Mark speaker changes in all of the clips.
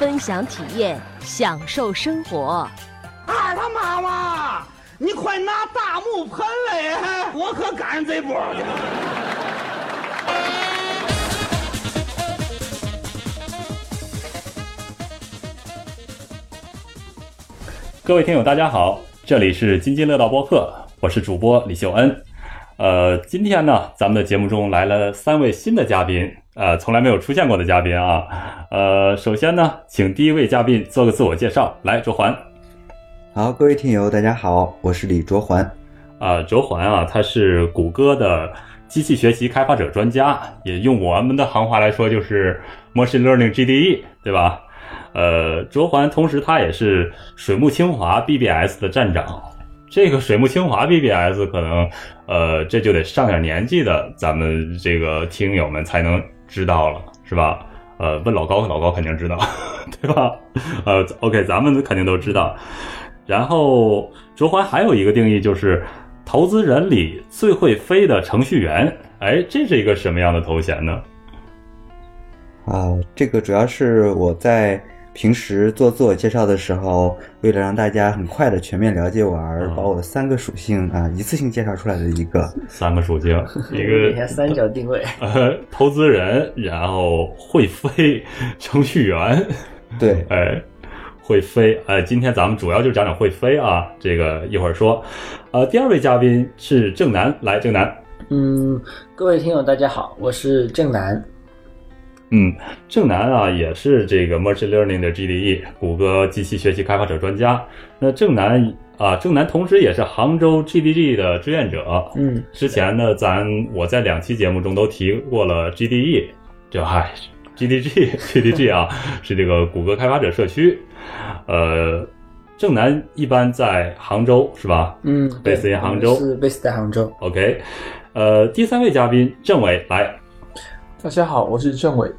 Speaker 1: 分享体验，享受生活。
Speaker 2: 二他妈妈，你快拿大木喷了耶！我可赶上这波了。
Speaker 3: 各位听友，大家好，这里是津津乐道播客，我是主播李秀恩。呃，今天呢，咱们的节目中来了三位新的嘉宾，呃，从来没有出现过的嘉宾啊。呃，首先呢，请第一位嘉宾做个自我介绍，来，卓环。
Speaker 4: 好，各位听友，大家好，我是李卓环。
Speaker 3: 啊、卓环啊，他是谷歌的机器学习开发者专家，也用我们的行话来说就是 machine learning GDE，对吧？呃，卓环同时他也是水木清华 BBS 的站长。这个水木清华 BBS 可能，呃，这就得上点年纪的咱们这个听友们才能知道了，是吧？呃，问老高，老高肯定知道， 对吧？呃，OK，咱们肯定都知道。然后卓环还有一个定义就是，投资人里最会飞的程序员。哎，这是一个什么样的头衔呢？
Speaker 4: 啊，这个主要是我在平时做自我介绍的时候，为了让大家很快的全面了解我而把我的三个属性啊一次性介绍出来的一个。
Speaker 3: 三个属性，一个
Speaker 5: 给他三角定位。
Speaker 3: 呃，投资人，然后会飞，程序员，
Speaker 4: 对，
Speaker 3: 哎，会飞，呃，今天咱们主要就讲讲会飞啊，这个一会儿说。呃，第二位嘉宾是郑楠，来，郑楠，
Speaker 5: 嗯，各位听友，大家好，我是郑楠。
Speaker 3: 嗯，郑楠啊，也是这个 machine learning 的 GDE，谷歌机器学习开发者专家。那郑楠啊，郑楠同时也是杭州 GDG 的志愿者。
Speaker 5: 嗯，
Speaker 3: 之前呢，咱我在两期节目中都提过了 GDE，这嗨，GDG GDG 啊，是这个谷歌开发者社区。呃，郑楠一般在杭州是吧？
Speaker 5: 嗯对
Speaker 3: Based in 杭州
Speaker 5: 我是 base 在杭州。
Speaker 3: OK，呃，第三位嘉宾政委来，
Speaker 6: 大家好，我是政委。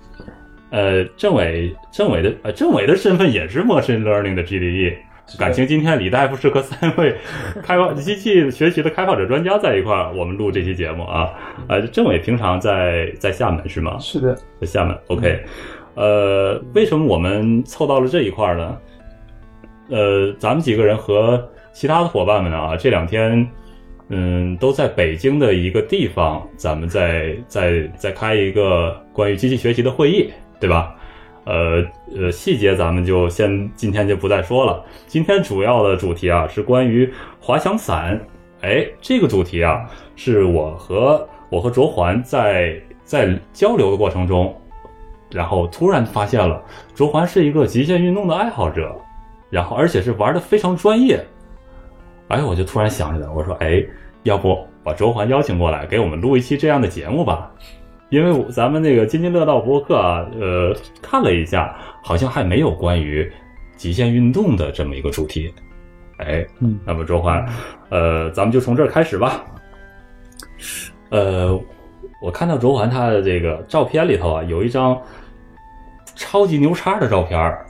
Speaker 3: 呃，政委，政委的呃，政委的身份也是 machine learning 的 GDE。感情今天李大夫是和三 位开发机器学习的开发者专家在一块儿，我们录这期节目啊。呃，政委平常在在厦门是吗？
Speaker 6: 嗯是的，嗯
Speaker 3: 在厦门。OK，呃，为什么我们凑到了这一块儿呢？呃，咱们几个人和其他的伙伴们啊，这两天，嗯，都在北京的一个地方，咱们在在在开一个关于机器学习的会议，对吧？呃呃，细节咱们就先今天就不再说了。今天主要的主题啊是关于滑翔伞。哎，这个主题啊是我和我和卓环在在交流的过程中，然后突然发现了卓环是一个极限运动的爱好者，然后而且是玩的非常专业。哎，我就突然想起来，我说，哎，要不把卓环邀请过来，给我们录一期这样的节目吧？因为我咱们那个津津乐道播客啊，呃，看了一下，好像还没有关于极限运动的这么一个主题。哎，
Speaker 6: 嗯，
Speaker 3: 那么卓环，呃，咱们就从这儿开始吧。呃，我看到卓环他的这个照片里头啊，有一张超级牛叉的照片儿，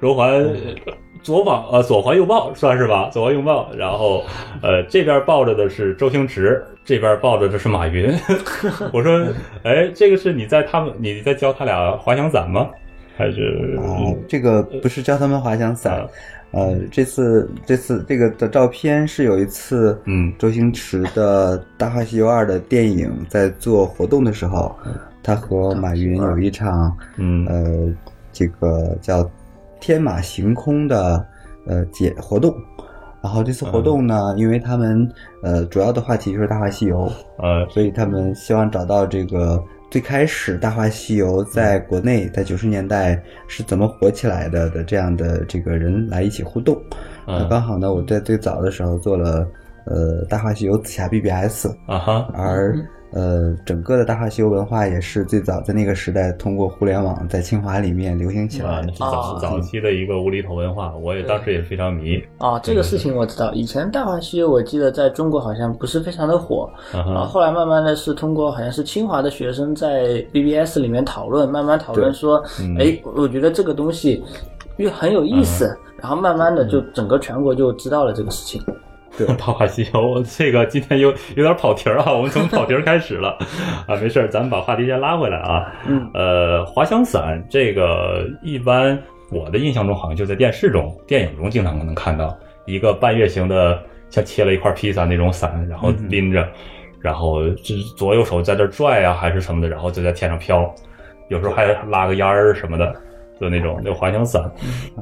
Speaker 3: 卓环呃左膀呃左环右抱算是吧，左环右抱，然后呃这边抱着的是周星驰，这边抱着的是马云。 我说，哎，这个是你在他们你在教他俩滑翔伞吗？还是
Speaker 4: 啊，这个不是教他们滑翔伞，呃，这次这次这个的照片是有一次，
Speaker 3: 嗯，
Speaker 4: 周星驰的《大话西游二》的电影在做活动的时候，他和马云有一场，
Speaker 3: 嗯，
Speaker 4: 呃，这个叫天马行空的呃节活动。然后这次活动呢，因为他们呃主要的话题就是《大话西游》，
Speaker 3: 呃，
Speaker 4: 所以他们希望找到这个最开始《大话西游》在国内在九十年代是怎么火起来的的这样的这个人来一起互动。
Speaker 3: 嗯
Speaker 4: 呃刚好呢，我在最早的时候做了呃《大话西游》紫霞 BBS，
Speaker 3: 嗯啊哈，
Speaker 4: 而呃，整个的大话西游文化也是最早在那个时代通过互联网在清华里面流行起来
Speaker 3: 啊，
Speaker 4: 的
Speaker 3: 那。是早
Speaker 5: 啊
Speaker 3: 早期的一个无厘头文化，我也当时也非常 迷。
Speaker 5: 啊，这个事情我知道。以前《大话西游》我记得在中国好像不是非常的火，
Speaker 3: 啊
Speaker 5: 然后
Speaker 3: 哈，
Speaker 5: 后来慢慢的是通过好像是清华的学生在 BBS 里面讨论，慢慢讨论
Speaker 4: 对
Speaker 5: 说
Speaker 3: 嗯，
Speaker 5: 哎、我觉得这个东西越很有意思，然后慢慢的就整个全国就知道了这个事情。
Speaker 3: 大话西游这个今天有有点跑题儿啊，我们从跑题儿开始了 啊，没事儿，咱们把话题先拉回来啊。
Speaker 5: 嗯，
Speaker 3: 呃，滑翔伞这个一般我的印象中好像就在电视中、电影中经常能看到一个半月形的，像切了一块披萨那种伞，然后拎着，然后这左右手在这拽啊还是什么的，然后就在天上飘，有时候还拉个烟儿什么的。就那种那滑翔伞，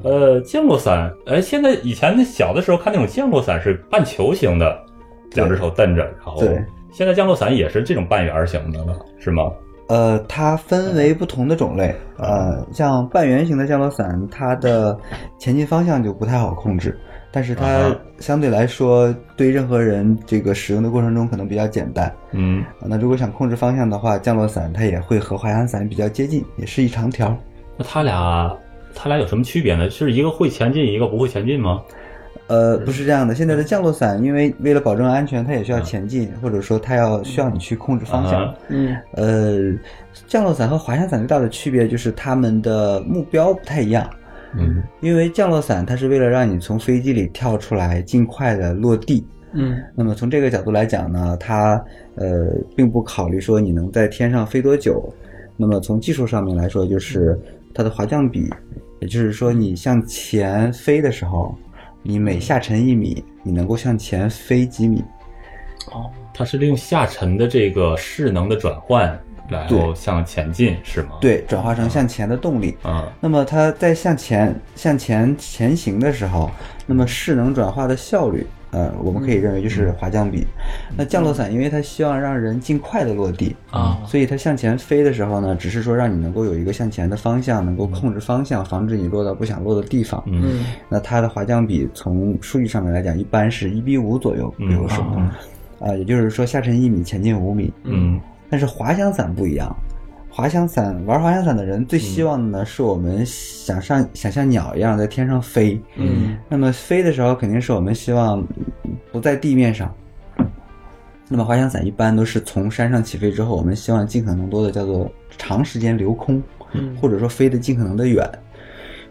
Speaker 3: 呃，降落伞，哎，现在以前那小的时候看那种降落伞是半球形的，两只手蹬着，然后
Speaker 4: 对
Speaker 3: 现在降落伞也是这种半圆儿形的了，是吗？
Speaker 4: 呃，它分为不同的种类，
Speaker 3: 嗯
Speaker 4: 呃，像半圆形的降落伞，它的前进方向就不太好控制，但是
Speaker 3: 啊
Speaker 4: 它
Speaker 3: 哈
Speaker 4: 相对来说对任何人这个使用的过程中可能比较简单。
Speaker 3: 嗯，
Speaker 4: 呃那如果想控制方向的话，降落伞它也会和滑翔伞比较接近，也是一长条。
Speaker 3: 那他俩他俩有什么区别呢？是一个会前进，一个不会前进吗？
Speaker 4: 呃，不是这样的，现在的降落伞因为为了保证安全，它也需要前进，或者说它要需要你去控制方向。
Speaker 3: 啊
Speaker 5: 嗯，
Speaker 4: 呃，降落伞和滑翔伞最大的区别就是它们的目标不太一样。
Speaker 3: 嗯，
Speaker 4: 因为降落伞它是为了让你从飞机里跳出来，尽快的落地。
Speaker 5: 嗯，
Speaker 4: 那么从这个角度来讲呢，它呃并不考虑说你能在天上飞多久。那么从技术上面来说，就是它的滑降比，也就是说你向前飞的时候，你每下沉一米，你能够向前飞几米。
Speaker 3: 它是利用下沉的这个势能的转换，然后向前进，是吗？，
Speaker 4: 对，转化成向前的动力。
Speaker 3: 啊，
Speaker 4: 那么它在向前向前前行的时候，那么势能转化的效率，呃，我们可以认为就是滑降比。那降落伞，因为它希望让人尽快的落地
Speaker 5: 啊
Speaker 4: 所以它向前飞的时候呢，只是说让你能够有一个向前的方向，能够控制方向，防止你落到不想落的地方。
Speaker 3: 嗯，
Speaker 4: 那它的滑降比从数据上面来讲，一般是一比五左右，比如说，
Speaker 3: 嗯
Speaker 4: 啊、也就是说下沉一米，前进五米。
Speaker 3: 嗯，
Speaker 4: 但是滑翔伞不一样，滑翔伞玩滑翔伞的人最希望的呢，是我们想像想像鸟一样在天上飞。
Speaker 3: 嗯，
Speaker 4: 那么飞的时候，肯定是我们希望嗯不在地面上。那么滑翔伞一般都是从山上起飞之后，我们希望尽可能多的叫做长时间留空，或者说飞得尽可能的远。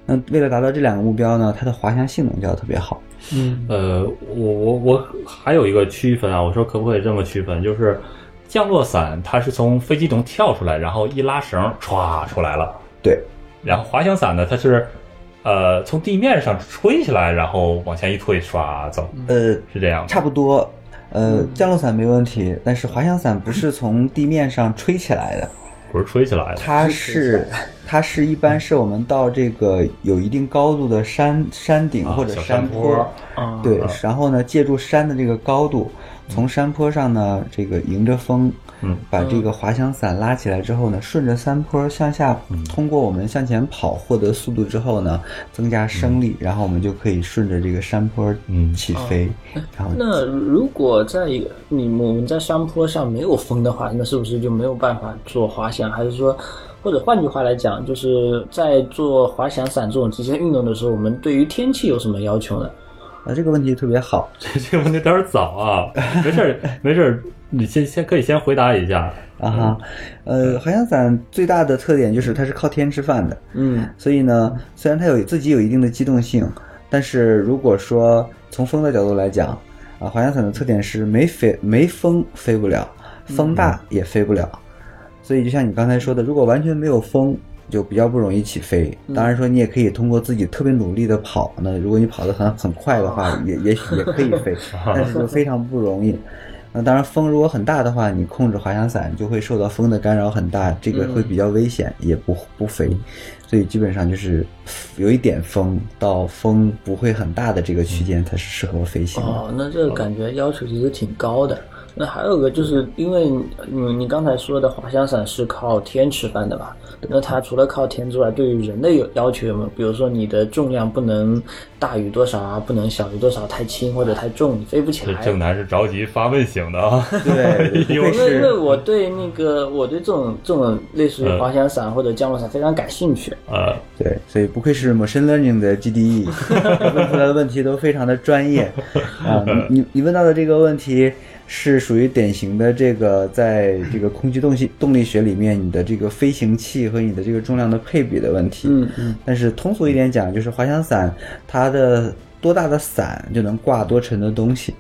Speaker 4: 那为了达到这两个目标呢，它的滑翔性能就要特别好。
Speaker 6: 嗯
Speaker 3: 呃，我我我还有一个区分啊，我说可不可以这么区分？就是降落伞它是从飞机中跳出来，然后一拉绳，歘出来了，
Speaker 4: 对，
Speaker 3: 然后滑翔伞呢，它是。呃，从地面上吹起来，然后往前一推，唰走，
Speaker 4: 呃，
Speaker 3: 是这样吗？
Speaker 4: 差不多。呃，降落伞没问题，但是滑翔伞不是从地面上吹起来的，
Speaker 3: 不是吹起来的，
Speaker 4: 它是它是一
Speaker 3: 嗯
Speaker 4: 般是我们到这个有一定高度的山山顶
Speaker 3: 啊
Speaker 4: 或者
Speaker 3: 小
Speaker 4: 山
Speaker 3: 山坡
Speaker 4: 坡，
Speaker 5: 啊，
Speaker 4: 对，然后呢，借助山的这个高度，从山坡上呢，这个迎着风，
Speaker 3: 嗯，
Speaker 4: 把这个滑翔伞拉起来之后呢，顺着山坡向下，
Speaker 3: 嗯
Speaker 4: 通过我们向前跑获得速度之后呢，增加升力，然后我们就可以顺着这个山坡
Speaker 3: 嗯
Speaker 4: 起飞，然后
Speaker 5: 那如果在一个你们我们在山坡上没有风的话，那是不是就没有办法做滑翔？还是说，或者换句话来讲，就是在做滑翔伞这种极限运动的时候，我们对于天气有什么要求呢？
Speaker 4: 啊，这个问题特别好。
Speaker 3: 这个问题有点早啊，没事儿，没事儿，你先先可以先回答一下。
Speaker 4: 啊哈，
Speaker 3: 嗯
Speaker 4: 呃，滑翔伞最大的特点就是它是靠天吃饭的，
Speaker 5: 嗯
Speaker 4: 所以呢，虽然它有自己有一定的机动性，但是如果说从风的角度来讲，啊，滑翔伞的特点是没飞没风飞不了，风大也飞不了，所以就像你刚才说的，如果完全没有风。就比较不容易起飞，当然说你也可以通过自己特别努力的跑那如果你跑得很很快的话，也也许也可以飞，但是就非常不容易。那当然，风如果很大的话，你控制滑翔伞就会受到风的干扰很大，这个会比较危险，也不不飞。所以基本上就是有一点风到风不会很大的这个区间才是适合飞行的。
Speaker 5: 哦哦，那这个感觉要求其实挺高的。那还有个就是因为你你刚才说的滑翔伞是靠天吃饭的吧？那它除了靠天之外，对于人的有要求有没有？比如说你的重量不能大于多少啊，不能小于多少，太轻或者太重，你飞不起
Speaker 3: 这
Speaker 5: 来。
Speaker 3: 正南是着急发问型的啊，
Speaker 4: 对，不
Speaker 3: 因
Speaker 4: 愧
Speaker 5: 因为因为
Speaker 4: 是
Speaker 5: 我对那个我对这种这种类似于滑翔伞或者降落伞非常感兴趣。
Speaker 3: 呃，
Speaker 4: 对，所以不愧是 machine learning 的 GDE，问出来的问题都非常的专业啊。你你你问到的这个问题是属于典型的这个在这个空气动力动力学里面你的这个飞行器和你的这个重量的配比的问题。
Speaker 5: 嗯嗯，
Speaker 4: 但是通俗一点讲，就是滑翔伞它的多大的伞就能挂多沉的东西。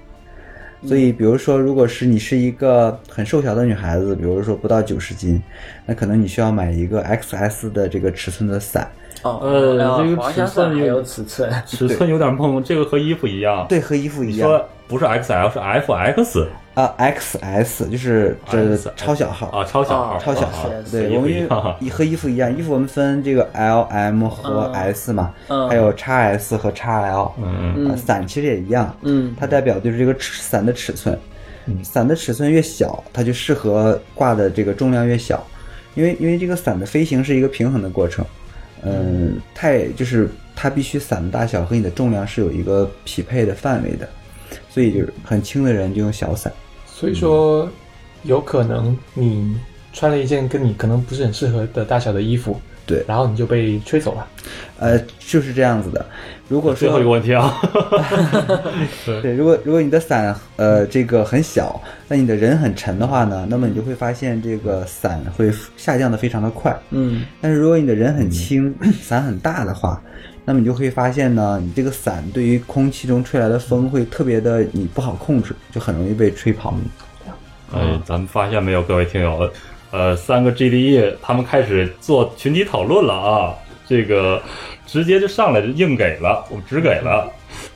Speaker 4: 所以，比如说，如果是你是一个很瘦小的女孩子，比如说不到九十斤，那可能你需要买一个 XS 的这个尺寸的伞。
Speaker 5: 哦，
Speaker 3: 呃
Speaker 5: 然后
Speaker 3: 这个
Speaker 5: 滑翔
Speaker 3: 尺寸
Speaker 5: 伞还
Speaker 3: 有
Speaker 5: 有尺寸，
Speaker 3: 尺寸有点懵，这个和衣服一样。
Speaker 4: 对，和衣服
Speaker 3: 你
Speaker 4: 一样
Speaker 3: 说不是 XL 是 FX
Speaker 4: 啊，XS 就是这
Speaker 3: XS
Speaker 4: 超小号，
Speaker 3: 啊，超小号，
Speaker 5: 啊
Speaker 4: 哦超小
Speaker 3: 啊
Speaker 4: 号
Speaker 3: 啊。
Speaker 4: 对，
Speaker 3: 衣服
Speaker 4: 我们
Speaker 3: 一样。
Speaker 4: 因为和衣服一样，衣服我们分这个 L、M 和
Speaker 5: 嗯
Speaker 4: S 嘛，
Speaker 5: 嗯
Speaker 4: 还有 XS 和 XL。
Speaker 3: 嗯，
Speaker 4: 啊，伞其实也一样，
Speaker 5: 嗯
Speaker 4: 它代表就是这个尺伞的尺寸，
Speaker 3: 嗯
Speaker 4: 伞的尺寸越小，它就适合挂的这个重量越小，因为因为这个伞的飞行是一个平衡的过程，嗯，太就是它必须伞的大小和你的重量是有一个匹配的范围的，所以就是很轻的人就用小伞，
Speaker 6: 所以说，有可能你穿了一件跟你可能不是很适合的大小的衣服，
Speaker 4: 对
Speaker 6: 然后你就被吹走了。
Speaker 4: 呃，就是这样子的。如果
Speaker 3: 最后一个
Speaker 4: 说
Speaker 3: 问题啊，
Speaker 4: 对，如果如果你的伞呃这个很小，那你的人很沉的话呢，那么你就会发现这个伞会下降的非常的快，
Speaker 5: 嗯
Speaker 4: 但是如果你的人很轻， 伞很大的话，那么你就会发现呢，你这个伞对于空气中吹来的风会特别的，你不好控制，就很容易被吹跑。
Speaker 3: 哎，咱们发现没有，各位听友，呃，三个 GDE 他们开始做群体讨论了啊，这个直接就上来就硬给了，我们只给了，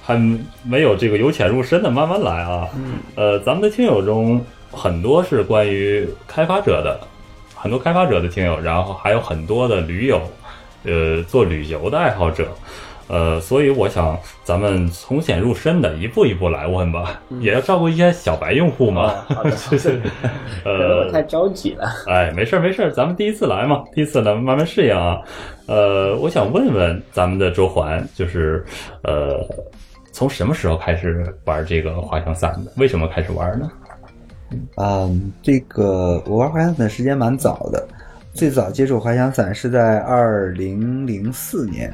Speaker 3: 还没有这个由浅入深的慢慢来啊。呃，咱们的听友中很多是关于开发者的，很多开发者的听友，然后还有很多的驴友，呃，做旅游的爱好者。呃，所以我想，咱们从浅入深的一步一步来问吧，也要照顾一些小白用户嘛。
Speaker 5: 哦好的好
Speaker 3: 是
Speaker 5: 可能我太
Speaker 3: 呃，
Speaker 5: 着急了。
Speaker 3: 哎，没事儿没事儿，咱们第一次来嘛，第一次咱们慢慢适应啊。呃，我想问问咱们的周环，就是呃，从什么时候开始玩这个滑翔伞的？为什么开始玩呢？
Speaker 4: 嗯，这个我玩滑翔伞时间蛮早的，最早接触滑翔伞是在二零零四年，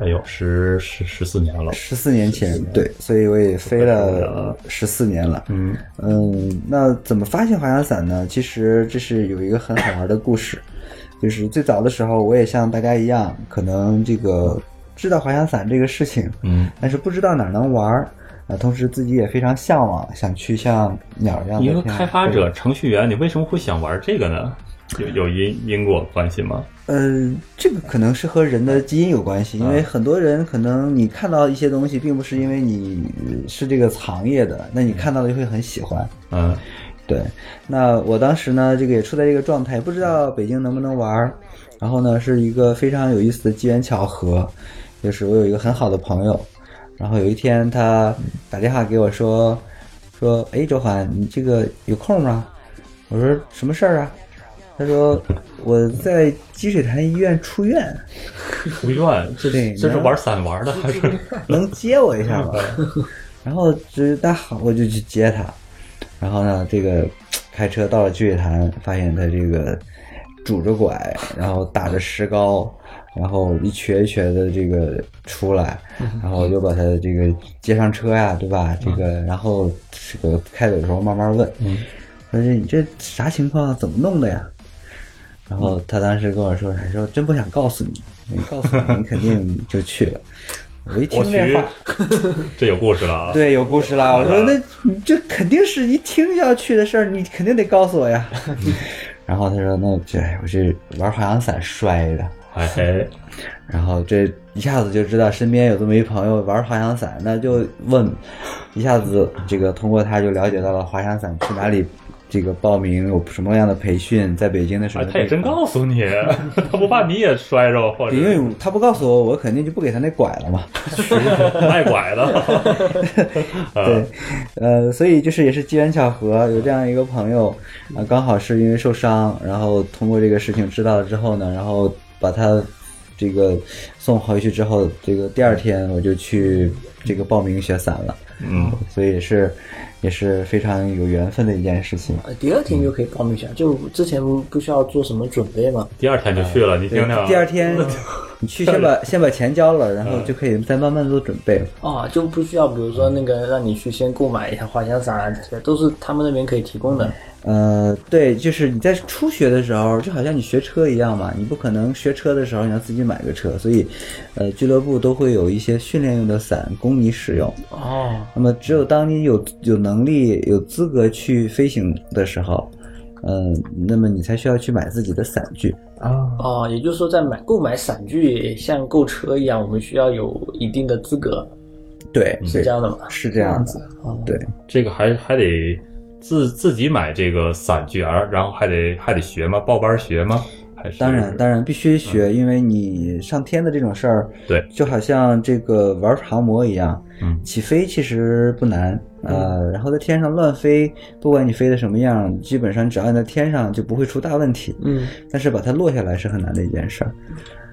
Speaker 3: 哎呦，十十十四年了，
Speaker 4: 十四年前，对，所以我也飞了十四年了。
Speaker 3: 嗯
Speaker 4: 嗯，那怎么发现滑翔伞呢？其实这是有一个很好玩的故事，就是最早的时候，我也像大家一样，可能这个知道滑翔伞这个事情，
Speaker 3: 嗯，
Speaker 4: 但是不知道哪儿能玩儿。啊，同时自己也非常向往，想去像鸟一样的
Speaker 3: 一个
Speaker 4: 天上
Speaker 3: 开发
Speaker 4: 飞
Speaker 3: 者、程序员，你为什么会想玩这个呢？有有因因果关系吗？
Speaker 4: 呃，这个可能是和人的基因有关系，因
Speaker 3: 啊
Speaker 4: 为很多人可能你看到一些东西，并不是因为你呃是这个行业的，那你看到了就会很喜欢。
Speaker 3: 嗯
Speaker 4: 对，那我当时呢，这个也处在这个状态，不知道北京能不能玩儿。然后呢，是一个非常有意思的机缘巧合，就是我有一个很好的朋友，然后有一天他打电话给我说，说，哎，周环，你这个有空吗？我说什么事儿啊？他说我在积水潭医院出院，
Speaker 3: 出院，这
Speaker 4: 对
Speaker 3: 这是
Speaker 4: 能
Speaker 3: 玩伞玩的还 是？
Speaker 4: 能接我一下吗？然后就是那好，我就去接他。然后呢，这个开车到了积水潭，发现他这个拄着拐，然后打着石膏，然后一瘸一瘸的这个出来，然后我就把他这个接上车呀、对吧？这个然后这个开走的时候慢慢问，他说你这啥情况？啊怎么弄的呀？然后他当时跟我说，还说真不想告诉你，你告诉你，你肯定就去了。我一听
Speaker 3: 我
Speaker 4: 这
Speaker 3: 去
Speaker 4: 话，，
Speaker 3: 这有故事了啊！嗯
Speaker 4: 对，有故事啦。我说那你这肯定是一听就要去的事儿，你肯定得告诉我 呀。然后他说那这我这玩滑翔伞摔的，
Speaker 3: 哎，哎，
Speaker 4: 然后这一下子就知道身边有这么一朋友玩滑翔伞，那就问，一下子这个通过他就了解到了滑翔伞去哪里这个报名有什么样的培训，在北京的什
Speaker 3: 哎
Speaker 4: 么地方、
Speaker 3: 他也真告诉你，他不怕你也摔着或者
Speaker 4: 因为他不告诉我，我肯定就不给他那拐了嘛。
Speaker 3: 卖拐的。
Speaker 4: 对，呃，所以就是也是机缘巧合，有这样一个朋友，啊、刚好是因为受伤，然后通过这个事情知道了之后呢，然后把他这个送回去之后，这个第二天我就去这个报名学伞了，
Speaker 3: 嗯，
Speaker 4: 所以也是也是非常有缘分的一件事情。
Speaker 5: 呃第二天就可以报名一下，就之前不需要做什么准备吗？
Speaker 3: 第二天就去了，你听听啊。
Speaker 4: 第二天你去先把先把钱交了，然后就可以再慢慢做准备。
Speaker 5: 啊，就不需要，比如说那个让你去先购买一下滑翔伞啊，这些都是他们那边可以提供的。
Speaker 4: 呃，对，就是你在初学的时候，就好像你学车一样嘛，你不可能学车的时候你要自己买个车，所以，呃，俱乐部都会有一些训练用的伞供你使用。
Speaker 5: 哦，
Speaker 4: 那么，只有当你有有能力、有资格去飞行的时候，嗯、那么你才需要去买自己的伞具。
Speaker 6: 啊，
Speaker 5: 哦，也就是说，在买购买伞具也像购车一样，我们需要有一定的资格，
Speaker 4: 对，
Speaker 5: 是这样的吗
Speaker 4: 对，？是这样
Speaker 6: 这
Speaker 4: 子。
Speaker 5: 哦，
Speaker 4: 对，
Speaker 3: 这个还还得自自己买这个伞具，而然后还得还得学吗？报班学吗？还是
Speaker 4: 当然，当然必须学，因为你上天的这种事儿，
Speaker 3: 对，
Speaker 4: 就好像这个玩航模一样，
Speaker 3: 嗯
Speaker 4: 起飞其实不难，呃，然后在天上乱飞，不管你飞的什么样，基本上只要你在天上就不会出大问题，
Speaker 5: 嗯，
Speaker 4: 但是把它落下来是很难的一件事儿。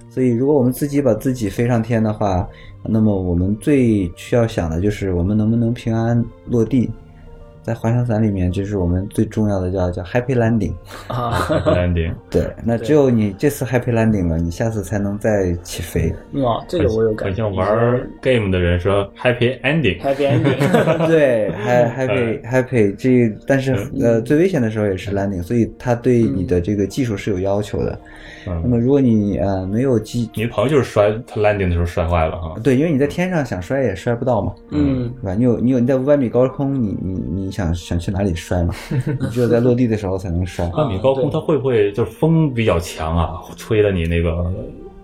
Speaker 4: 所以，如果我们自己把自己飞上天的话，那么我们最需要想的就是我们能不能平安落地。在滑翔伞里面，这是我们最重要的叫叫 happy landing。
Speaker 5: 啊，
Speaker 3: Happy landing，
Speaker 4: 对，那只有你这次 happy landing 了，你下次才能再起飞。
Speaker 5: 哦，这个我有感
Speaker 3: 很
Speaker 5: 觉，
Speaker 3: 像玩 game 的人说 happy ending，
Speaker 5: Happy Ending
Speaker 4: 对，还 happy happy 这，但是呃，最危险的时候也是 landing，所以它对你的这个技术是有要求的。那
Speaker 3: 嗯，
Speaker 4: 么如果你呃没有技，
Speaker 3: 你的朋友就是摔他 landing 的时候摔坏了哈。
Speaker 4: 对，因为你在天上想摔也摔不到嘛，
Speaker 5: 嗯，
Speaker 4: 对吧？你有你有你在五百米高空，你你你想想去哪里摔嘛？你只有在落地的时候才能摔。
Speaker 3: 万米高空，
Speaker 5: 啊对
Speaker 3: 它会不会就是风比较强啊，吹的你那个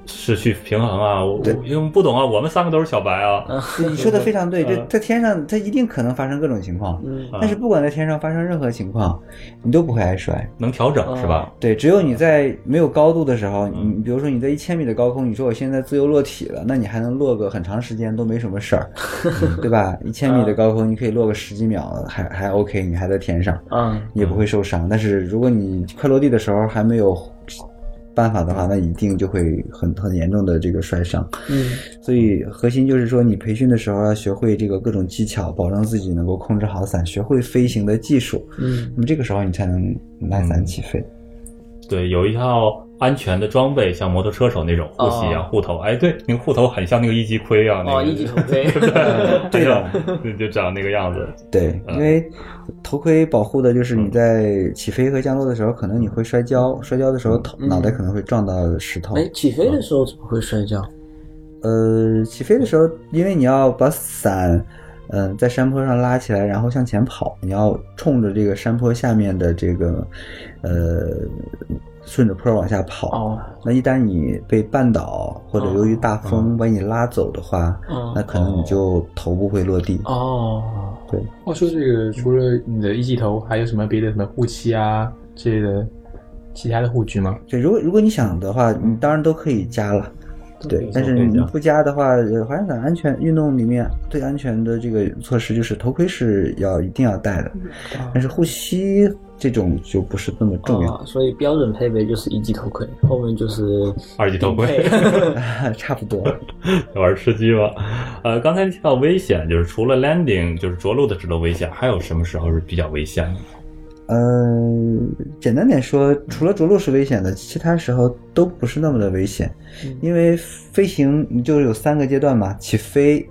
Speaker 3: 失去平衡啊？我我因为不懂啊，我们三个都是小白啊。
Speaker 4: 你说的非常对，这
Speaker 3: 嗯
Speaker 4: 在天上它一定可能发生各种情况，
Speaker 5: 嗯
Speaker 4: 但是不管在天上发生任何情况，你都不会挨摔。
Speaker 3: 能调整
Speaker 5: 啊
Speaker 3: 是吧？
Speaker 4: 对，只
Speaker 5: 嗯
Speaker 4: 有你在没有高度的时候，你你比如说你在一千米的高空，你说我现在自由落体了，那你还能落个很长时间都没什么事儿，对吧？一千
Speaker 5: 嗯
Speaker 4: 米的高空，你可以落个十几秒，还还 OK，你还在天上，
Speaker 5: 嗯，
Speaker 4: 你也不会受伤。但是如果你快落地的时候还没有办法的话，那一定就会很很严重的这个摔伤。
Speaker 5: 嗯，
Speaker 4: 所以核心就是说，你培训的时候要学会这个各种技巧，保证自己能够控制好伞，学会飞行的技术。
Speaker 5: 嗯，
Speaker 4: 那么这个时候你才能拿伞起飞。
Speaker 3: 对，有一套安全的装备，像摩托车手那种护膝啊、
Speaker 5: 哦
Speaker 3: 护头。哎，对，那个护头很像那个一级盔啊，那个
Speaker 5: 哦，一级头 盔，
Speaker 3: 对
Speaker 4: 对
Speaker 3: 吧
Speaker 4: 的？
Speaker 3: 就就长那个样子。
Speaker 4: 对，
Speaker 3: 嗯
Speaker 4: 因为头盔保护的就是你在起飞和降落的时候，可能你会摔跤，摔跤的时候头脑袋可能会撞到石头。
Speaker 5: 嗯哎，起飞的时候怎么会摔跤？
Speaker 4: 呃，起飞的时候，因为你要把伞，嗯、在山坡上拉起来，然后向前跑，你要冲着这个山坡下面的这个，呃，顺着坡往下跑。
Speaker 5: 哦，
Speaker 4: 那一旦你被绊倒，或者由于大风把你拉走的话，
Speaker 5: 嗯
Speaker 4: 那可能你就头部会落地。
Speaker 5: 哦，
Speaker 6: 话说这个除了你的一级头，还有什么别的什么护膝啊之类的其他的护具吗？
Speaker 4: 对，如果如果你想的话，你当然都可以加了。
Speaker 6: 可
Speaker 4: 对
Speaker 6: 以，
Speaker 4: 但是
Speaker 3: 嗯都可以
Speaker 4: 你
Speaker 3: 加
Speaker 4: 不加的话，呃滑翔伞安全运动里面最安全的这个措施就是头盔是要一定要戴的，
Speaker 3: 嗯
Speaker 4: 但是护膝这种就不是那么重要，
Speaker 5: 哦，所以标准配备就是一级头盔，后面就是
Speaker 3: 二级头盔
Speaker 5: 顶配
Speaker 3: 嗯
Speaker 4: 差不多。
Speaker 3: 玩吃鸡吗？呃，刚才提到危险，就是除了 landing，就是着陆的时候危险，还有什么时候是比较危险的？
Speaker 4: 呃，简单点说，除了着陆是危险的，其他时候都不是那么的危险， 因为飞行你就有三个阶段嘛，起飞，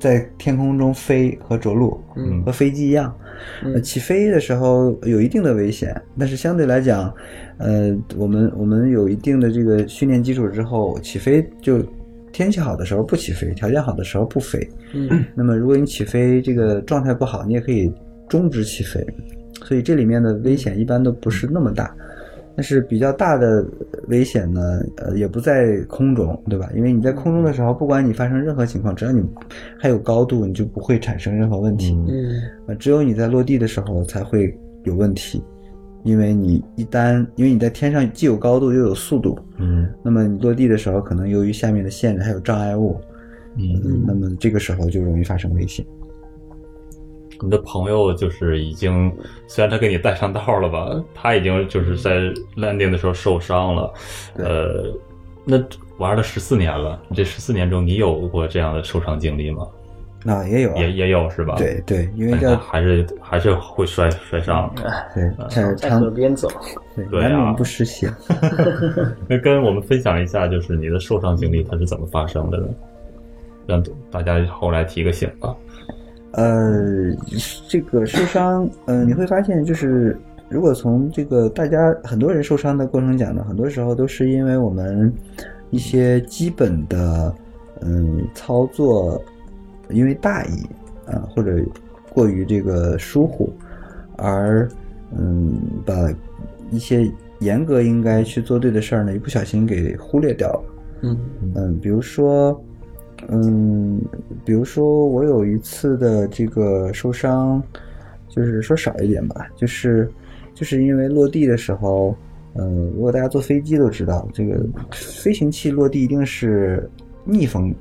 Speaker 4: 在天空中飞和着陆，
Speaker 5: 嗯
Speaker 4: 和飞机一样，
Speaker 3: 嗯
Speaker 4: 呃，起飞的时候有一定的危险，但是相对来讲，呃，我们我们有一定的这个训练基础之后，起飞就天气好的时候不起飞，条件好的时候不飞。
Speaker 5: 嗯
Speaker 4: 那么如果你起飞这个状态不好，你也可以终止起飞。所以这里面的危险一般都不是那么大，但是比较大的危险呢，呃，也不在空中，对吧？因为你在空中的时候，不管你发生任何情况，只要你还有高度，你就不会产生任何问题。
Speaker 5: 嗯
Speaker 4: 呃，只有你在落地的时候才会有问题，因为你一旦因为你在天上既有高度又有速度，
Speaker 3: 嗯
Speaker 4: 那么你落地的时候可能由于下面的限制还有障碍物，
Speaker 3: 嗯，
Speaker 4: 嗯，那么这个时候就容易发生危险。
Speaker 3: 你的朋友就是已经，虽然他给你带上道了吧，他已经就是在 landing 的时候受伤了，
Speaker 4: 对
Speaker 3: 呃，那玩了十四年了，这十四年中你有过这样的受伤经历吗？
Speaker 4: 那、也有啊，
Speaker 3: 也也有是嗯吧？
Speaker 4: 对对，因为嗯
Speaker 3: 但是
Speaker 4: 叫
Speaker 3: 他还是还是会摔摔伤，
Speaker 4: 对，这
Speaker 5: 在
Speaker 4: 常
Speaker 5: 河边走，
Speaker 4: 对
Speaker 3: 嗯对
Speaker 4: 难
Speaker 3: 啊
Speaker 4: 免不湿鞋。
Speaker 3: 那跟我们分享一下，就是你的受伤经历它是怎么发生的呢？让大家后来提个醒吧。
Speaker 4: 呃，这个受伤，呃，你会发现就是，如果从这个大家很多人受伤的过程讲呢，很多时候都是因为我们一些基本的，嗯，操作因为大意啊、呃或者过于这个疏忽，而嗯，把一些严格应该去做对的事儿呢，一不小心给忽略掉了。
Speaker 6: 嗯
Speaker 4: 嗯，比如说，嗯，比如说我有一次的这个受伤，就是说少一点吧，就是就是因为落地的时候，嗯，如果大家坐飞机都知道，这个飞行器落地一定是逆风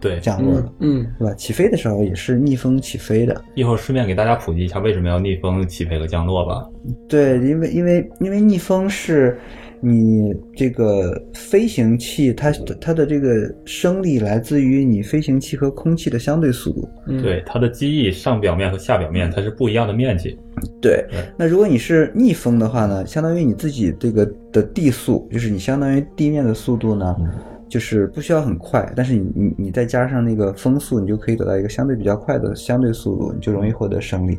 Speaker 3: 对，
Speaker 4: 降落的
Speaker 6: 嗯，嗯，
Speaker 4: 对吧？起飞的时候也是逆风起飞的，
Speaker 3: 一会儿顺便给大家普及一下为什么要逆风起飞和降落吧。
Speaker 4: 对，因为因为因为逆风是你这个飞行器它它的这个升力来自于你飞行器和空气的相对速度。
Speaker 6: 嗯
Speaker 3: 对，它的机翼上表面和下表
Speaker 4: 嗯
Speaker 3: 面它是不一样的面积。
Speaker 4: 对
Speaker 3: 对，
Speaker 4: 那如果你是逆风的话呢，相当于你自己这个的地速，就是你相当于地面的速度呢，就是不需要很快，但是你你你再加上那个风速，你就可以得到一个相对比较快的相对速度，你就容易获得升力。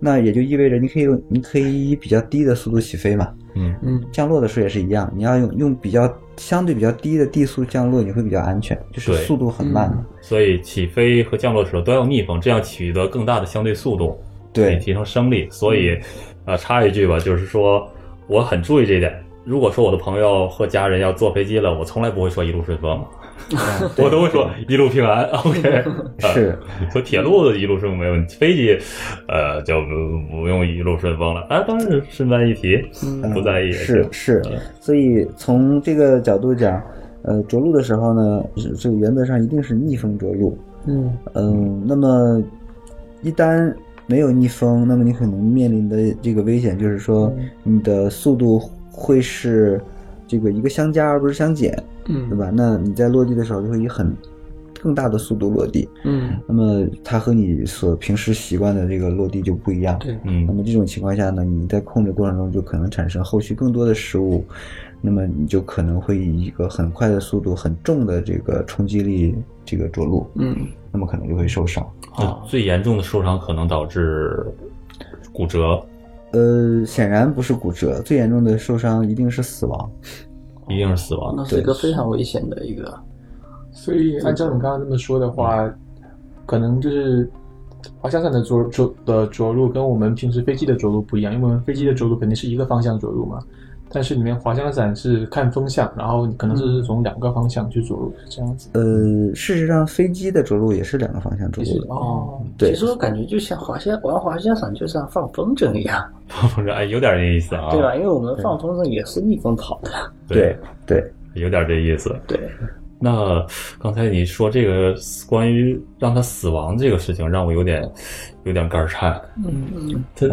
Speaker 4: 那也就意味着你可以用，你可以以比较低的速度起飞嘛。
Speaker 3: 嗯，
Speaker 6: 嗯
Speaker 4: 降落的时候也是一样，你要用用比较相对比较低的地速降落，你会比较安全，就是
Speaker 3: 对
Speaker 4: 速度很慢。
Speaker 6: 嗯
Speaker 3: 所以起飞和降落的时候都要逆风，这样取得更大的相对速度，可以
Speaker 4: 对嗯
Speaker 3: 提升升力。所以，呃，插一句吧，就是说我很注意这一点。如果说我的朋友或家人要坐飞机了，我从来不会说一路顺风，
Speaker 4: 嗯
Speaker 3: 我都会说一路平安。OK，呃
Speaker 4: 是，
Speaker 3: 说铁路一路顺风没问题，飞机，呃，就不不用一路顺风了。啊，当然顺便一提，
Speaker 4: 嗯
Speaker 3: 不在意也
Speaker 4: 是
Speaker 3: 行。
Speaker 4: 是
Speaker 3: 嗯，
Speaker 4: 所以从这个角度讲，呃，着陆的时候呢，是这个原则上一定是逆风着陆。
Speaker 6: 嗯
Speaker 4: 嗯，那么一旦没有逆风，那么你可能面临的这个危险就是说，
Speaker 3: 嗯
Speaker 4: 你的速度会是这个一个相加而不是相减，
Speaker 6: 嗯，
Speaker 4: 对？吧？那你在落地的时候就会以很更大的速度落地，
Speaker 6: 嗯，
Speaker 4: 那么它和你所平时习惯的这个落地就不一样。
Speaker 6: 对，
Speaker 3: 嗯，
Speaker 4: 那么这种情况下呢，你在控制过程中就可能产生后续更多的失误，那么你就可能会以一个很快的速度、很重的这个冲击力这个着陆，
Speaker 6: 嗯
Speaker 4: 那么可能就会受伤。啊
Speaker 3: 那
Speaker 5: 哦
Speaker 3: 最严重的受伤可能导致骨折，
Speaker 4: 呃，显然不是骨折，最严重的受伤一定是死亡。
Speaker 3: 一定是死亡。
Speaker 5: 那是一个非常危险的一个。
Speaker 6: 所以嗯按照你刚刚这么说的话，可能就是滑翔伞的着着的着陆跟我们平时飞机的着陆不一样，因为我们飞机的着陆肯定是一个方向着陆嘛，但是里面滑翔伞是看风向，然后你可能是从两个方向去着陆，是这样子。
Speaker 4: 呃，事实上，飞机的着陆也是两个方向着
Speaker 6: 也是
Speaker 4: 陆的。
Speaker 6: 哦，
Speaker 4: 对
Speaker 5: 其实我感觉就像滑翔玩滑翔伞就像放风筝一样，
Speaker 4: 哦
Speaker 3: 不是，哎，有点这意思啊，
Speaker 5: 对吧？因为我们放风筝也是逆风跑的。
Speaker 3: 对，
Speaker 4: 对，
Speaker 3: 有点这意思。
Speaker 5: 对，
Speaker 3: 那刚才你说这个关于让他死亡这个事情，让我有点有点肝儿颤。
Speaker 5: 嗯，
Speaker 3: 他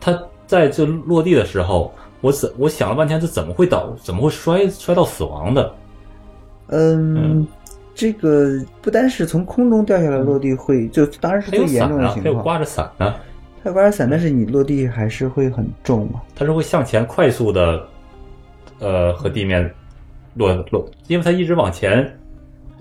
Speaker 3: 他在这落地的时候，我怎我想了半天，这怎么会导怎么会摔摔到死亡的？
Speaker 4: 嗯，这个不单是从空中掉下来落地会，就当然是
Speaker 3: 他
Speaker 4: 最
Speaker 3: 有
Speaker 4: 严
Speaker 3: 伞
Speaker 4: 重的
Speaker 3: 啊，
Speaker 4: 情
Speaker 3: 他有
Speaker 4: 况。
Speaker 3: 挂着伞呢、
Speaker 4: 它有刮伞，但是你落地还是会很重嘛。
Speaker 3: 它是会向前快速的，呃，和地面落落，因为它一直往前，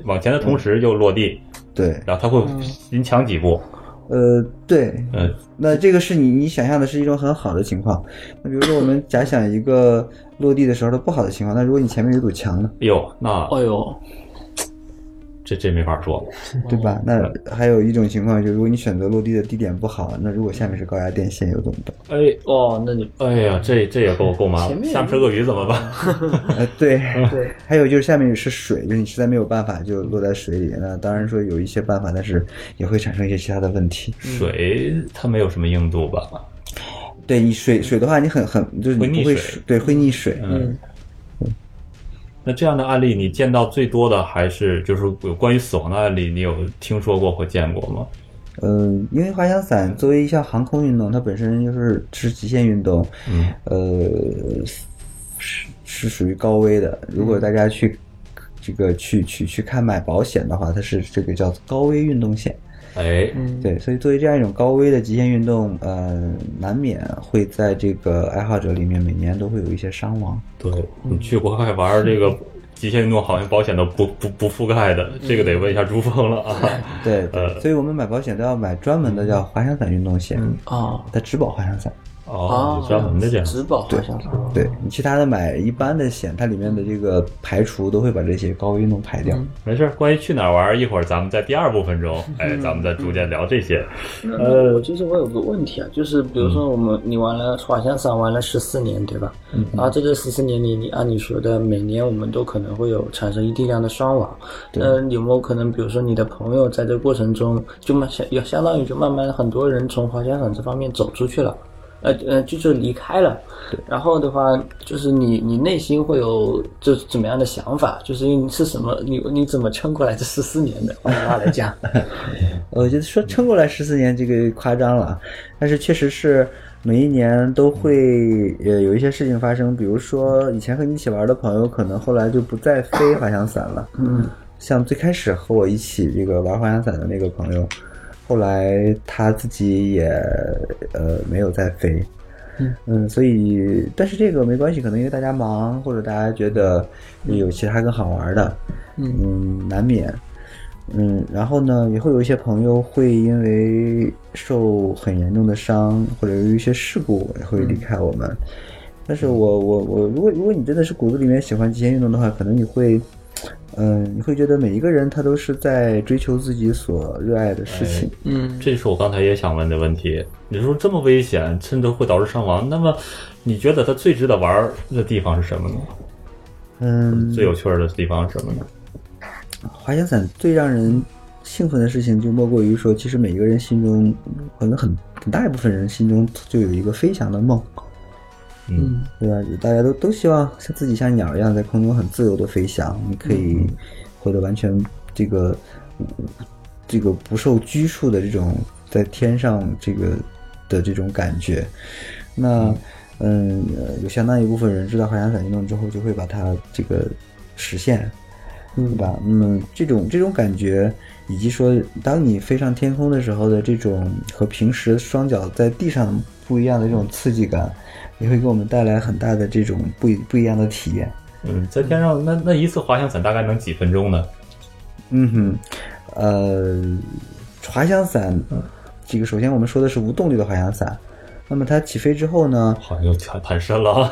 Speaker 3: 往前的同时
Speaker 5: 嗯
Speaker 3: 又落地，
Speaker 4: 对，
Speaker 3: 然后它会临墙几步，
Speaker 4: 呃，对，
Speaker 3: 呃，
Speaker 4: 那这个是你你想象的是一种很好的情况。那比如说我们假想一个落地的时候的不好的情况，那如果你前面有一堵墙呢，
Speaker 3: 哎呦，那
Speaker 5: 哎呦，
Speaker 3: 这这没法说，
Speaker 4: 对吧？
Speaker 3: 哦
Speaker 4: 那还有一种情况就是，如果你选择落地的地点不好，那如果下面是高压电线又怎么办？
Speaker 3: 哎。
Speaker 5: 哦，那你
Speaker 3: 哎呀，这这也够够麻
Speaker 5: 前
Speaker 3: 烦，
Speaker 5: 面
Speaker 3: 下面是鳄鱼怎么办？
Speaker 4: 呃，对，
Speaker 3: 嗯
Speaker 5: 对，
Speaker 4: 还有就是下面是水，就是你实在没有办法就落在水里。那当然说有一些办
Speaker 5: 嗯
Speaker 4: 法，但是也会产生一些其他的问题。
Speaker 3: 水它没有什么硬度吧？
Speaker 4: 对你水水的话，你很很就是你
Speaker 3: 会
Speaker 4: 不
Speaker 3: 溺水
Speaker 4: 会水对会溺水，
Speaker 3: 嗯，那这样的案例你见到最多的还是就是有关于死亡的案例，你有听说过或见过吗？
Speaker 4: 嗯，因为滑翔伞作为一项航空运动，它本身就是是极限运动，
Speaker 3: 嗯
Speaker 4: 呃，是是属于高危的。如果大家去这个去去去看买保险的话，它是这个叫高危运动险。
Speaker 3: 哎，
Speaker 5: 嗯
Speaker 4: 对，所以作为这样一种高危的极限运动，呃，难免会在这个爱好者里面每年都会有一些伤亡。
Speaker 3: 对你去国外玩儿这个极限运动，好像保险都不不不覆盖的，这个得问一下朱峰了啊。
Speaker 4: 对，
Speaker 3: 呃嗯
Speaker 4: 所以我们买保险都要买专门的叫滑翔伞运动险，
Speaker 5: 啊
Speaker 4: 它只保滑翔伞。
Speaker 3: 哦，有专门的这样，
Speaker 5: 植保好像是
Speaker 4: 对你其他的买一般的险，它里面的这个排除都会把这些高危运动排掉。
Speaker 3: 没事儿。关于去哪儿玩儿，一会儿咱们在第二部分中，哎，咱们再逐渐聊这些。
Speaker 5: 呃，我其实我有个问题啊，就是比如说我们你玩了滑翔伞玩了十四年，对吧？嗯。然后在这十四年里，你按你说的，每年我们都可能会有产生一定量的伤亡。
Speaker 4: 对
Speaker 5: 那有没有可能，比如说你的朋友在这过程中就慢相，也相当于就慢慢很多人从滑翔伞这方面走出去了。呃呃，就就离开了，然后的话，就是你你内心会有就是怎么样的想法？就是因为你是什么？你你怎么撑过来这十四年的？换句话来讲，
Speaker 4: 呃我觉得说撑过来十四年这个夸张了，但是确实是每一年都会呃有一些事情发生，比如说以前和你一起玩的朋友，可能后来就不再飞滑翔伞了。嗯，像最开始和我一起这个玩滑翔伞的那个朋友，后来他自己也呃没有再飞。嗯，所以但是这个没关系，可能因为大家忙，或者大家觉得有其他更好玩的，嗯，难免。嗯，然后呢，也会有一些朋友会因为受很严重的伤，或者由于一些事故也会离开我们。但是我我我，如果如果你真的是骨子里面喜欢极限运动的话，可能你会，嗯、你会觉得每一个人他都是在追求自己所热爱的事情。
Speaker 5: 嗯，
Speaker 3: 这是我刚才也想问的问题。你说这么危险，甚至会导致伤亡，那么你觉得它最值得玩儿的地方是什么呢？
Speaker 4: 嗯，
Speaker 3: 最有趣儿的地方是什么呢？
Speaker 4: 滑翔伞最让人兴奋的事情，就莫过于说，其实每一个人心中，可能很很大一部分人心中就有一个飞翔的梦。
Speaker 3: 嗯，
Speaker 4: 对吧？大家都都希望像自己像鸟一样在空中很自由的飞翔，你可以获得完全这个这个不受拘束的这种在天上这个的这种感觉。那嗯，呃有相当一部分人知道滑翔伞运动之后，就会把它这个实现，对吧？那么这种这种感觉，以及说当你飞上天空的时候的这种和平时双脚在地上不一样的这种刺激感，也会给我们带来很大的这种不一不一样的体验。
Speaker 3: 嗯，在天上那那一次滑翔伞大概能几分钟呢？
Speaker 4: 嗯哼，呃，滑翔伞，这个首先我们说的是无动力的滑翔伞，那么它起飞之 后呢，
Speaker 3: 好像又谈谈深了啊。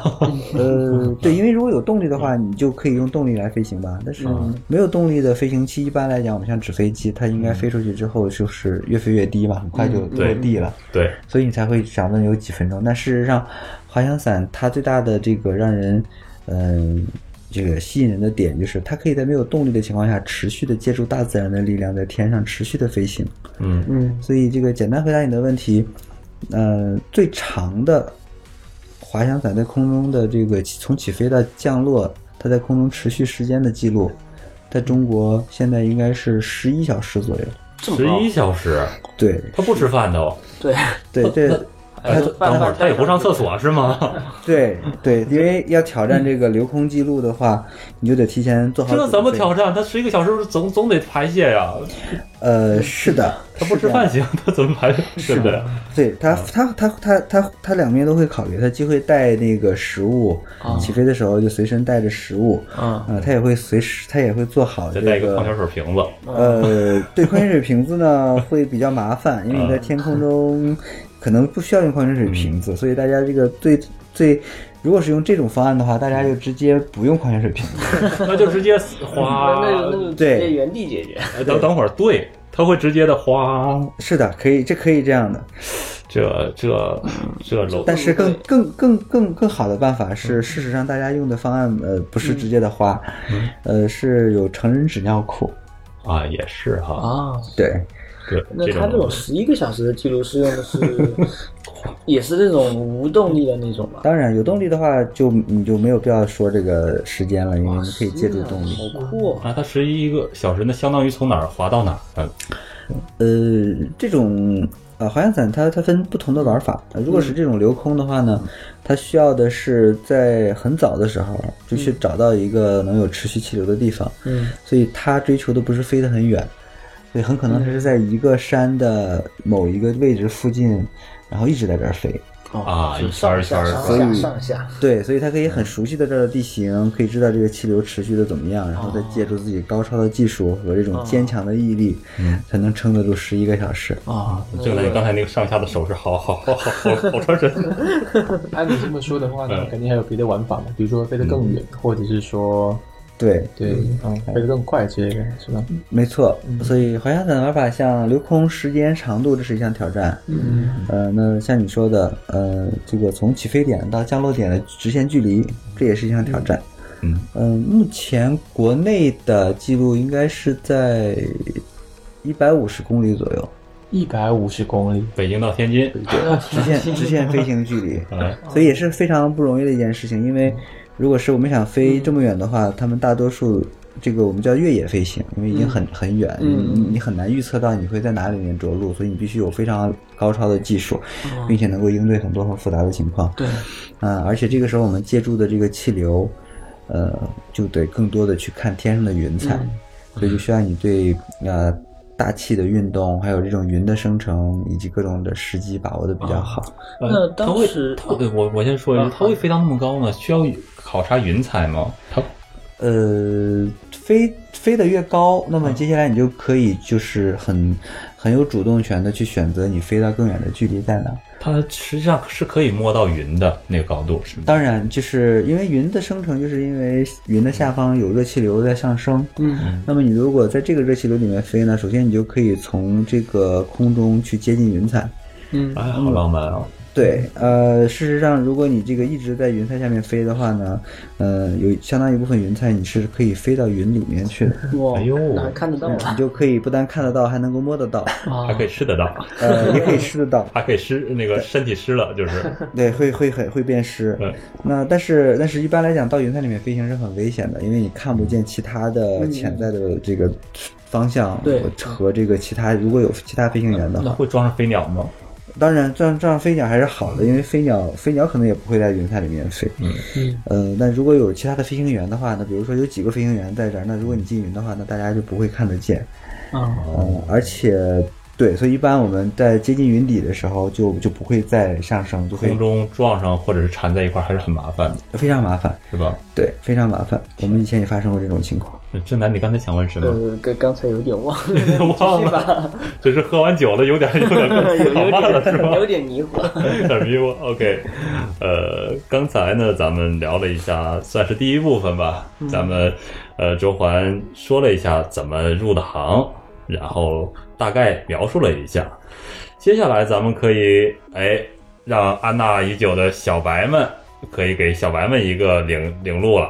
Speaker 4: 呃，对，因为如果有动力的话，你就可以用动力来飞行吧。但是
Speaker 3: 嗯
Speaker 4: 没有动力的飞行器，一般来讲，我们像纸飞机，它应该飞出去之后就是越飞越低嘛，很快就落
Speaker 3: 对
Speaker 4: 地了。
Speaker 3: 对，
Speaker 4: 所以你才会想问有几分钟。但事实上，滑翔伞它最大的这个让人，嗯、这个吸引人的点就是它可以在没有动力的情况下，持续的借助大自然的力量，在天上持续的飞行。
Speaker 3: 嗯
Speaker 5: 嗯
Speaker 4: 所以这个简单回答你的问题，呃，最长的滑翔伞在空中的这个起从起飞到降落，它在空中持续时间的记录，在中国现在应该是十一小时左右。
Speaker 3: 十一小时，
Speaker 4: 对
Speaker 3: 他不吃饭哦都。
Speaker 5: 对，
Speaker 4: 对，这
Speaker 3: 哎，等会儿他也不上厕所是 吗？
Speaker 4: 对对，因为要挑战这个留空记录的话，你就得提前做好。
Speaker 3: 这怎么挑？战？他十一个小时总总得排泄呀，
Speaker 4: 呃，是的，
Speaker 3: 他不
Speaker 4: 是
Speaker 3: 吃
Speaker 4: 的
Speaker 3: 饭行， 啊他怎么排？啊是啊的，
Speaker 4: 对他，他他他他他两面都会考虑，他既会带那个食物，
Speaker 3: 啊
Speaker 4: 起飞的时候就随身带着食物，
Speaker 3: 嗯
Speaker 5: 啊
Speaker 4: 啊，他也会随时，他也会做好
Speaker 3: 再带
Speaker 4: 这
Speaker 3: 一个矿
Speaker 4: 个
Speaker 3: 泉水瓶子。
Speaker 4: 呃，对矿泉水瓶子呢 会比较麻烦，因为你在天空中
Speaker 3: 啊
Speaker 4: 可能不需要用矿泉水瓶
Speaker 3: 嗯
Speaker 4: 子，所以大家这个最最，如果是用这种方案的话，大家就直接不用矿泉水瓶子。
Speaker 3: 那就直接
Speaker 5: 那
Speaker 3: 哗，
Speaker 5: 那个那个直接
Speaker 4: 对
Speaker 5: 原地解决。
Speaker 3: 哎等等会儿，对，他会直接的哗，
Speaker 4: 是的，可以，这可以这样的。
Speaker 3: 这这
Speaker 5: 嗯
Speaker 3: 这楼，
Speaker 4: 但是更
Speaker 5: 对嗯
Speaker 4: 更更更更好的办法是，事实上大家用的方案呃不是直接的花，
Speaker 5: 嗯
Speaker 4: 呃是有成人纸尿裤。
Speaker 3: 啊也是哈，
Speaker 5: 啊，
Speaker 4: 对，
Speaker 3: 对，
Speaker 5: 那
Speaker 3: 这
Speaker 5: 他这种
Speaker 3: 种
Speaker 5: 十一个小时的记录是用的是也是那种无动力的那种吧。
Speaker 4: 当然，有动力的话就你就没有必要说这个时间了，因为我啊们可以借助动力。
Speaker 5: 好酷哦！
Speaker 3: 啊，它十一个小时，那相当于从哪儿滑到哪儿？嗯
Speaker 4: 呃，这种呃滑翔伞它它分不同的玩法。
Speaker 5: 嗯
Speaker 4: 呃如果是这种留空的话呢，它需要的是在很早的时候就去找到一个能有持续气流的地方。
Speaker 5: 嗯，
Speaker 4: 所以它追求的不是飞得很远，所以很可能它是在一个山的某一个位置附近，然后一直在这儿飞。
Speaker 3: 啊，一圈儿
Speaker 5: 上
Speaker 3: 一圈
Speaker 5: 下
Speaker 3: 儿
Speaker 5: 上
Speaker 3: 的，
Speaker 5: 下上下，
Speaker 4: 对，所以它可以很熟悉的这儿的地形，可以知道这个气流持续的怎么样，然后再借助自己高超的技术和这种坚强的毅力，才能撑得住十一个小时。
Speaker 6: 啊，
Speaker 3: 就感觉刚才那个上下的手势，好好好好好好传神。
Speaker 6: 嗯按你这么说的话呢，
Speaker 3: 嗯
Speaker 6: 肯定还有别的玩法嘛，比如说飞得更远，或者是说
Speaker 4: 对，
Speaker 6: 对，嗯，飞得更快之类的，是吧？
Speaker 4: 没错。所以滑翔伞的玩法像留空、时间、长度，这是一项挑战。
Speaker 6: 嗯，
Speaker 4: 呃，那像你说的，呃，这个从起飞点到降落点的直线距离，这也是一项挑战。
Speaker 3: 嗯
Speaker 4: 嗯，目前国内的记录应该是在一百五十公里左右，
Speaker 6: 一百五十公里，
Speaker 3: 北京到天津，
Speaker 4: 直线
Speaker 5: 嗯
Speaker 4: 直线飞行距离。
Speaker 3: 嗯，
Speaker 4: 所以也是非常不容易的一件事情。因为如果是我们想飞这么远的话，他们大多数这个我们叫越野飞行，因为已经很很远，
Speaker 5: 嗯
Speaker 4: 你你很难预测到你会在哪里面着陆，所以你必须有非常高超的技术，并且能够应对很多很复杂的情况。
Speaker 5: 嗯对，
Speaker 4: 啊，而且这个时候我们借助的这个气流，呃，就得更多的去看天上的云彩，所以就需要你对呃大气的运动，还有这种云的生成以及各种的时机把握的比较好。
Speaker 5: 那
Speaker 3: 它
Speaker 5: 当
Speaker 3: 呃会
Speaker 5: 时啊
Speaker 3: 它会我我先说一句，它会飞到那么高呢？需要考察云彩吗？它
Speaker 4: 呃，飞飞得越高，那么接下来你就可以就是很很有主动权的去选择你飞到更远的距离在哪。
Speaker 3: 它实际上是可以摸到云的那个高度，是吗？
Speaker 4: 当然，就是因为云的生成，就是因为云的下方有热气流在上升。
Speaker 5: 嗯，
Speaker 4: 那么你如果在这个热气流里面飞呢，首先你就可以从这个空中去接近云彩。
Speaker 5: 嗯，
Speaker 3: 哎，好浪漫啊！
Speaker 4: 对，呃，事实上，如果你这个一直在云彩下面飞的话呢，呃，有相当一部分云彩你是可以飞到云里面去的，
Speaker 5: 哇，
Speaker 3: 哎呦
Speaker 5: 那还看得到
Speaker 4: 你
Speaker 5: 啊？
Speaker 4: 就可以不但看得到，还能够摸得到。
Speaker 3: 嗯还可以吃得到，
Speaker 5: 啊
Speaker 4: 呃，也可以吃得到，
Speaker 3: 还可以湿那个身体湿了， 就是，
Speaker 4: 对，会会很会变湿。
Speaker 3: 嗯
Speaker 4: 那但是但是一般来讲，到云彩里面飞行是很危险的，因为你看不见其他的潜在的这个方向
Speaker 5: 对
Speaker 4: 和这个其他如果有其他飞行员的
Speaker 3: 那
Speaker 4: 话，
Speaker 3: 会装上飞鸟吗？
Speaker 4: 当然这样这样飞鸟还是好的，因为飞鸟飞鸟可能也不会在云彩里面飞。
Speaker 3: 嗯
Speaker 6: 嗯，
Speaker 4: 呃，那如果有其他的飞行员的话，那比如说有几个飞行员在这儿，那如果你进云的话，那大家就不会看得见。
Speaker 5: 啊，
Speaker 3: 嗯
Speaker 4: 呃，而且。对，所以一般我们在接近云底的时候就，就不会再上升，就会
Speaker 3: 空中撞上或者是缠在一块儿还是很麻烦的，
Speaker 4: 非常麻烦。
Speaker 3: 是吧？
Speaker 4: 对，非常麻烦。我们以前也发生过这种情况。
Speaker 3: 正南，你刚才想问什么？
Speaker 5: 呃，刚刚才有点忘了，
Speaker 3: 忘了，只是喝完酒了，有点有点
Speaker 5: 呃 有
Speaker 3: 跑慢了，
Speaker 5: 有
Speaker 3: 是吧
Speaker 5: 点？有点迷惑。
Speaker 3: 有点迷惑。OK，呃，刚才呢，咱们聊了一下，算是第一部分吧。咱们呃，周环说了一下怎么入的行，然后大概描述了一下。接下来咱们可以哎，让安娜已久的小白们，可以给小白们一个领领路了。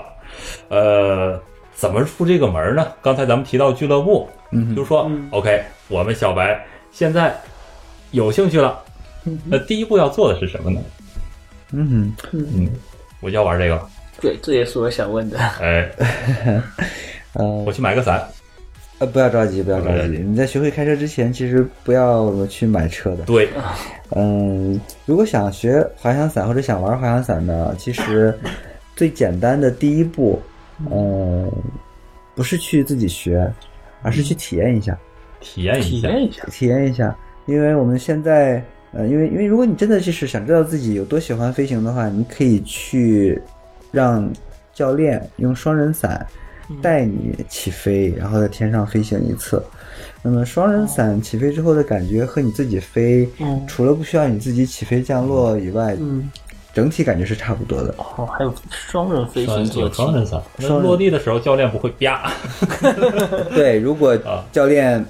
Speaker 3: 呃，怎么入这个门呢？刚才咱们提到俱乐部，
Speaker 4: 嗯
Speaker 3: 就说、
Speaker 5: 嗯
Speaker 3: OK，我们小白现在有兴趣了，那第一步要做的是什么呢？
Speaker 4: 嗯
Speaker 3: 嗯，我就要玩这个，
Speaker 5: 对，这也是我想问的。
Speaker 3: 哎，
Speaker 4: 哼，呃
Speaker 5: 嗯
Speaker 3: 我去买个伞。
Speaker 4: 呃，不要着急，不要
Speaker 3: 不要
Speaker 4: 着
Speaker 3: 着
Speaker 4: 急。
Speaker 3: 急
Speaker 4: 你在学会开车之前，其实不要去买车的。
Speaker 3: 对，
Speaker 4: 嗯，如果想学滑翔伞或者想玩滑翔伞呢，其实最简单的第一步，嗯，不是去自己学，而是去体验一下，
Speaker 3: 体验一
Speaker 5: 体
Speaker 3: 下。
Speaker 5: 验一下，
Speaker 4: 体验一下。因为我们现在，呃，因为因为如果你真的就是想知道自己有多喜欢飞行的话，你可以去让教练用双人伞
Speaker 5: 嗯
Speaker 4: 带你起飞，然后在天上飞行一次。那么双人伞起飞之后的感觉和你自己飞，
Speaker 5: 嗯
Speaker 4: 除了不需要你自己起飞降落以外，
Speaker 5: 嗯，
Speaker 4: 整体感觉是差不多的。
Speaker 5: 哦，还有双人飞行坐
Speaker 3: 有
Speaker 5: 骑
Speaker 3: 双，人伞，那
Speaker 4: 双人
Speaker 3: 落地的时候教练不会啪，
Speaker 4: 对，如果
Speaker 3: 啊
Speaker 4: 教练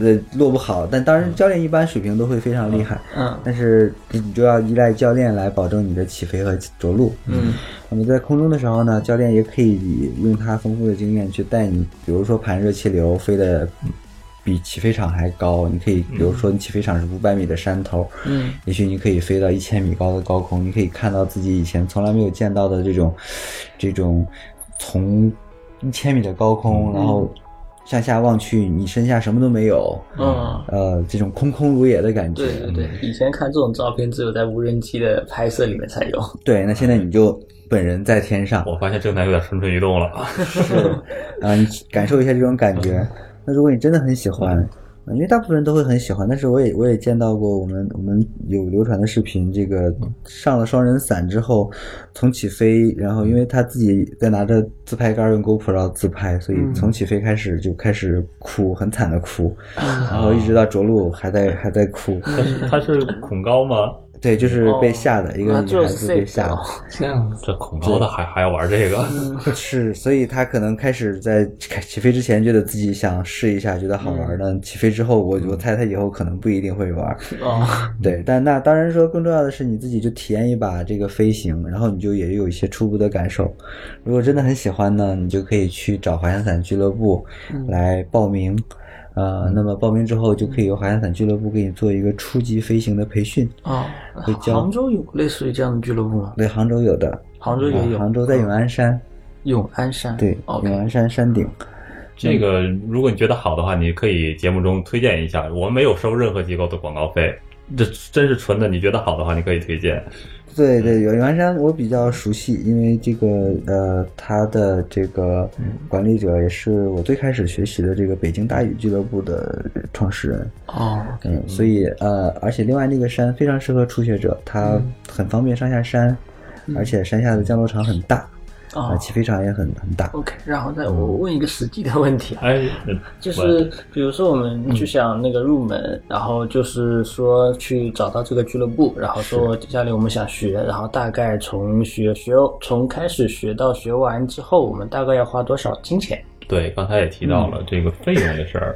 Speaker 4: 呃落不好，但当然教练一般水平都会非常厉害，
Speaker 5: 嗯
Speaker 4: 但是你就要依赖教练来保证你的起飞和着陆。
Speaker 5: 嗯，
Speaker 4: 那么在空中的时候呢，教练也可以用他丰富的经验去带你，比如说盘热气流飞得比起飞场还高。你可以，比如说你起飞场是五百米的山头，
Speaker 5: 嗯，
Speaker 4: 也许你可以飞到一千米高的高空，你可以看到自己以前从来没有见到的这种，这种从一千米的高
Speaker 5: 嗯
Speaker 4: 空，然后向下望去，你身下什么都没有，
Speaker 5: 嗯，
Speaker 4: 呃，这种空空如也的感觉。
Speaker 5: 对对对，以前看这种照片只有在无人机的拍摄里面才有。
Speaker 4: 对，那现在你就本人在天上，
Speaker 3: 我发现正南有点蠢蠢欲动 了。
Speaker 4: 啊，你感受一下这种感觉。那如果你真的很喜欢，呃因为大部分人都会很喜欢，但是我也我也见到过我们我们有流传的视频，这个上了双人伞之后，从起飞，然后因为他自己在拿着自拍杆用 GoPro 自拍，所以
Speaker 6: 嗯
Speaker 4: 从起飞开始就开始哭，很惨的哭，
Speaker 5: 嗯哦
Speaker 4: 然后一直到着陆还在还在哭，
Speaker 3: 他是他是恐高吗？
Speaker 4: 对，就是被
Speaker 5: 哦
Speaker 4: 吓的一个
Speaker 5: 啊
Speaker 4: 女
Speaker 5: 就
Speaker 4: 孩
Speaker 5: 是
Speaker 4: 子被
Speaker 5: sick
Speaker 4: 吓的。
Speaker 5: 哦
Speaker 6: 这样子。
Speaker 3: 这恐高的还还要玩这个？
Speaker 5: 嗯
Speaker 4: 是，所以他可能开始在开起飞之前，觉得自己想试一下，觉得好
Speaker 5: 嗯
Speaker 4: 玩呢。起飞之后，我我猜他以后可能不一定会 玩。
Speaker 5: 哦，
Speaker 4: 对，但那当然说，更重要的是你自己就体验一把这个飞行，然后你就也有一些初步的感受。如果真的很喜欢呢，你就可以去找滑翔伞俱乐部
Speaker 5: 嗯
Speaker 4: 来报名。呃，那么报名之后就可以由滑翔伞俱乐部给你做一个初级飞行的培训。
Speaker 5: 哦
Speaker 4: 会，教
Speaker 5: 杭州有类似于这样的俱乐部吗？
Speaker 4: 对，杭州有的，
Speaker 5: 杭州也
Speaker 4: 啊
Speaker 5: 有，
Speaker 4: 杭州在永安山，
Speaker 5: 永安山。
Speaker 4: 对，永
Speaker 5: ，OK，
Speaker 4: 安山山顶。
Speaker 3: 这个如果你觉得好的话，你可以节目中推荐一下。我们没有收任何机构的广告费，这真是纯的。你觉得好的话，你可以推荐。
Speaker 4: 对对，远洋山我比较熟悉，因为这个呃，他的这个管理者也是我最开始学习的这个北京大宇俱乐部的创始人，
Speaker 5: 哦，
Speaker 4: 嗯，所以呃，而且另外那个山非常适合初学者，它很方便上下山，而且山下的降落场很大，啊，
Speaker 5: 哦
Speaker 4: 起飞场也很很大，
Speaker 5: OK，然后再
Speaker 4: 嗯
Speaker 5: 我问一个实际的问题啊，
Speaker 3: 哎，
Speaker 5: 就是比如说我们就想那个入门，然后就是说去找到这个俱乐部，然后说接下来我们想学，然后大概从学学从开始学到学完之后，我们大概要花多少金钱？
Speaker 3: 对，刚才也提到
Speaker 5: 嗯
Speaker 3: 了这个费用的事儿。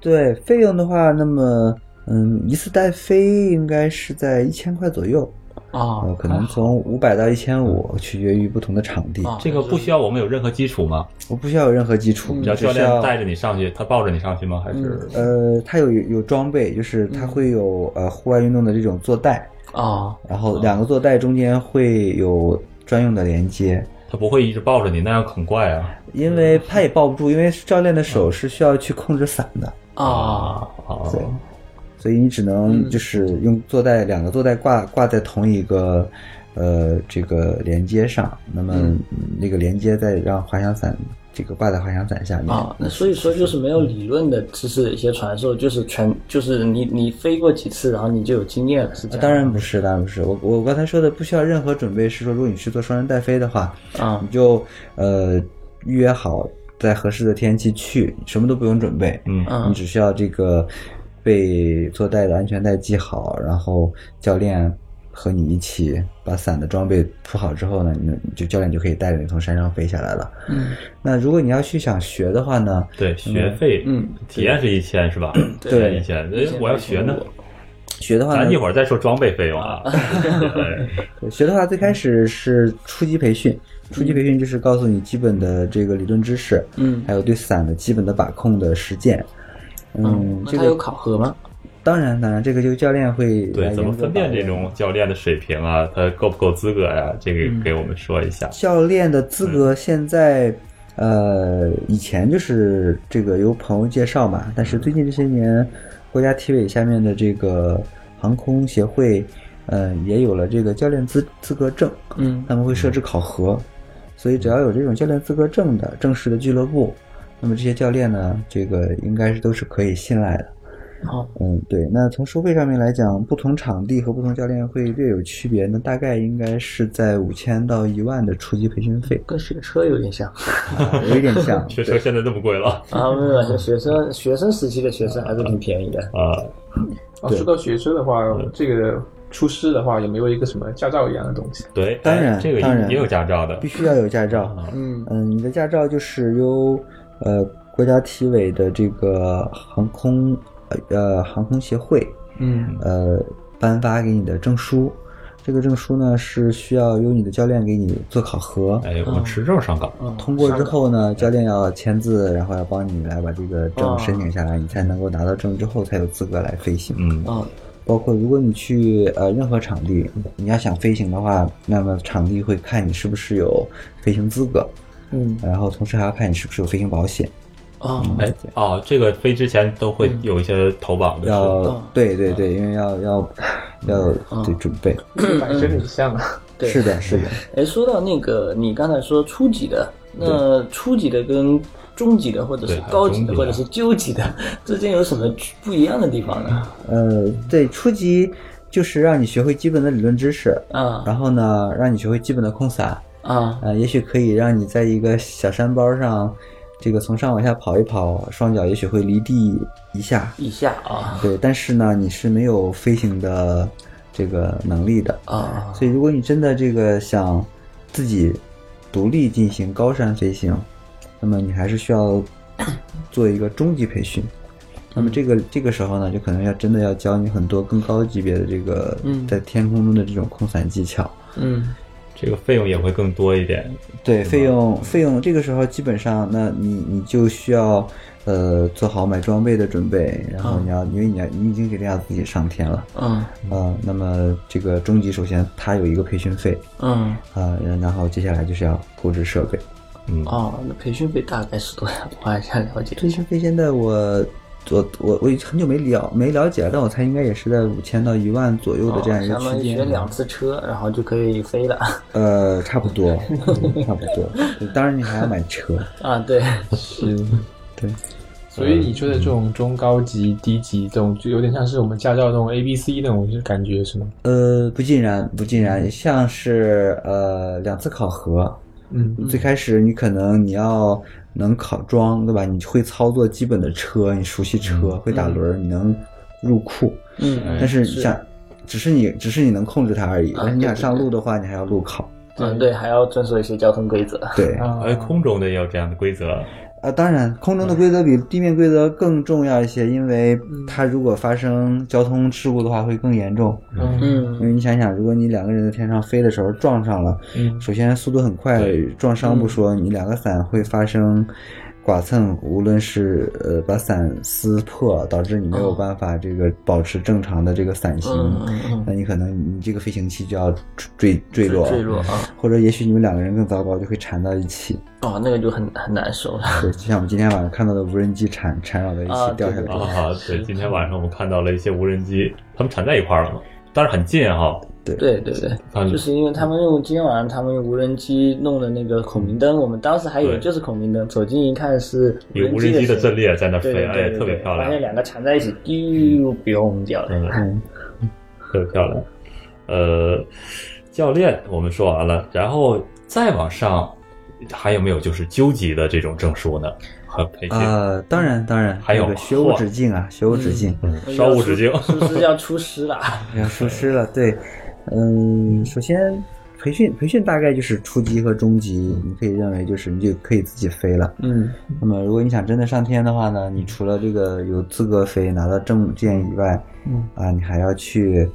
Speaker 4: 对，费用的话，那么嗯，一次带飞应该是在一千块左右，
Speaker 5: 哦
Speaker 4: 呃，可能从五百到一千五，取决于不同的场地。
Speaker 5: 哦
Speaker 3: 这个不需要我们有任何基础吗？
Speaker 4: 我不需要有任何基础，
Speaker 5: 嗯
Speaker 3: 只要
Speaker 4: 只
Speaker 3: 教
Speaker 4: 需
Speaker 3: 练
Speaker 4: 要
Speaker 3: 带着你上去，他抱着你上去吗？还是
Speaker 4: 呃，它有有装备，就是它会有
Speaker 5: 嗯
Speaker 4: 呃户外运动的这种坐带，
Speaker 5: 哦
Speaker 4: 然后两个坐带中间会有专用的连接，
Speaker 3: 他不会一直抱着你，那样很怪啊？
Speaker 4: 因为它也抱不
Speaker 5: 嗯
Speaker 4: 住，因为教练的手是需要去控制伞的，
Speaker 5: 哦，
Speaker 3: 啊，
Speaker 4: 对，所以你只能
Speaker 5: 嗯
Speaker 4: 就是用坐带两个坐带挂挂在同一个。呃，这个连接上，那么
Speaker 5: 嗯
Speaker 4: 那个连接再让滑翔伞这个挂在滑翔伞下面
Speaker 5: 啊，那所以说就是没有理论的知识的一些传授，就是全就是你你飞过几次，然后你就有经验了，是这
Speaker 4: 啊
Speaker 5: 样吗？
Speaker 4: 当然不是，当然不是。我我刚才说的不需要任何准备，是说如果你去做双人带飞的话，
Speaker 5: 啊
Speaker 4: 你就呃预约好在合适的天气去，什么都不用准备，
Speaker 3: 嗯
Speaker 5: 嗯
Speaker 4: 你只需要这个被坐带的安全带系好，然后教练和你一起把伞的装备铺好之后呢，你你就教练就可以带着你从山上飞下来了。
Speaker 5: 嗯
Speaker 4: 那如果你要去想学的话呢，
Speaker 3: 对，学费，
Speaker 5: 嗯，
Speaker 3: 体验是一千是吧？体验一千，哎，我要学呢，
Speaker 4: 学的话呢
Speaker 3: 咱一，会儿再说装备费用啊。 对
Speaker 4: 对学的话最开始是初级培训，初级培训就是告诉你基本的这个理论知识，
Speaker 5: 嗯
Speaker 4: 还有对伞的基本的把控的实践。嗯，
Speaker 5: 那
Speaker 4: 这
Speaker 5: 它有
Speaker 4: 个
Speaker 5: 考核吗？
Speaker 4: 当然，当然，这个就教练会来
Speaker 3: 对，怎么
Speaker 4: 严格
Speaker 3: 分辨
Speaker 4: 把
Speaker 3: 这
Speaker 4: 握
Speaker 3: 种教练的水平啊？他够不够资格呀、这
Speaker 4: 嗯
Speaker 3: 个给我们说一下。
Speaker 4: 教练的资
Speaker 3: 嗯
Speaker 4: 格？现在、呃，以前就是这个由朋友介绍嘛，但是最近这些年，国家体委下面的这个航空协会，呃，也有了这个教练资资格证，
Speaker 5: 嗯
Speaker 4: 他们会设置考核，所以只要有这种教练资格证的正式的俱乐部，那么这些教练呢，这个应该是都是可以信赖的。
Speaker 5: 好，，
Speaker 4: 嗯，对。那从收费上面来讲，不同场地和不同教练会略有区别，那大概应该是在五千到一万的初级培训费
Speaker 5: 跟学车有点像
Speaker 4: 啊有一点像。
Speaker 3: 学车现在这么贵了
Speaker 5: 啊，没有，像学生学生时期的学生还是挺便宜的。
Speaker 3: 啊！
Speaker 6: 哦，说到学车的话，这个出师的话有没有一个什么驾照一样的东西？
Speaker 3: 对，
Speaker 4: 当然
Speaker 3: 哎这个
Speaker 4: 当然
Speaker 3: 也也有驾照的
Speaker 4: 必，须要有驾照。
Speaker 5: 嗯
Speaker 4: 嗯，你的驾照就是由呃国家体委的这个航空呃呃航空协会
Speaker 5: 嗯
Speaker 4: 呃颁发给你的证书。这个证书呢是需要由你的教练给你做考核，
Speaker 3: 哎，我们持证上岗，
Speaker 5: 嗯
Speaker 4: 通过
Speaker 5: 上
Speaker 4: 之
Speaker 5: 岗
Speaker 4: 后呢，教练要签字，然后要帮你来把这个证申请下来，你才能够拿到证之后才有资格来飞行。
Speaker 3: 嗯，
Speaker 5: 啊，
Speaker 4: 包括如果你去呃任何场地，你要想飞行的话，那么场地会看你是不是有飞行资格，
Speaker 5: 嗯
Speaker 4: 然后同时还要看你是不是有飞行保险。
Speaker 5: 啊，
Speaker 3: 哎，哦，这个飞之前都会有一些投保的，
Speaker 4: 嗯要、
Speaker 3: 是吧
Speaker 4: 对对对，因为要要要得准备。
Speaker 6: 百
Speaker 4: 嗯
Speaker 6: 身以上啊，
Speaker 5: 对，
Speaker 4: 是的，是的。
Speaker 5: 哎，说到那个，你刚才说初级的，那初级的跟中级的，或者是
Speaker 3: 对还有
Speaker 5: 高级
Speaker 3: 中级
Speaker 5: 的，
Speaker 3: 的
Speaker 5: 或者是究级的之间有什么区不一样的地方呢？
Speaker 4: 呃，对，初级就是让你学会基本的理论知识，
Speaker 5: 啊
Speaker 4: 然后呢，让你学会基本的空洒，
Speaker 5: 啊
Speaker 4: 呃，也许可以让你在一个小山包上，这个从上往下跑一跑，双脚也许会离地一下，
Speaker 5: 以下啊
Speaker 4: 对，但是呢，你是没有飞行的这个能力的，
Speaker 5: 啊
Speaker 4: 所以如果你真的这个想自己独立进行高山飞行，那么你还是需要 做一个中级培训。那么这个这个时候呢，就可能要真的要教你很多更高级别的这个
Speaker 5: 嗯
Speaker 4: 在天空中的这种空伞技巧。
Speaker 5: 嗯
Speaker 3: 这个费用也会更多一点，
Speaker 4: 对，费用费用这个时候基本上，那你你就需要呃做好买装备的准备，然后你要、因为你要你已经决定要自己上天了。
Speaker 5: 啊嗯
Speaker 4: 呃，那么这个中级首先它有一个培训费，
Speaker 5: 嗯
Speaker 4: 呃，然后接下来就是要购置设备。
Speaker 3: 嗯，
Speaker 5: 哦，那培训费大概是多少？我还想了 解
Speaker 4: 培训费现在我我我我已经很久没了没了解了，但我猜应该也是在五千到一万左右的这样一个
Speaker 5: 哦相当
Speaker 4: 区
Speaker 5: 于
Speaker 4: 间。啊
Speaker 5: 学两次车，然后就可以飞了
Speaker 4: 呃，差不多，嗯差不多。对当然你还要买车，
Speaker 5: 啊！对，
Speaker 4: 对，
Speaker 6: 所以你说的这种中高级、低级这种，就有点像是我们驾照那种 A、B、C 那种就是感觉，是吗？
Speaker 4: 呃，不尽然，不尽然，像是呃两次考核，
Speaker 6: 嗯，
Speaker 4: 最开始你可能你要能考装，对吧？你会操作基本的车，你熟悉车，会打轮儿，你能入库。
Speaker 5: 嗯，
Speaker 4: 但是你
Speaker 5: 是
Speaker 4: 想，只是你只是你能控制它而已。
Speaker 5: 啊
Speaker 4: 但是你
Speaker 5: 对
Speaker 4: 想
Speaker 5: 对
Speaker 4: 上
Speaker 5: 对
Speaker 4: 路的话，你还要路考。
Speaker 5: 嗯，对，还要遵守一些交通规则。
Speaker 4: 对
Speaker 6: 啊，
Speaker 3: 哎，空中的也有这样的规则，
Speaker 4: 啊，当然，空中的规则比地面规则更重要一些，因为
Speaker 5: 嗯
Speaker 4: 它如果发生交通事故的话，会更严重。
Speaker 6: 嗯
Speaker 5: 嗯
Speaker 4: 因为你想想，如果你两个人在天上飞的时候撞上了，
Speaker 6: 嗯
Speaker 4: 首先速度很快，撞伤
Speaker 5: 嗯
Speaker 4: 不说，你两个伞会发生剐蹭，无论是呃把伞撕破，导致你没有
Speaker 5: 哦
Speaker 4: 办法这个保持正常的这个伞型，
Speaker 5: 嗯嗯嗯，
Speaker 4: 那你可能你这个飞行器就要坠坠落，
Speaker 5: 坠落啊！
Speaker 4: 或者也许你们两个人更糟糕，就会缠到一起。
Speaker 5: 哦，那个就很很难受了。
Speaker 4: 对，就像我们今天晚上看到的无人机缠缠绕在一
Speaker 5: 啊
Speaker 4: 起掉下
Speaker 5: 对
Speaker 4: 来。
Speaker 3: 啊，对，今天晚上我们看到了一些无人机，他们缠在一块儿了嘛，但是很近啊哈，
Speaker 5: 对对对，
Speaker 3: 看
Speaker 5: 就是因为他们用今天晚上他们用无人机弄的那个孔明灯，我们当时还以为
Speaker 3: 对
Speaker 5: 就是孔明灯，走近一看是
Speaker 3: 有无人机的阵列在那
Speaker 5: 对
Speaker 3: 飞，
Speaker 5: 对
Speaker 3: 哎
Speaker 5: 对，对
Speaker 3: 特别
Speaker 5: 对
Speaker 3: 漂
Speaker 5: 发现
Speaker 3: 亮，
Speaker 5: 两个缠在一起，丢，biu 掉了。
Speaker 3: 嗯，特别漂亮。呃，教练我们说完了，然后再往上还有没有就是究级的这种证书呢？和培训，
Speaker 5: 呃
Speaker 4: 啊，当然当然，
Speaker 3: 还有
Speaker 4: 那个学无
Speaker 3: 嚯
Speaker 4: 止境啊，学无止境，哎
Speaker 3: 嗯，稍无止境，
Speaker 5: 是不是要出师 了？
Speaker 4: 要出师了。对，嗯，首先培训培训大概就是初级和中级，你可以认为就是你就可以自己飞了。
Speaker 5: 嗯
Speaker 4: 那么如果你想真的上天的话呢，你除了这个有资格飞拿到证件以外，
Speaker 5: 嗯
Speaker 4: 啊，你还要去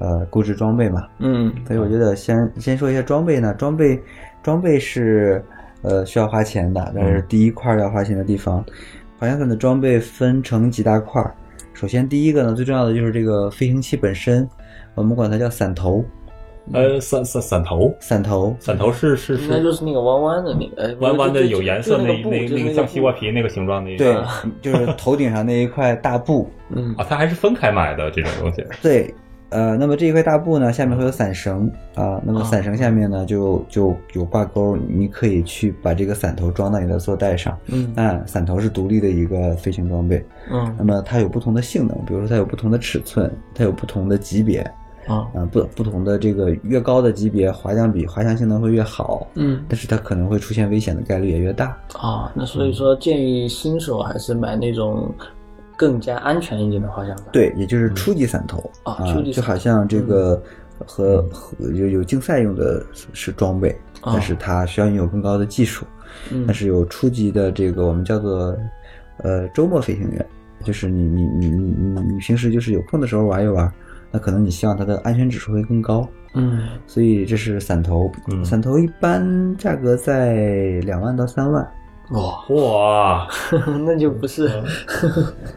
Speaker 4: 呃购置装备嘛。
Speaker 5: 嗯
Speaker 4: 所以我觉得先先说一下装备呢，装备装备是呃需要花钱的，但是第一块儿要花钱的地方，
Speaker 5: 嗯
Speaker 4: 滑翔伞的装备分成几大块儿。首先第一个呢，最重要的就是这个飞行器本身，我们管它叫伞头，
Speaker 3: 呃，伞伞伞头，
Speaker 4: 伞头。
Speaker 3: 伞头是是
Speaker 5: 应该
Speaker 3: 是
Speaker 5: 就是那个弯弯的那个，哎
Speaker 3: 弯弯的
Speaker 5: 就
Speaker 3: 有颜色
Speaker 5: 就
Speaker 3: 那
Speaker 5: 那个布
Speaker 3: 那
Speaker 5: 就是
Speaker 3: 那
Speaker 5: 那
Speaker 3: 个
Speaker 5: 个
Speaker 3: 像西瓜
Speaker 5: 布
Speaker 3: 皮那个形状那个，
Speaker 4: 对，就是头顶上那一块大布。
Speaker 5: 嗯
Speaker 3: 啊，它还是分开买的这种东 西，
Speaker 4: 对，呃，那么这一块大布呢，下面会有伞绳啊、那么伞绳下面呢就就有挂钩，你可以去把这个伞头装到你的座带上。
Speaker 5: 嗯
Speaker 4: 那伞头是独立的一个飞行装备，
Speaker 5: 嗯
Speaker 4: 那么它有不同的性能，比如说它有不同的尺寸，它有不同的级别，
Speaker 5: 啊
Speaker 4: 啊、不不同的这个越高的级别，滑翔比滑翔性能会越好，
Speaker 5: 嗯
Speaker 4: 但是它可能会出现危险的概率也越大。
Speaker 5: 啊，那所以说建议新手还是买那种更加安全一点的滑翔伞。
Speaker 4: 对，也就是初级伞头
Speaker 5: 啊
Speaker 4: 啊
Speaker 5: 初级伞头嗯
Speaker 4: 就好像这个和和有有竞赛用的是装备，
Speaker 5: 啊
Speaker 4: 但是它需要你有更高的技术，
Speaker 5: 嗯
Speaker 4: 但是有初级的这个我们叫做呃周末飞行员，就是你你你你你你平时就是有空的时候玩一玩，那可能你希望它的安全指数会更高，
Speaker 5: 嗯，
Speaker 4: 所以这是散头。
Speaker 3: 嗯
Speaker 4: 散头一般价格在两万到三万，
Speaker 5: 哇，
Speaker 3: 哇，
Speaker 5: 那就不是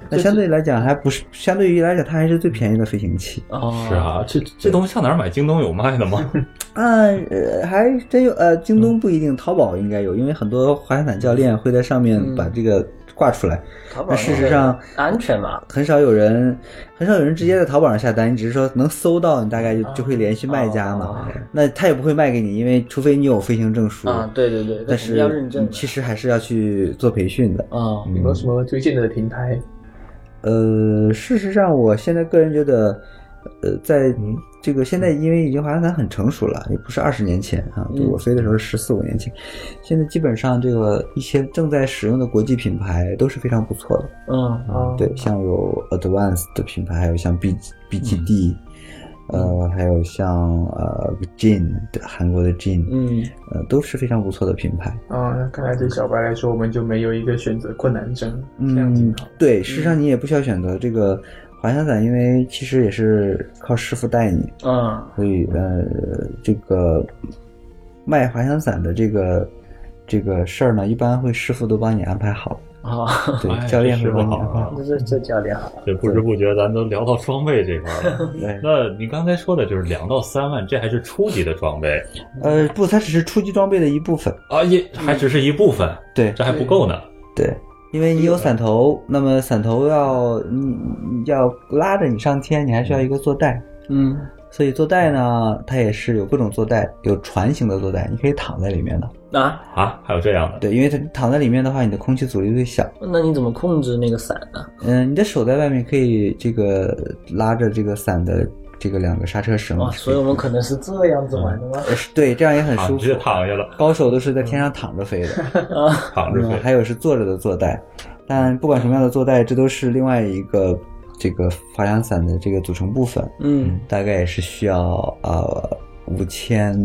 Speaker 4: 那相对来讲还不是，相对于来讲它还是最便宜的飞行器。
Speaker 5: 哦，
Speaker 3: 是啊，这这东西上哪儿买？京东有卖的吗？
Speaker 5: 嗯
Speaker 4: 啊，呃，还真有，呃，京东不一定，淘宝应该有，因为很多滑翔伞教练会在上面
Speaker 5: 嗯
Speaker 4: 把这个挂出来。
Speaker 5: 淘
Speaker 4: 那
Speaker 5: 宝那个
Speaker 4: 事实上
Speaker 5: 安全嘛，
Speaker 4: 很少有人，很少有人直接在淘宝上下单，你只是说能搜到，你大概就
Speaker 5: 啊
Speaker 4: 就会联系卖家
Speaker 5: 哦
Speaker 4: 嘛。那他也不会卖给你，因为除非你有飞行证书。
Speaker 5: 啊，对对对，
Speaker 4: 但
Speaker 5: 那
Speaker 4: 是
Speaker 5: 肯定要认证
Speaker 4: 你
Speaker 5: 的，
Speaker 4: 其实还是要去做培训的。
Speaker 5: 啊，
Speaker 6: 有没有什么推荐的平台？
Speaker 4: 呃，事实上，我现在个人觉得，呃，在
Speaker 5: 嗯
Speaker 4: 这个现在，因为已经滑翔伞很成熟了，也不是二十年前啊，
Speaker 5: 嗯
Speaker 4: 就我飞的时候十四五年前，现在基本上这个一些正在使用的国际品牌都是非常不错的。
Speaker 5: 嗯，
Speaker 6: 啊，
Speaker 4: 对，像有 Advanced 的品牌，还有像 B BGD，、呃，
Speaker 3: 嗯
Speaker 4: 还有像呃 Jin 对韩国的 Jin，
Speaker 5: 嗯，
Speaker 4: 呃，都是非常不错的品牌。
Speaker 6: 啊，那看来对小白来说，我们就没有一个选择困难症，这样挺
Speaker 4: 嗯
Speaker 6: 好。，
Speaker 4: 对，事实上你也不需要选择这个滑翔伞，因为其实也是靠师傅带你，
Speaker 5: 啊，
Speaker 4: 所以呃，这个卖滑翔伞的这个这个事儿呢，一般会师傅都帮你安 排好，
Speaker 5: 好，
Speaker 4: 对，
Speaker 3: 哎
Speaker 4: 教练
Speaker 3: 师
Speaker 4: 会
Speaker 3: 傅
Speaker 4: 帮你
Speaker 3: 好
Speaker 4: 安排
Speaker 3: 啊
Speaker 4: 好。
Speaker 5: 这这教练好，
Speaker 3: 这不知不觉咱都聊到装备这块儿 了。
Speaker 4: 对，
Speaker 3: 那你刚才说的就是两到三万，这还是初级的装备
Speaker 4: 呃，不，它只是初级装备的一部分，
Speaker 3: 啊，也还只是一部分，
Speaker 4: 对
Speaker 3: 这还不够呢。
Speaker 4: 对。因为你有伞头，那么伞头要你你要拉着你上天，你还需要一个坐带，
Speaker 5: 嗯，
Speaker 4: 所以坐带呢，它也是有各种坐带，有船型的坐带，你可以躺在里面的。
Speaker 5: 啊，
Speaker 3: 啊，还有这样的，
Speaker 4: 对，因为它躺在里面的话，你的空气阻力会小。
Speaker 5: 那你怎么控制那个伞呢？
Speaker 4: 嗯，你的手在外面可以这个拉着这个伞的这个两个刹车绳。
Speaker 5: 哇，哦所以我们可能是这样子玩的吗？
Speaker 4: 呃是对，这样也很
Speaker 3: 啊，
Speaker 4: 舒
Speaker 3: 你这
Speaker 4: 服。
Speaker 3: 躺下了，
Speaker 4: 高手都是在天上躺着飞的，
Speaker 5: 啊，
Speaker 3: 躺着
Speaker 4: 嗯，
Speaker 3: 飞。
Speaker 4: 还有是坐着的坐带。但不管什么样的坐带，这都是另外一个这个滑翔伞的这个组成部分，
Speaker 5: 嗯，
Speaker 4: 大概也是需要呃五千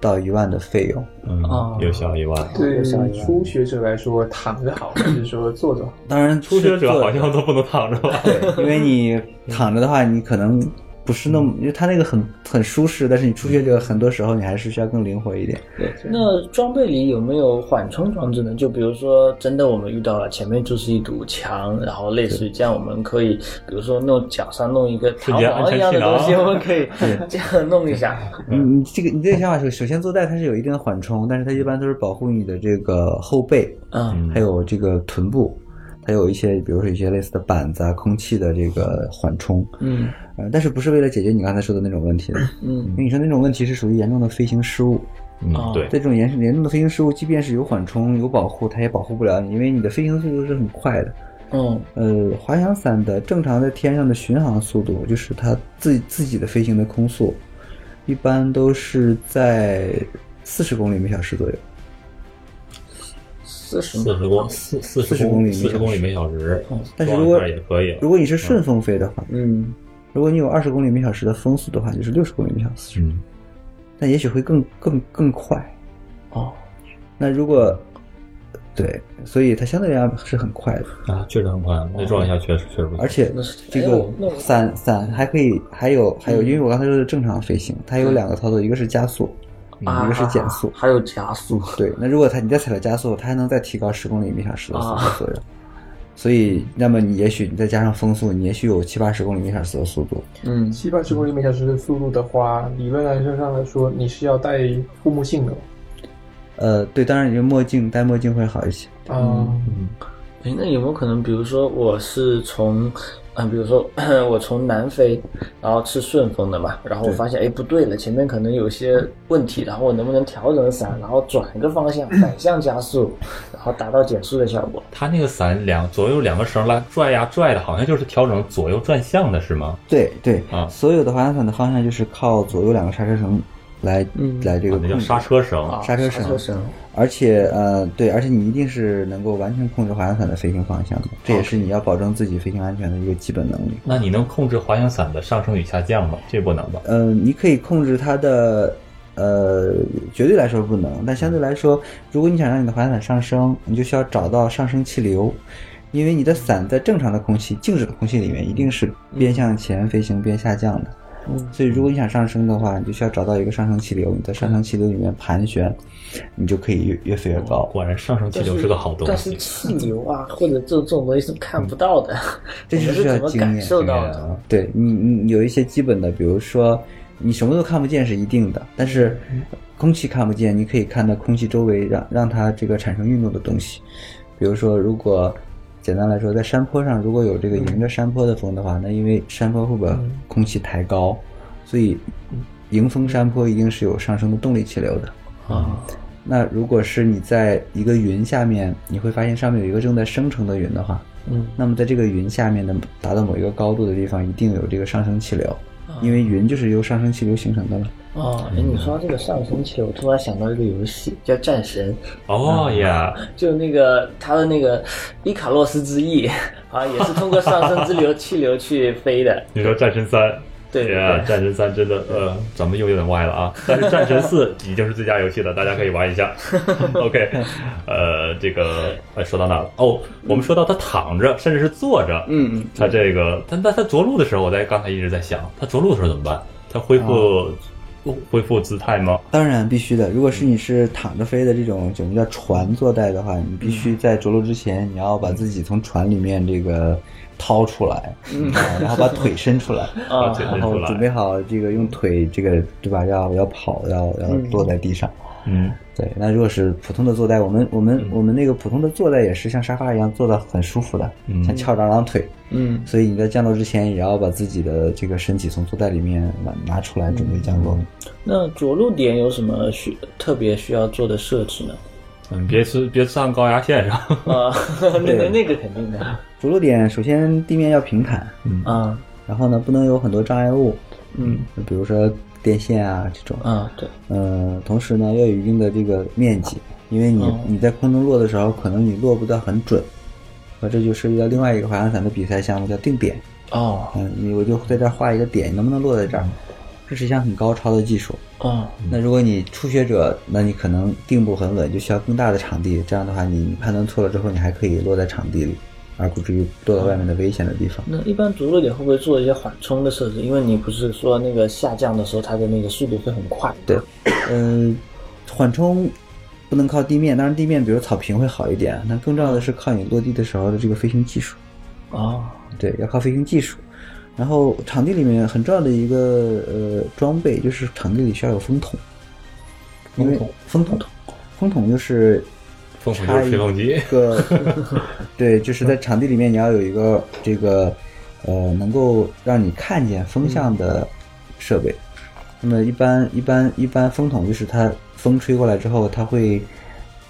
Speaker 4: 到一万的费用。
Speaker 3: 嗯
Speaker 5: 哦，
Speaker 3: 又小一万。
Speaker 6: 对
Speaker 5: 有啊想一
Speaker 6: 于初学者来说，躺着好，还是说坐着好？
Speaker 4: 当然是
Speaker 3: 初
Speaker 4: 坐着，
Speaker 3: 学者好像都不能躺着吧？
Speaker 4: 对，因为你躺着的话，你可能不是那么，因为它那个很很舒适，但是你初学者很多时候你还是需要更灵活一点。
Speaker 5: 那装备里有没有缓冲装置呢？就比如说，真的我们遇到了前面就是一堵墙，然后类似于这样，我们可以，比如说弄脚上弄一个
Speaker 3: 瞬
Speaker 5: 弹
Speaker 3: 间
Speaker 5: 簧一样的
Speaker 3: 安全
Speaker 5: 东
Speaker 3: 气
Speaker 5: 西，
Speaker 3: 囊
Speaker 5: 我们可以这样弄一下。
Speaker 4: 嗯，你这个你这个想法是，首先坐带它是有一定的缓冲，但是它一般都是保护你的这个后背，
Speaker 5: 嗯，
Speaker 4: 还有这个臀部，还有一些比如说一些类似的板子啊、空气的这个缓冲。
Speaker 5: 嗯
Speaker 4: 呃，但是不是为了解决你刚才说的那种问题的？因
Speaker 5: 嗯
Speaker 4: 为你说那种问题是属于严重的飞行失误，
Speaker 3: 嗯，对，
Speaker 4: 在这种严严重的飞行失误，即便是有缓冲、有保护，它也保护不了你，因为你的飞行速度是很快的。
Speaker 5: 嗯
Speaker 4: 呃，滑翔伞的正常在天上的巡航速度，就是它自自己的飞行的空速，一般都是在四十公里每小时左右。
Speaker 5: 四十
Speaker 3: 四十公四四十公四十公里每小时，嗯
Speaker 4: 但是如果
Speaker 3: 撞一下也可以了
Speaker 4: 如果你是顺风飞的话，
Speaker 5: 嗯
Speaker 4: 如果你有二十公里每小时的风速的话，就是六十公里每小时，
Speaker 3: 嗯，
Speaker 4: 但也许会更更更快。
Speaker 5: 哦，
Speaker 4: 那如果对，所以它相对来讲是很快的，
Speaker 3: 啊，确实很快，哦那撞一下确实确实不行
Speaker 4: 而且
Speaker 5: 那是
Speaker 4: 这
Speaker 5: 哎
Speaker 4: 个
Speaker 5: 我那我嗯
Speaker 4: 伞伞还可以，还有还有，因为我刚才说的正常飞行，它有两个操作，一个是加速，
Speaker 5: 啊
Speaker 4: 一个是减速。
Speaker 5: 还有加速
Speaker 4: 对，那如果它你再踩了加速，它还能再提高十公里每小时的速度
Speaker 5: 啊
Speaker 4: 左右。所以，那么你也许你再加上风速，你也许有七八十公里每小时的速度。
Speaker 5: 嗯
Speaker 6: 七八十公里每小时的速度的话，理论来说上来说，你是要戴护目镜的哦
Speaker 4: 呃，对，当然你就墨镜戴墨镜会好一些。
Speaker 6: 啊。
Speaker 4: 嗯
Speaker 5: 哎，那有没有可能，比如说我是从，啊，比如说我从南非，然后是顺风的嘛，然后我
Speaker 4: 对
Speaker 5: 发现哎不对了，前面可能有些问题，然后我能不能调整伞，然后转一个方向，反向加速，然后达到减速的效果？
Speaker 3: 它那个伞两左右两个绳来拽呀拽的，好像就是调整左右转向的是吗？
Speaker 4: 对对，
Speaker 3: 啊
Speaker 4: 所有的滑翔伞的方向就是靠左右两个刹车绳来、
Speaker 5: 嗯
Speaker 4: 来这
Speaker 3: 啊
Speaker 4: 个
Speaker 3: 那
Speaker 4: 控
Speaker 3: 叫
Speaker 4: 制。
Speaker 3: 刹车绳
Speaker 5: 啊，
Speaker 4: 刹车
Speaker 5: 刹
Speaker 4: 绳
Speaker 5: 车绳，
Speaker 4: 而且呃，对，而且你一定是能够完全控制滑翔伞的飞行方向的，这也是你要保证自己飞行安全的一个基本能力。
Speaker 3: 那你能控制滑翔伞的上升与下降吗？这不能吧？
Speaker 4: 呃，你可以控制它的，呃，绝对来说不能，但相对来说，如果你想让你的滑翔伞上升，你就需要找到上升气流，因为你的伞在正常的空气、静止的空气里面一定是边向前飞行边下降的。所以如果你想上升的话，你就需要找到一个上升气流，你在上升气流里面盘旋，你就可以越越飞越高。
Speaker 3: 果然上升气哦流是个好东
Speaker 5: 但是
Speaker 3: 西。
Speaker 5: 气流啊，或者这种东西是看不到的，
Speaker 4: 嗯这
Speaker 5: 我
Speaker 4: 就是
Speaker 5: 们是
Speaker 4: 需要
Speaker 5: 怎么
Speaker 4: 经
Speaker 5: 感
Speaker 4: 验
Speaker 5: 受
Speaker 4: 经验
Speaker 5: 到的？
Speaker 4: 啊。对你，你有一些基本的，比如说你什么都看不见是一定的，但是空气看不见，你可以看到空气周围让让它这个产生运动的东西。比如说，如果简单来说，在山坡上如果有这个迎着山坡的风的话，那因为山坡会把空气抬高，所以迎风山坡一定是有上升的动力气流的。
Speaker 3: 啊，
Speaker 4: 那如果是你在一个云下面，你会发现上面有一个正在生成的云的话，
Speaker 6: 嗯，
Speaker 4: 那么在这个云下面的达到某一个高度的地方，一定有这个上升气流，因为云就是由上升气流形成的嘛。
Speaker 5: 哦，哎，你说到这个上升气，我突然想到一个游戏叫《战神
Speaker 3: 哦呀，》，
Speaker 5: 就那个他的那个伊卡洛斯之翼， 啊，也是通过上升之流气流去飞的。
Speaker 3: 你说战神三。
Speaker 5: 对
Speaker 3: 呀，啊战神三真的，呃，咱们又有点歪了啊。但是战神四已经是最佳游戏了，大家可以玩一下。OK，呃，这个，哎，说到哪了？哦，我们说到他躺着，甚至是坐着，
Speaker 4: 嗯嗯，
Speaker 3: 他这个，但但他着陆的时候，我在刚才一直在想，他着陆的时候怎么办？他恢复、恢复姿态吗？
Speaker 4: 当然必须的。如果是你是躺着飞的这种，我们叫船坐带的话，你必须在着陆之前，你要把自己从船里面这个掏出来，啊然后把腿 伸出来，
Speaker 3: 啊，
Speaker 5: 啊，
Speaker 3: 对，
Speaker 4: 然后准备好这个用腿这个对吧？要要跑，要要落在地上。
Speaker 3: 嗯，
Speaker 4: 对，那如果是普通的坐带，我们我们、我们那个普通的坐带也是像沙发一样坐的很舒服的，
Speaker 3: 嗯
Speaker 4: 像翘着二郎腿。
Speaker 5: 嗯，
Speaker 4: 所以你在降落之前，也要把自己的这个身体从坐带里面拿拿出来，准备降落。
Speaker 5: 嗯那着陆点有什么需特别需要做的设置 呢？
Speaker 3: 嗯，别吃别上高压线上，
Speaker 5: 啊， 那
Speaker 4: 对
Speaker 5: 个那个肯定的
Speaker 4: 着陆点首先地面要平坦，
Speaker 5: 啊，
Speaker 4: 然后呢不能有很多障碍物，
Speaker 5: 嗯
Speaker 4: 比如说电线啊这种。
Speaker 5: 啊，对，
Speaker 4: 呃，同时呢要有一定的这个面积，因为你、
Speaker 5: 哦
Speaker 4: 你在空中落的时候，可能你落不到很准。那这就涉及到另外一个滑翔伞的比赛项目，叫定点。
Speaker 5: 哦
Speaker 4: 嗯，你我就在这儿画一个点，你能不能落在
Speaker 5: 嗯
Speaker 4: 这儿？这是一项很高超的技术。
Speaker 5: 哦，
Speaker 4: 那如果你初学者，那你可能定不很稳，就需要更大的场地。这样的话，你你判断错了之后，你还可以落在场地里，而不至于落到外面的危险的地方。
Speaker 5: 那一般着陆点会不会做一些缓冲的设置？因为你不是说那个下降的时候它的那个速度会很快，
Speaker 4: 对，嗯、缓冲不能靠地面，当然地面比如草坪会好一点，那更重要的是靠你落地的时候的这个飞行技术。
Speaker 5: 哦，
Speaker 4: 对，要靠飞行技术。然后场地里面很重要的一个呃装备就是场地里需要有风筒，
Speaker 5: 哦
Speaker 4: 因为风筒，风筒就是
Speaker 3: 风筒就
Speaker 4: 插
Speaker 3: 是
Speaker 4: 一
Speaker 3: 吹风机，
Speaker 4: 个， 对，就是在场地里面你要有一个这个呃能够让你看见风向的设备。那么一般一般一般风筒就是它风吹过来之后，它会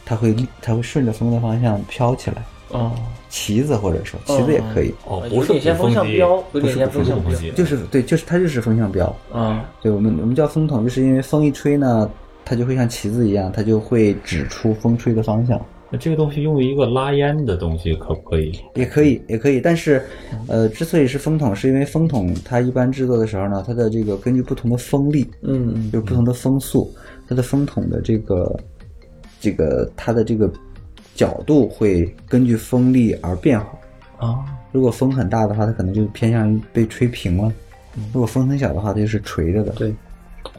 Speaker 4: 它会它会顺着风的方向飘起来，
Speaker 5: 哦，
Speaker 4: 旗子或者说旗子也可以。
Speaker 3: 哦，不
Speaker 5: 呃有
Speaker 3: 是
Speaker 5: 点像
Speaker 3: 鼓
Speaker 5: 风向
Speaker 3: 机，
Speaker 5: 标，有
Speaker 3: 不
Speaker 5: 点
Speaker 3: 是
Speaker 5: 像
Speaker 3: 不
Speaker 5: 风
Speaker 3: 是
Speaker 5: 向
Speaker 3: 鼓
Speaker 5: 标
Speaker 3: 风机，
Speaker 4: 就是对，就是它就是风向标，
Speaker 5: 啊，
Speaker 4: 对我们我们叫风筒，就是因为风一吹呢，它就会像旗子一样，它就会指出风吹的方向。
Speaker 3: 那这个东西用一个拉烟的东西可不可以？
Speaker 4: 也可以，也可以，但是，呃，之所以是风筒，是因为风筒它一般制作的时候呢，它的这个根据不同的风力，
Speaker 5: 嗯
Speaker 4: 就是不同的风速，它的风筒的这个这个它的这个角度会根据风力而变化。
Speaker 5: 啊，
Speaker 4: 如果风很大的话，它可能就偏向于被吹平了；如果风很小的话，它就是垂着的。
Speaker 5: 对，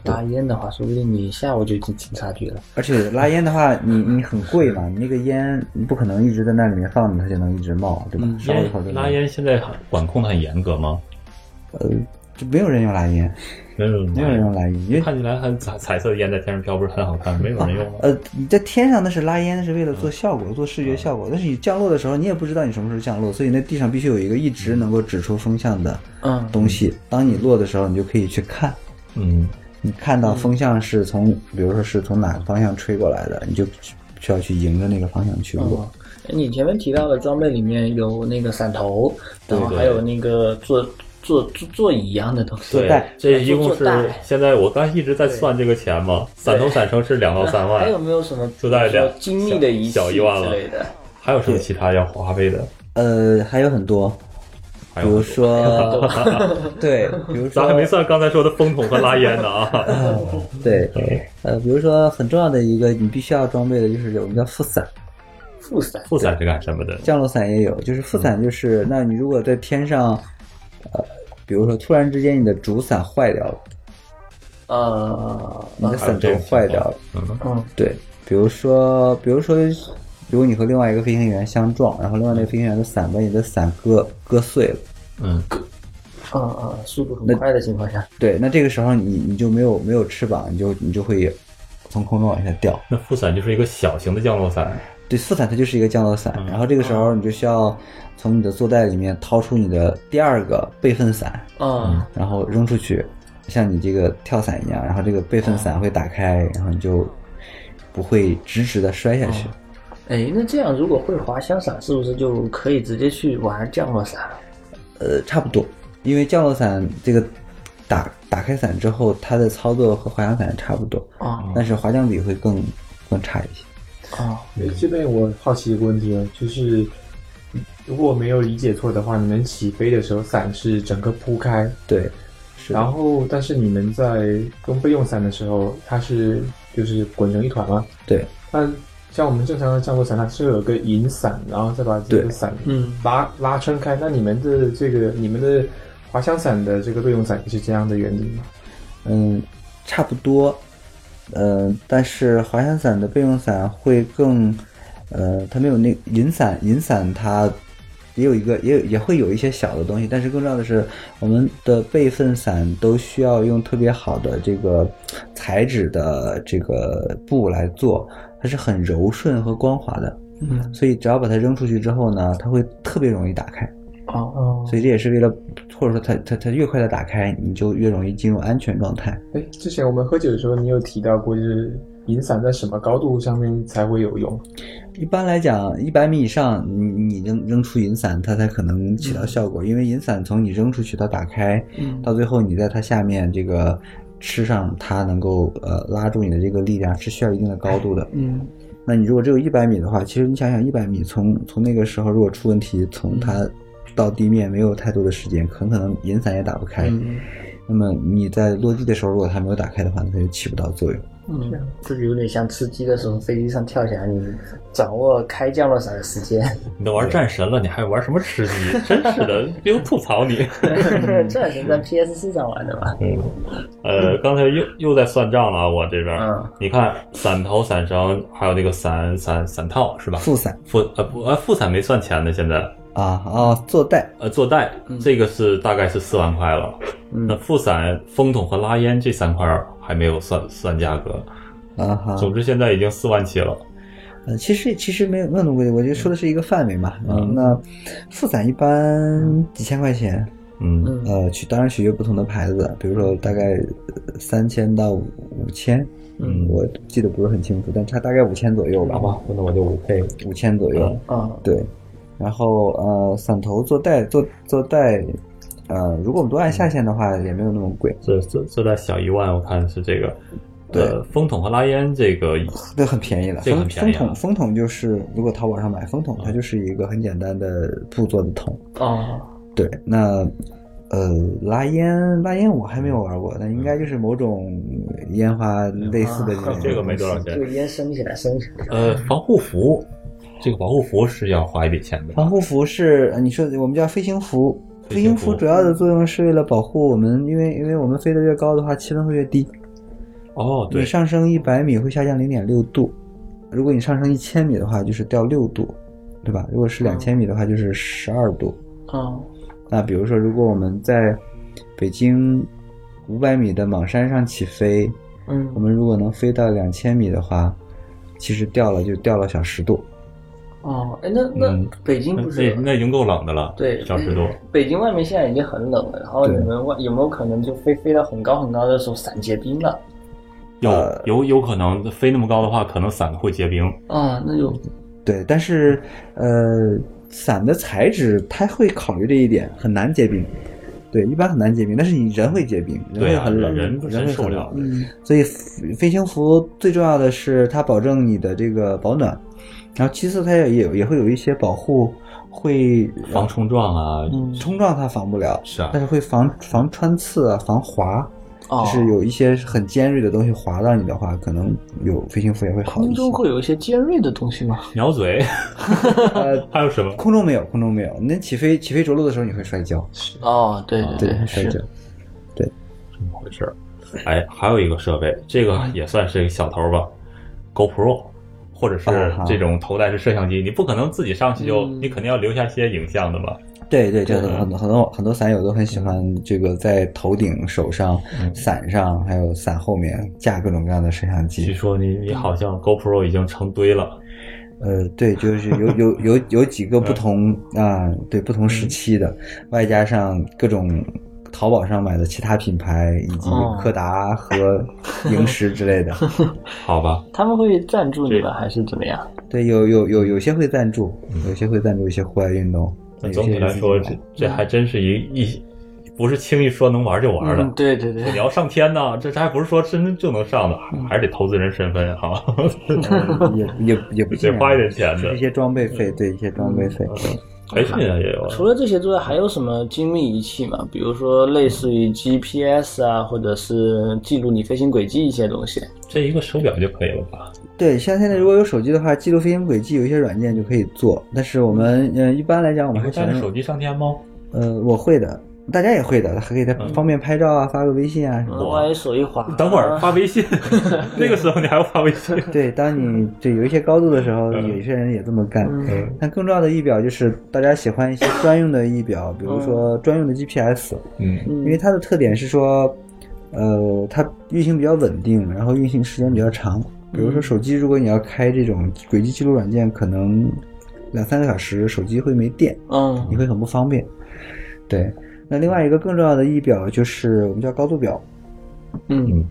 Speaker 5: 拉烟的话，说不定你一下午就进警察局了。
Speaker 4: 而且拉烟的话，你你很贵嘛，你那个烟你不可能一直在那里面放着，它就能一直冒，对吧？烧一会儿就
Speaker 3: 烟拉
Speaker 4: 能
Speaker 3: 烟现在管控的很严格吗？
Speaker 4: 呃，就没有人用拉烟，
Speaker 3: 嗯，
Speaker 4: 没有人用拉烟，因为
Speaker 3: 看起来很彩彩色的烟在天上飘，不是很好看，没有人用啊。
Speaker 4: 呃，你在天上那是拉烟，那是为了做效果，做视觉效果。但是你降落的时候，你也不知道你什么时候降落，所以那地上必须有一个一直能够指出风向的
Speaker 5: 嗯
Speaker 4: 东西。当你落的时候，你就可以去看，
Speaker 3: 嗯，
Speaker 4: 你看到风向是从，比如说是从哪个方向吹过来的，你就需要去迎着那个方向去落。
Speaker 5: 哎你前面提到的装备里面有那个伞头，然后
Speaker 3: 对对
Speaker 5: 还有那个座座座座椅一样的东西，
Speaker 3: 对
Speaker 4: 带，
Speaker 3: 这一共是
Speaker 5: 做带
Speaker 3: 现在我刚才一直在算这个钱嘛，伞头伞绳是两到三
Speaker 5: 还有
Speaker 3: 万，
Speaker 5: 没有什么
Speaker 3: 就带
Speaker 5: 比如说
Speaker 3: 两
Speaker 5: 精密的仪器
Speaker 3: 小小一万了
Speaker 5: 之类的？
Speaker 3: 还有什么其他要花费的？
Speaker 4: 呃，还有很多，
Speaker 3: 嗯还
Speaker 4: 比
Speaker 3: 有
Speaker 4: 如说，对，比如
Speaker 3: 咱还没
Speaker 4: 说，
Speaker 3: 算刚才说的风筒和拉烟呢 啊。
Speaker 4: 对，呃，比如说很重要的一个你必须要装备的就是我们叫副伞。
Speaker 5: 副伞
Speaker 3: 副伞是干什么的？
Speaker 4: 降落伞也有，就是副伞就是，那你如果在天上，呃，比如说，突然之间你的主伞坏掉了，
Speaker 5: 呃，
Speaker 4: 你的伞头坏掉了，
Speaker 3: 嗯，
Speaker 5: 嗯，
Speaker 4: 对，比如说，比如说，如果你和另外一个飞行员相撞，然后另外那个飞行员的伞把你的伞割割碎了，
Speaker 3: 嗯，
Speaker 5: 啊啊，速度很快的情况下，
Speaker 4: 对，那这个时候你你就没有没有翅膀，你就你就会从空中往下掉。
Speaker 3: 那副伞就是一个小型的降落伞，
Speaker 4: 对，副伞它就是一个降落伞，
Speaker 3: 嗯
Speaker 4: 然后这个时候你就需要从你的坐袋里面掏出你的第二个备份伞，
Speaker 5: 啊，
Speaker 4: 然后扔出去，像你这个跳伞一样，然后这个备份伞会打开，然后你就不会直直的摔下
Speaker 6: 哦
Speaker 4: 去。
Speaker 5: 哎，那这样如果会滑翔伞，是不是就可以直接去玩降落伞了？
Speaker 4: 呃，差不多，因为降落伞这个打打开伞之后，它的操作和滑翔伞差不多，
Speaker 6: 哦
Speaker 5: 啊
Speaker 4: 但是滑翔比会更更差一些。
Speaker 5: 啊，
Speaker 6: 诶这边我好奇一个问题了，就是如果我没有理解错的话，你们起飞的时候伞是整个铺开，
Speaker 4: 对，是的
Speaker 6: 然后但是你们在用备用伞的时候，它是就是滚成一团吗？
Speaker 4: 对
Speaker 6: 那像我们正常的降落伞，它是有个引伞，然后再把这个
Speaker 4: 对
Speaker 6: 伞
Speaker 5: 嗯，
Speaker 6: 拉拉撑开。那你们的这个你们的滑翔伞的这个备用伞也是这样的原理吗？
Speaker 4: 嗯，差不多，嗯、但是滑翔伞的备用伞会更，呃，它没有那银伞，银伞它也有一个，也有也会有一些小的东西，但是更重要的是，我们的备份伞都需要用特别好的这个材质的这个布来做，它是很柔顺和光滑的，
Speaker 5: 嗯，
Speaker 4: 所以只要把它扔出去之后呢，它会特别容易打开，
Speaker 5: 哦，
Speaker 6: 哦
Speaker 4: 所以这也是为了，或者说它它它越快的打开，你就越容易进入安全状态。
Speaker 6: 哎，之前我们喝酒的时候，你有提到过，就是引伞在什么高度上面才会有用？
Speaker 4: 一般来讲，一百米以上，你你扔扔出银伞，它才可能起到效果。因为银伞从你扔出去到打开，
Speaker 5: 嗯
Speaker 4: 到最后你在它下面这个吃上，它能够呃拉住你的这个力量是需要一定的高度的。
Speaker 5: 嗯，
Speaker 4: 那你如果只有一百米的话，其实你想想，一百米从从那个时候如果出问题，从它到地面没有太多的时间，很可能银伞也打不开。
Speaker 5: 嗯
Speaker 4: 那么你在落地的时候，如果它没有打开的话，它就起不到作用。
Speaker 5: 嗯，这个有点像吃鸡的时候飞机上跳起来，你掌握开降落伞的时间，
Speaker 3: 你都玩战神了，你还玩什么吃鸡？真是的， 不用吐槽你。
Speaker 5: 这还是在 PS 4上玩的吧？
Speaker 3: 嗯呃，刚才又又在算账了啊，我这边。
Speaker 5: 嗯
Speaker 3: 你看，伞头、伞绳，还有那个伞伞伞套是吧？
Speaker 4: 副伞
Speaker 3: 副呃不呃副伞没算钱呢，现在
Speaker 4: 啊啊，坐带
Speaker 3: 呃坐带
Speaker 5: 嗯
Speaker 3: 这个是大概是四万块了。那
Speaker 5: 嗯
Speaker 3: 副伞、风筒和拉烟这三块还没有算算价格。
Speaker 4: 啊哈。
Speaker 3: 总之现在已经四万起了。
Speaker 4: 呃，其实其实没有那么多贵，我觉得说的是一个范围嘛。
Speaker 3: 嗯
Speaker 4: 嗯，那副伞一般几千块钱，
Speaker 3: 嗯
Speaker 5: 嗯
Speaker 4: 呃，取当然取决不同的牌子，比如说大概呃三千到五五千，
Speaker 5: 嗯
Speaker 4: 我记得不是很清楚，但差大概五千左右吧，
Speaker 3: 吧，那我就五倍。嗯
Speaker 4: 五千左右，
Speaker 5: 啊
Speaker 4: 对。然后呃，伞头坐带坐坐带，呃，如果我们都按下线的话，也没有那么贵，
Speaker 3: 这这这在小一万，我看是这个。呃，风筒和拉烟这个
Speaker 4: 这很便宜了。
Speaker 3: 这个很
Speaker 4: 风
Speaker 3: 便宜嗯
Speaker 4: 风
Speaker 3: 啊
Speaker 4: 筒风筒就是如果淘宝上买风筒，它就是一个很简单的布做的桶。
Speaker 5: 哦
Speaker 4: 对，那呃，拉烟拉烟我还没有玩过，那应该就是某种烟花类似的
Speaker 5: 啊
Speaker 4: 种东西
Speaker 3: 这个没多少钱
Speaker 5: 这个烟升起来，升起来，
Speaker 3: 呃防护服，这个防护服是要花一笔钱的。
Speaker 4: 防护服是呃你说我们叫飞行服，
Speaker 3: 飞
Speaker 4: 飞
Speaker 3: 行
Speaker 4: 行
Speaker 3: 服
Speaker 4: 服主要的作用是为了保护我们，因为因为我们飞得越高的话，气温会越低。
Speaker 3: 哦，对
Speaker 4: 你，上升一百米会下降零点六度，如果你上升一千米的话，就是掉六度，对吧？如果是两千米的话，就是十二度。
Speaker 5: 哦
Speaker 4: 那比如说，如果我们在北京五百米的莽山上起飞，我
Speaker 5: 嗯
Speaker 4: 们如果能飞到两千米的话，其实掉了就掉了小十度。
Speaker 5: 哦，哎，那那
Speaker 3: 嗯
Speaker 5: 北京
Speaker 3: 那
Speaker 5: 不是
Speaker 3: 那那已经够冷的了，
Speaker 5: 对
Speaker 3: 小时 多。
Speaker 5: 北京外面现在已经很冷了，然后你
Speaker 4: 对
Speaker 5: 们外有没有可能就飞飞到很高很高的时候伞结冰了？
Speaker 3: 有
Speaker 4: 呃
Speaker 3: 有有可能飞那么高的话，可能伞会结冰。
Speaker 5: 啊，那就
Speaker 4: 对，但是呃，伞的材质它会考虑这一点，很难结冰。对，一般很难结冰，但是你人会结冰，人
Speaker 3: 对
Speaker 4: 会
Speaker 3: 啊，
Speaker 4: 很冷，
Speaker 3: 人
Speaker 4: 人
Speaker 3: 人
Speaker 4: 会
Speaker 3: 受不
Speaker 4: 很
Speaker 3: 了
Speaker 4: 冷。嗯
Speaker 3: 的。
Speaker 5: 嗯
Speaker 4: 所以飞飞行服最重要的是它保证你的这个保暖，然后其次它也也也会有一些保护，会
Speaker 3: 防
Speaker 4: 嗯
Speaker 3: 冲撞啊，
Speaker 5: 嗯
Speaker 4: 冲撞它防不了，
Speaker 3: 是啊
Speaker 4: 但是会防防穿刺啊，防滑，
Speaker 5: 哦
Speaker 4: 就是有一些很尖锐的东西划到你的话，可能有飞行服也会好
Speaker 5: 空
Speaker 4: 一些
Speaker 5: 中。会有一些尖锐的东西吗？
Speaker 3: 鸟 嘴，
Speaker 4: 呃，
Speaker 3: 还有什么？
Speaker 4: 空中没有，空中没有。那起飞起飞着陆的时候你会摔跤，
Speaker 5: 哦，对
Speaker 4: 会
Speaker 5: 对对，
Speaker 4: 摔跤
Speaker 5: 是。
Speaker 3: 怎么回事儿？哎，还有一个设备，这个也算是一个小头吧，GoPro，或者是
Speaker 4: 啊哈
Speaker 3: 这种头戴式摄像机，你不可能自己上去就，
Speaker 5: 嗯
Speaker 3: 你肯定要留下些影像的吧？
Speaker 4: 对对，就
Speaker 3: 对
Speaker 4: 很很多很多很多伞友都很喜欢这个在头顶、手上、
Speaker 3: 嗯
Speaker 4: 伞上，还有伞后面架各种各样的嗯摄像
Speaker 3: 据
Speaker 4: 机。
Speaker 3: 说你你好像 GoPro 已经成堆了，
Speaker 4: 呃，对，就是有有有有几个不同
Speaker 5: 嗯
Speaker 4: 啊，对不同时期的，外加上各种淘宝上买的其他品牌，以及
Speaker 5: 哦
Speaker 4: 柯达和萤石之 类的。
Speaker 3: 好吧？
Speaker 5: 他们会赞助你们还是怎么样？
Speaker 4: 对，有有有有些会赞助，有些会赞助一些户外运动。
Speaker 3: 嗯那
Speaker 4: 有
Speaker 3: 总体
Speaker 4: 些是
Speaker 3: 来说，
Speaker 4: 自己
Speaker 3: 这
Speaker 4: 买
Speaker 3: 这还真是一一，不是轻易说能玩就玩的。
Speaker 5: 嗯，对对
Speaker 3: 你
Speaker 5: 对，
Speaker 3: 要上天呢，这这还不是说真就能上的，还是得投资人身份哈。
Speaker 4: 呃也也也不尽
Speaker 3: 得
Speaker 4: 然
Speaker 3: 花一点钱嗯
Speaker 4: 是
Speaker 3: 的
Speaker 4: 一。些装备费，对一些装备费。
Speaker 3: 嗯培训也有啊，
Speaker 5: 除了这些之外，还有什么精密仪器吗？比如说类似于 GPS 啊，或者是记录你飞行轨迹一些东西。
Speaker 3: 这一个手表就可以了吧？
Speaker 4: 对，像现在如果有手机的话，记录飞行轨迹有一些软件就可以做，但是我们嗯、呃一般来讲我
Speaker 3: 你
Speaker 4: 们
Speaker 3: 会
Speaker 4: 还喜
Speaker 3: 带着
Speaker 4: 欢
Speaker 3: 手机上天吗？
Speaker 4: 呃我会的，大家也会的，还可以在
Speaker 3: 嗯
Speaker 4: 方便拍照啊，发个微信啊什么的。
Speaker 5: 我万一手一滑，
Speaker 3: 等会儿发微信，那个时候你还要发微信。
Speaker 4: 对，当你对有一些高度的时候，
Speaker 3: 嗯
Speaker 4: 有些人也这么干。
Speaker 5: 嗯
Speaker 4: 但更重要的仪表就是大家喜欢一些专用的仪表，比如说专用的 GPS，、
Speaker 3: 嗯，
Speaker 4: 因为它的特点是说，呃，它运行比较稳定，然后运行时间比较长。比如说手机，如果你要开这种轨迹记录软件，可能两三个小时手机会没电，
Speaker 5: 嗯
Speaker 4: 你会很不方便。对，那另外一个更重要的仪表就是我们叫高度表，
Speaker 5: 嗯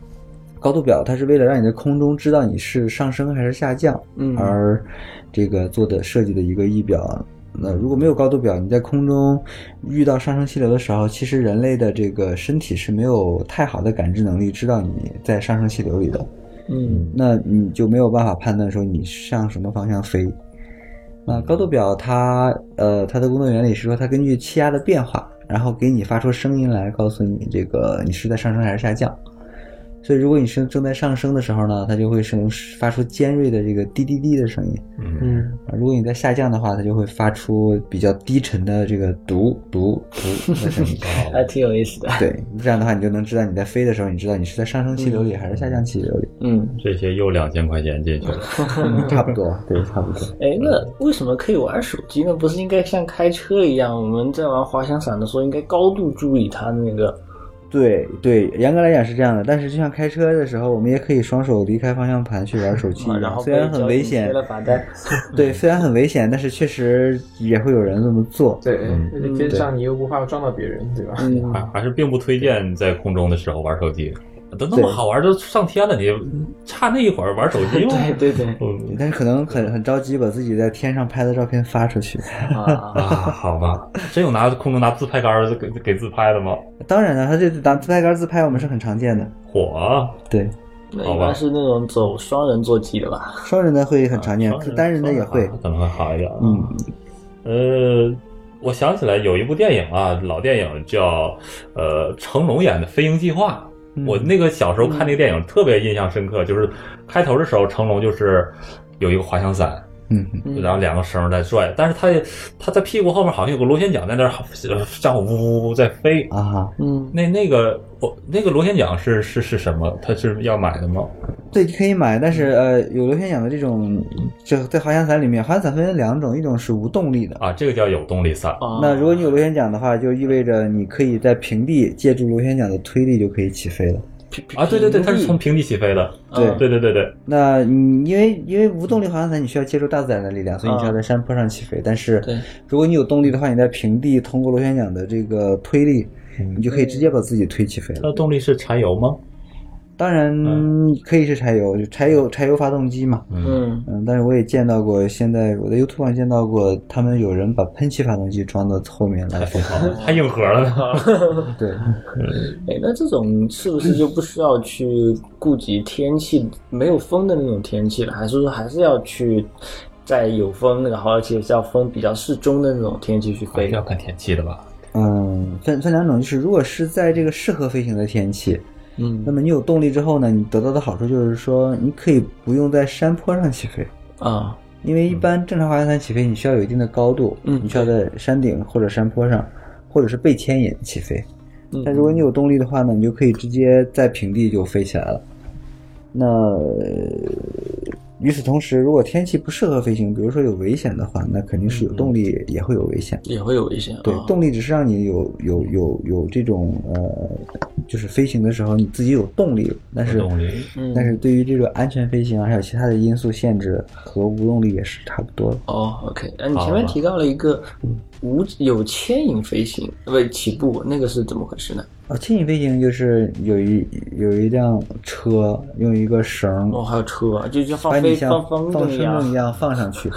Speaker 4: 高度表它是为了让你在空中知道你是上升还是下降，
Speaker 5: 嗯
Speaker 4: 而这个做的设计的一个仪表。那如果没有高度表，你在空中遇到上升气流的时候，其实人类的这个身体是没有太好的感知能力，知道你在上升气流里的，
Speaker 5: 嗯
Speaker 4: 那你就没有办法判断说你向什么方向飞。那高度表它呃它的工作原理是说它根据气压的变化，然后给你发出声音来告诉你这个你是在上升还是下降。所以如果你是正在上升的时候呢，它就会声发出尖锐的这个滴滴滴的声音；
Speaker 3: 嗯，
Speaker 6: 嗯，
Speaker 4: 啊如果你在下降的话，它就会发出比较低沉的这个嘟嘟嘟 的声音。
Speaker 5: 还挺有意思的。
Speaker 4: 对，这样的话你就能知道你在飞的时候，你知道你是在上升气流里还是下降气流里，
Speaker 5: 嗯，
Speaker 3: 这些又两千块钱进去了。
Speaker 4: 差不多，对，差不多。
Speaker 5: 哎，那为什么可以玩手机呢？不是应该像开车一样，我们在玩滑翔伞的时候应该高度注意它那个
Speaker 4: 对对，严格来讲是这样的，但是就像开车的时候，我们也可以双手离开方向盘去玩手机一
Speaker 5: 啊
Speaker 4: 样，
Speaker 5: 然后
Speaker 4: 虽然很危险
Speaker 5: 贴，了罚单。
Speaker 4: 对，虽然很危险，但是确实也会有人这么做。
Speaker 6: 对
Speaker 3: 嗯，
Speaker 6: 而且边上你又不怕撞到别人，对吧？
Speaker 5: 嗯
Speaker 3: 还还是并不推荐在空中的时候玩手机，都那么好玩，都上天了，你差那一会儿玩手 机吗？
Speaker 5: 对对对
Speaker 3: 嗯
Speaker 4: 但是可能很很着急，把自己在天上拍的照片发出去。
Speaker 3: 啊，
Speaker 5: 啊，
Speaker 3: 好吧，真有拿空中拿自拍杆儿给给自拍的吗？
Speaker 4: 当然了，他这拿自拍杆自拍，我们是很常见的。
Speaker 3: 火，啊
Speaker 4: 对，
Speaker 5: 那
Speaker 3: 好
Speaker 5: 一
Speaker 3: 吧
Speaker 5: 般是那种走双人座机的吧？
Speaker 4: 双人的会很常见，
Speaker 3: 啊双人
Speaker 4: 啊单人的也会。
Speaker 3: 啊可能会好一点。
Speaker 4: 嗯，
Speaker 3: 呃，我想起来有一部电影啊，老电影叫呃成龙演的《飞鹰计划》。
Speaker 4: 嗯
Speaker 3: 我那个小时候看那个电影特别印象深刻，就是开头的时候成龙就是有一个滑翔伞，
Speaker 4: 嗯，
Speaker 5: 嗯
Speaker 3: 然后两个绳儿在拽，但是他也他在屁股后面好像有个螺旋桨在那儿呃这样呜呜呜在飞。
Speaker 4: 啊哈，
Speaker 5: 嗯，
Speaker 3: 那那个我那个螺旋桨是是是什么？他是要买的吗？
Speaker 4: 对，可以买，但是呃，有螺旋桨的这种，这在滑翔伞里面，滑翔伞分为两种，一种是无动力的，
Speaker 3: 啊，这个叫有动力伞。
Speaker 5: 哦
Speaker 4: 那如果你有螺旋桨的话，就意味着你可以在平地借助螺旋桨的推力就可以起飞了。
Speaker 3: 啊，对对对，它是从平地起飞的。
Speaker 4: 对
Speaker 5: 啊
Speaker 3: 对对对对，
Speaker 4: 那你因为因为无动力滑翔伞，你需要借助大自然的力
Speaker 3: 啊
Speaker 4: 量，所以你需要在山坡上起飞。但是
Speaker 5: 对
Speaker 4: 如果你有动力的话，你在平地通过螺旋桨的这个推力，你就可以直接把自己推起飞
Speaker 3: 它
Speaker 4: 了。
Speaker 3: 的动力是柴油吗？
Speaker 4: 当然可以是柴油，就柴油柴油发动机嘛。
Speaker 5: 嗯
Speaker 4: 嗯，但是我也见到过，现在我在 YouTube 上见到过，他们有人把喷气发动机装到后面来飞。
Speaker 3: 太硬核了 呢。
Speaker 4: 对，
Speaker 5: 嗯哎，那这种是不是就不需要去顾及天气没有风的那种天气了？还是说还是要去在有风，然后而且是要风比较适中的那种天气去
Speaker 3: 还
Speaker 5: 飞
Speaker 3: 是？要看天气的吧。
Speaker 4: 嗯，分分两种，就是如果是在这个适合飞行的天气，
Speaker 6: 嗯
Speaker 4: 那么你有动力之后呢，你得到的好处就是说，你可以不用在山坡上起飞，
Speaker 6: 啊，
Speaker 4: 因为一般正常滑翔伞起飞，你需要有一定的高度，
Speaker 6: 嗯
Speaker 4: 你需要在山顶或者山坡上，或者是被牵引起飞。
Speaker 6: 嗯
Speaker 4: 但如果你有动力的话呢，你就可以直接在平地就飞起来了。那呃与此同时，如果天气不适合飞行，比如说有危险的话，那肯定是有动力也会有危险。
Speaker 6: 也会有危险，
Speaker 4: 对
Speaker 6: 啊，
Speaker 5: 哦
Speaker 4: 动力只是让你有有有有这种呃，就是飞行的时候你自己有动力，但是
Speaker 3: 有动力
Speaker 6: 嗯
Speaker 4: 但是对于这个安全飞行啊，还有其他的因素限制，和无动力也是差不多的。
Speaker 6: 哦，
Speaker 5: 哦，OK，哎，你
Speaker 3: 好
Speaker 5: 前面
Speaker 3: 吧
Speaker 5: 提到了一个无有牵引飞行，呃不起步，那个是怎么回事呢？
Speaker 4: 哦，牵引飞行就是有一有一辆车用一个绳
Speaker 5: 哦，还有车啊，就就放
Speaker 4: 把哎你
Speaker 5: 飞
Speaker 4: 像
Speaker 5: 放
Speaker 4: 放
Speaker 5: 风
Speaker 4: 风
Speaker 5: 筝一
Speaker 4: 筝一
Speaker 5: 样。
Speaker 4: 样放上 去，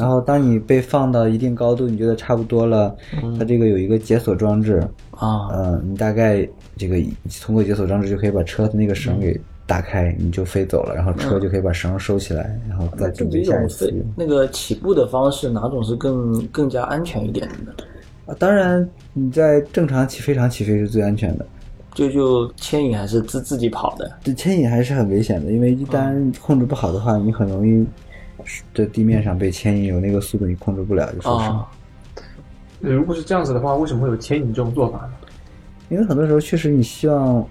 Speaker 4: 然后当你被放到一定高度，你觉得差不多了，
Speaker 5: 嗯
Speaker 4: 它这个有一个解锁装置，
Speaker 5: 啊，
Speaker 4: 嗯，你大概这个通过解锁装置就可以把车的那个绳给打开，你就飞走了，然后车就可以把绳收起来，然后再
Speaker 5: 那这
Speaker 4: 准
Speaker 5: 几
Speaker 4: 备下一
Speaker 5: 种
Speaker 4: 次
Speaker 5: 飞
Speaker 4: 用。
Speaker 5: 那个起步的方式，哪种是更更加安全一点的呢？
Speaker 4: 啊，当然你在正常起飞场起飞是最安全的，
Speaker 5: 就就牵引还是自自己跑的？
Speaker 4: 这牵引还是很危险的，因为
Speaker 5: 嗯
Speaker 4: 一旦控制不好的话，你很容易在地面上被牵引，有那个速度你控制不了就受伤。
Speaker 5: 啊，
Speaker 6: 呃 如果是这样子的话，为什么会有牵引这种做法呢？
Speaker 4: 因为很多时候确实你希望，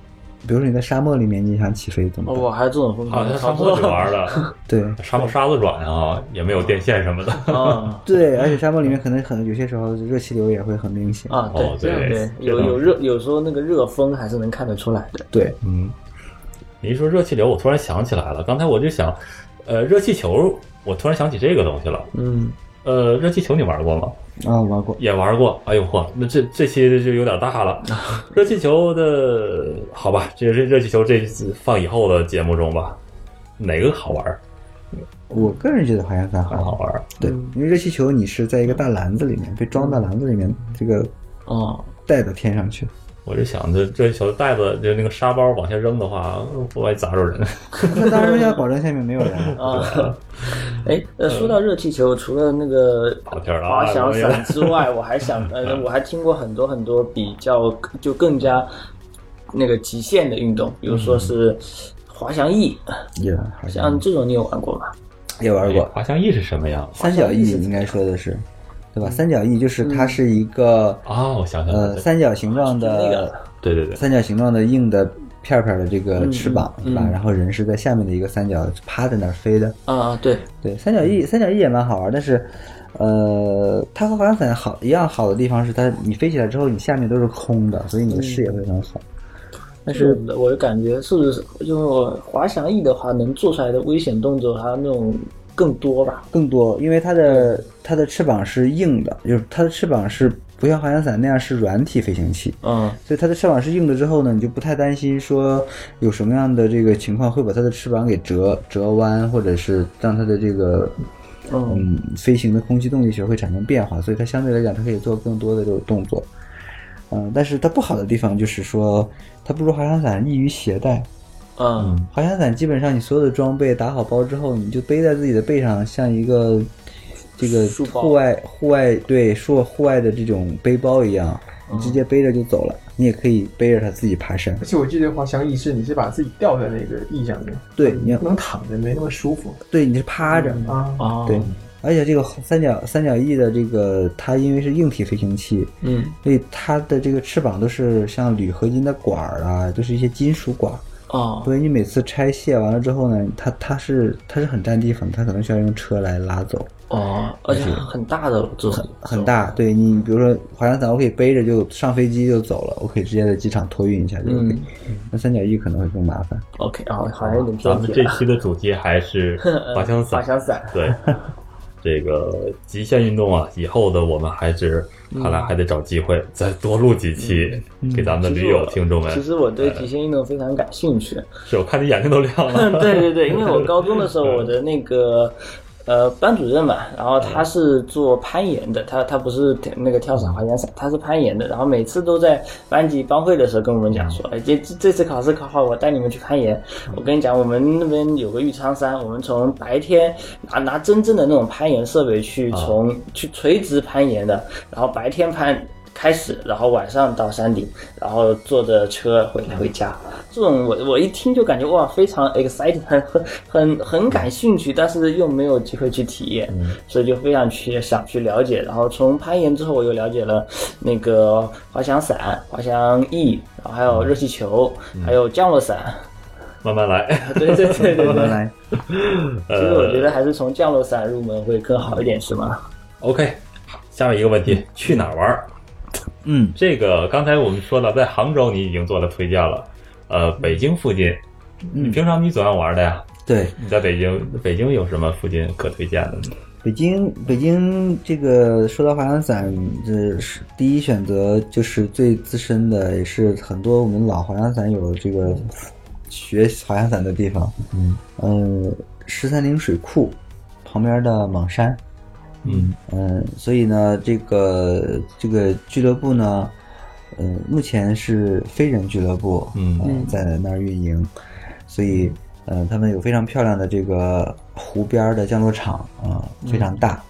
Speaker 4: 比如说你在沙漠里面，你想起飞怎么
Speaker 5: 哦，
Speaker 4: 办？
Speaker 5: 我还有这种疯
Speaker 3: 啊，
Speaker 5: 狂
Speaker 3: 在
Speaker 5: 的
Speaker 3: 沙漠里玩 的，
Speaker 4: 对
Speaker 3: 沙漠沙子软啊，也没有电线什么的。
Speaker 5: 啊
Speaker 4: 对，而且沙漠里面可能很有些时候热气流也会很明显。
Speaker 5: 啊，
Speaker 3: 哦
Speaker 5: 对
Speaker 3: 对
Speaker 5: 对，
Speaker 3: 这
Speaker 5: 有
Speaker 3: 倒
Speaker 5: 有
Speaker 3: 是
Speaker 5: 热，有时候那个热风还是能看得出来的。
Speaker 4: 对，
Speaker 3: 嗯，你一说热气流，我突然想起来了，刚才我就想，呃，热气球，我突然想起这个东西了。
Speaker 5: 嗯，
Speaker 3: 呃，热气球你玩过吗？
Speaker 4: 啊，玩过。
Speaker 3: 也玩过。哎呦嚯，那这这期就有点大了。热气球的好吧，这热热气球这放以后的节目中吧，哪个好玩儿？
Speaker 4: 我个人觉得滑翔伞
Speaker 3: 很好
Speaker 4: 好玩。
Speaker 3: 玩儿。
Speaker 4: 对，因为热气球你是在一个大篮子里面被装到篮子里面，这个
Speaker 5: 哦，
Speaker 4: 带到天 上去。
Speaker 3: 我就想着这小袋子就那个沙包往下扔的话，不万一砸着人。
Speaker 4: 那当然要保证下面没有人了。
Speaker 5: 啊，哎，呃，说到热气球，除了那个
Speaker 3: 跑题儿了啊
Speaker 5: 滑翔 伞之外，我还想，呃，我还听过很多很多比较就更加那个极限的运动，比如说是滑翔翼，
Speaker 4: 也好像
Speaker 5: 像这种你有玩过吗？
Speaker 4: 也玩过
Speaker 3: 哎滑翔翼是什么呀？
Speaker 4: 三角翼，应该说的是，对吧？三角翼就是它是一个
Speaker 3: 啊，我想想了
Speaker 4: 呃，三角形状的
Speaker 3: 对对对，
Speaker 4: 三角形状的硬的片片的这个翅膀，
Speaker 5: 嗯
Speaker 4: 对吧？
Speaker 5: 嗯
Speaker 4: 然后人是在下面的一个三角趴在那儿飞的。
Speaker 5: 啊，对，
Speaker 4: 对，三角翼三角翼也蛮好玩，但是，呃，它和滑翔伞好一样好的地方是它，你飞起来之后，你下面都是空的，所以你的视野会很好。
Speaker 5: 但是我就感觉是不是，因为我滑翔翼的话，能做出来的危险动作还有那种更多吧？
Speaker 4: 更多，因为它的它的翅膀是硬的，就是它的翅膀是不像滑翔伞那样是软体飞行器。
Speaker 5: 嗯，
Speaker 4: 所以它的翅膀是硬的之后呢，你就不太担心说有什么样的这个情况会把它的翅膀给折折弯，或者是让它的这个嗯飞行的空气动力学会产生变化，所以它相对来讲它可以做更多的这种动作。嗯，但是它不好的地方就是说，它不如滑翔伞易于携带。
Speaker 5: 嗯，
Speaker 4: 滑翔伞基本上你所有的装备打好包之后，你就背在自己的背上，像一个这个
Speaker 5: 书包
Speaker 4: 户外户外对说户外的这种背包一样，你嗯
Speaker 5: 嗯
Speaker 4: 直接背着就走了。你也可以背着它自己爬山
Speaker 6: 而。且我记得滑翔翼是你是把自己吊在那个翼上面，
Speaker 4: 对你要
Speaker 6: 不能躺着，没那么舒服
Speaker 4: 对，你是趴着。
Speaker 6: 啊。
Speaker 5: 哦，
Speaker 4: 对，而且这个三角三角翼的这个它因为是硬体飞行器，
Speaker 5: 嗯，
Speaker 4: 所以它的这个翅膀都是像铝合金的管儿啊，都是一些金属管儿。
Speaker 5: 哦，
Speaker 4: 所以你每次拆卸完了之后呢，它它是它是很占地方，它可能需要用车来拉走。
Speaker 5: 哦，而且很大的，这种
Speaker 4: 很大，对你，比如说滑翔伞，我可以背着就上飞机就走了，我可以直接在机场托运一下就 OK
Speaker 5: 嗯。
Speaker 4: 那三角翼可能会更麻烦。
Speaker 5: OK，啊，好像有点
Speaker 3: 咱
Speaker 5: 偏
Speaker 3: 们
Speaker 5: 题
Speaker 3: 这
Speaker 5: 了。
Speaker 3: 期的主题还是滑翔伞。
Speaker 5: 滑翔伞，
Speaker 3: 对，这个极限运动啊，以后的我们还是
Speaker 5: 嗯
Speaker 3: 看来还得找机会再多录几期，给咱们的
Speaker 5: 其实
Speaker 3: 驴友
Speaker 5: 我
Speaker 3: 听众们。呃
Speaker 5: 其实我对极限运动非常感兴趣。
Speaker 3: 是我看你眼睛都亮了。
Speaker 5: 嗯 对对对，因为我高中的时候，我的那个呃班主任嘛，然后他是做攀岩的，他他不是那个跳伞、滑翔伞，他是攀岩的。然后每次都在班级班会的时候跟我们讲说，哎，这这这次考试考好，我带你们去攀岩。我跟你讲，我们那边有个玉苍山，我们从白天拿拿真正的那种攀岩设备去
Speaker 3: 啊
Speaker 5: 从去垂直攀岩的，然后白天攀。开始，然后晚上到山顶，然后坐着车回回家。这种我我一听就感觉哇，非常 exciting，很很很很感兴趣，但是又没有机会去体验，
Speaker 4: 嗯
Speaker 5: 所以就非常去想去了解。然后从攀岩之后，我又了解了那个滑翔伞、滑翔翼，然后还有热气球，
Speaker 4: 嗯
Speaker 5: 还有降 落伞。
Speaker 3: 慢慢来。呃
Speaker 5: 对对对对
Speaker 4: 原
Speaker 5: 对。
Speaker 4: 来嗯
Speaker 5: 其实我觉得还是从降落伞入门会更好一点，是 吗？
Speaker 3: OK，下面一个问题，去哪儿玩儿？
Speaker 4: 嗯，
Speaker 3: 这个刚才我们说了，在杭州你已经做了推荐了，呃，北京附近，
Speaker 5: 嗯
Speaker 3: 你平常你怎么样玩的呀？
Speaker 4: 对，
Speaker 3: 你在北京，北京有什么附近可推荐的呢？
Speaker 4: 北京，北京这个说到滑翔伞，这是第一选择，就是最资深的，也是很多我们老滑翔伞友这个学滑翔伞的地方。
Speaker 3: 嗯
Speaker 4: 嗯，十三陵水库旁边的莽山。
Speaker 3: 嗯
Speaker 4: 嗯，所以呢，这个这个俱乐部呢，嗯、目前是非人俱乐部，
Speaker 3: 嗯
Speaker 4: 呃在那儿运营，所以呃，他们有非常漂亮的这个湖边儿的降落场啊、非常大。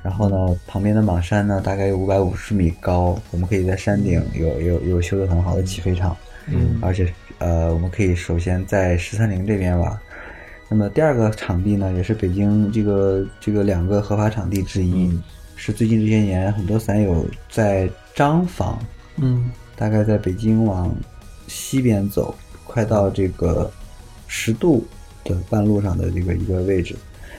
Speaker 4: 然后呢，旁边的莽山呢，大概有五百五十米高，我们可以在山顶有有有修得很好的起飞场，
Speaker 3: 嗯
Speaker 4: 而且呃，我们可以首先在十三陵这边玩。那么第二个场地呢，也是北京这个这个两个合法场地之一，
Speaker 3: 嗯
Speaker 4: 是最近这些年很多伞友在张坊，
Speaker 6: 嗯
Speaker 4: 大概在北京往西边走，快到这个十渡的半路上的这个一个位置，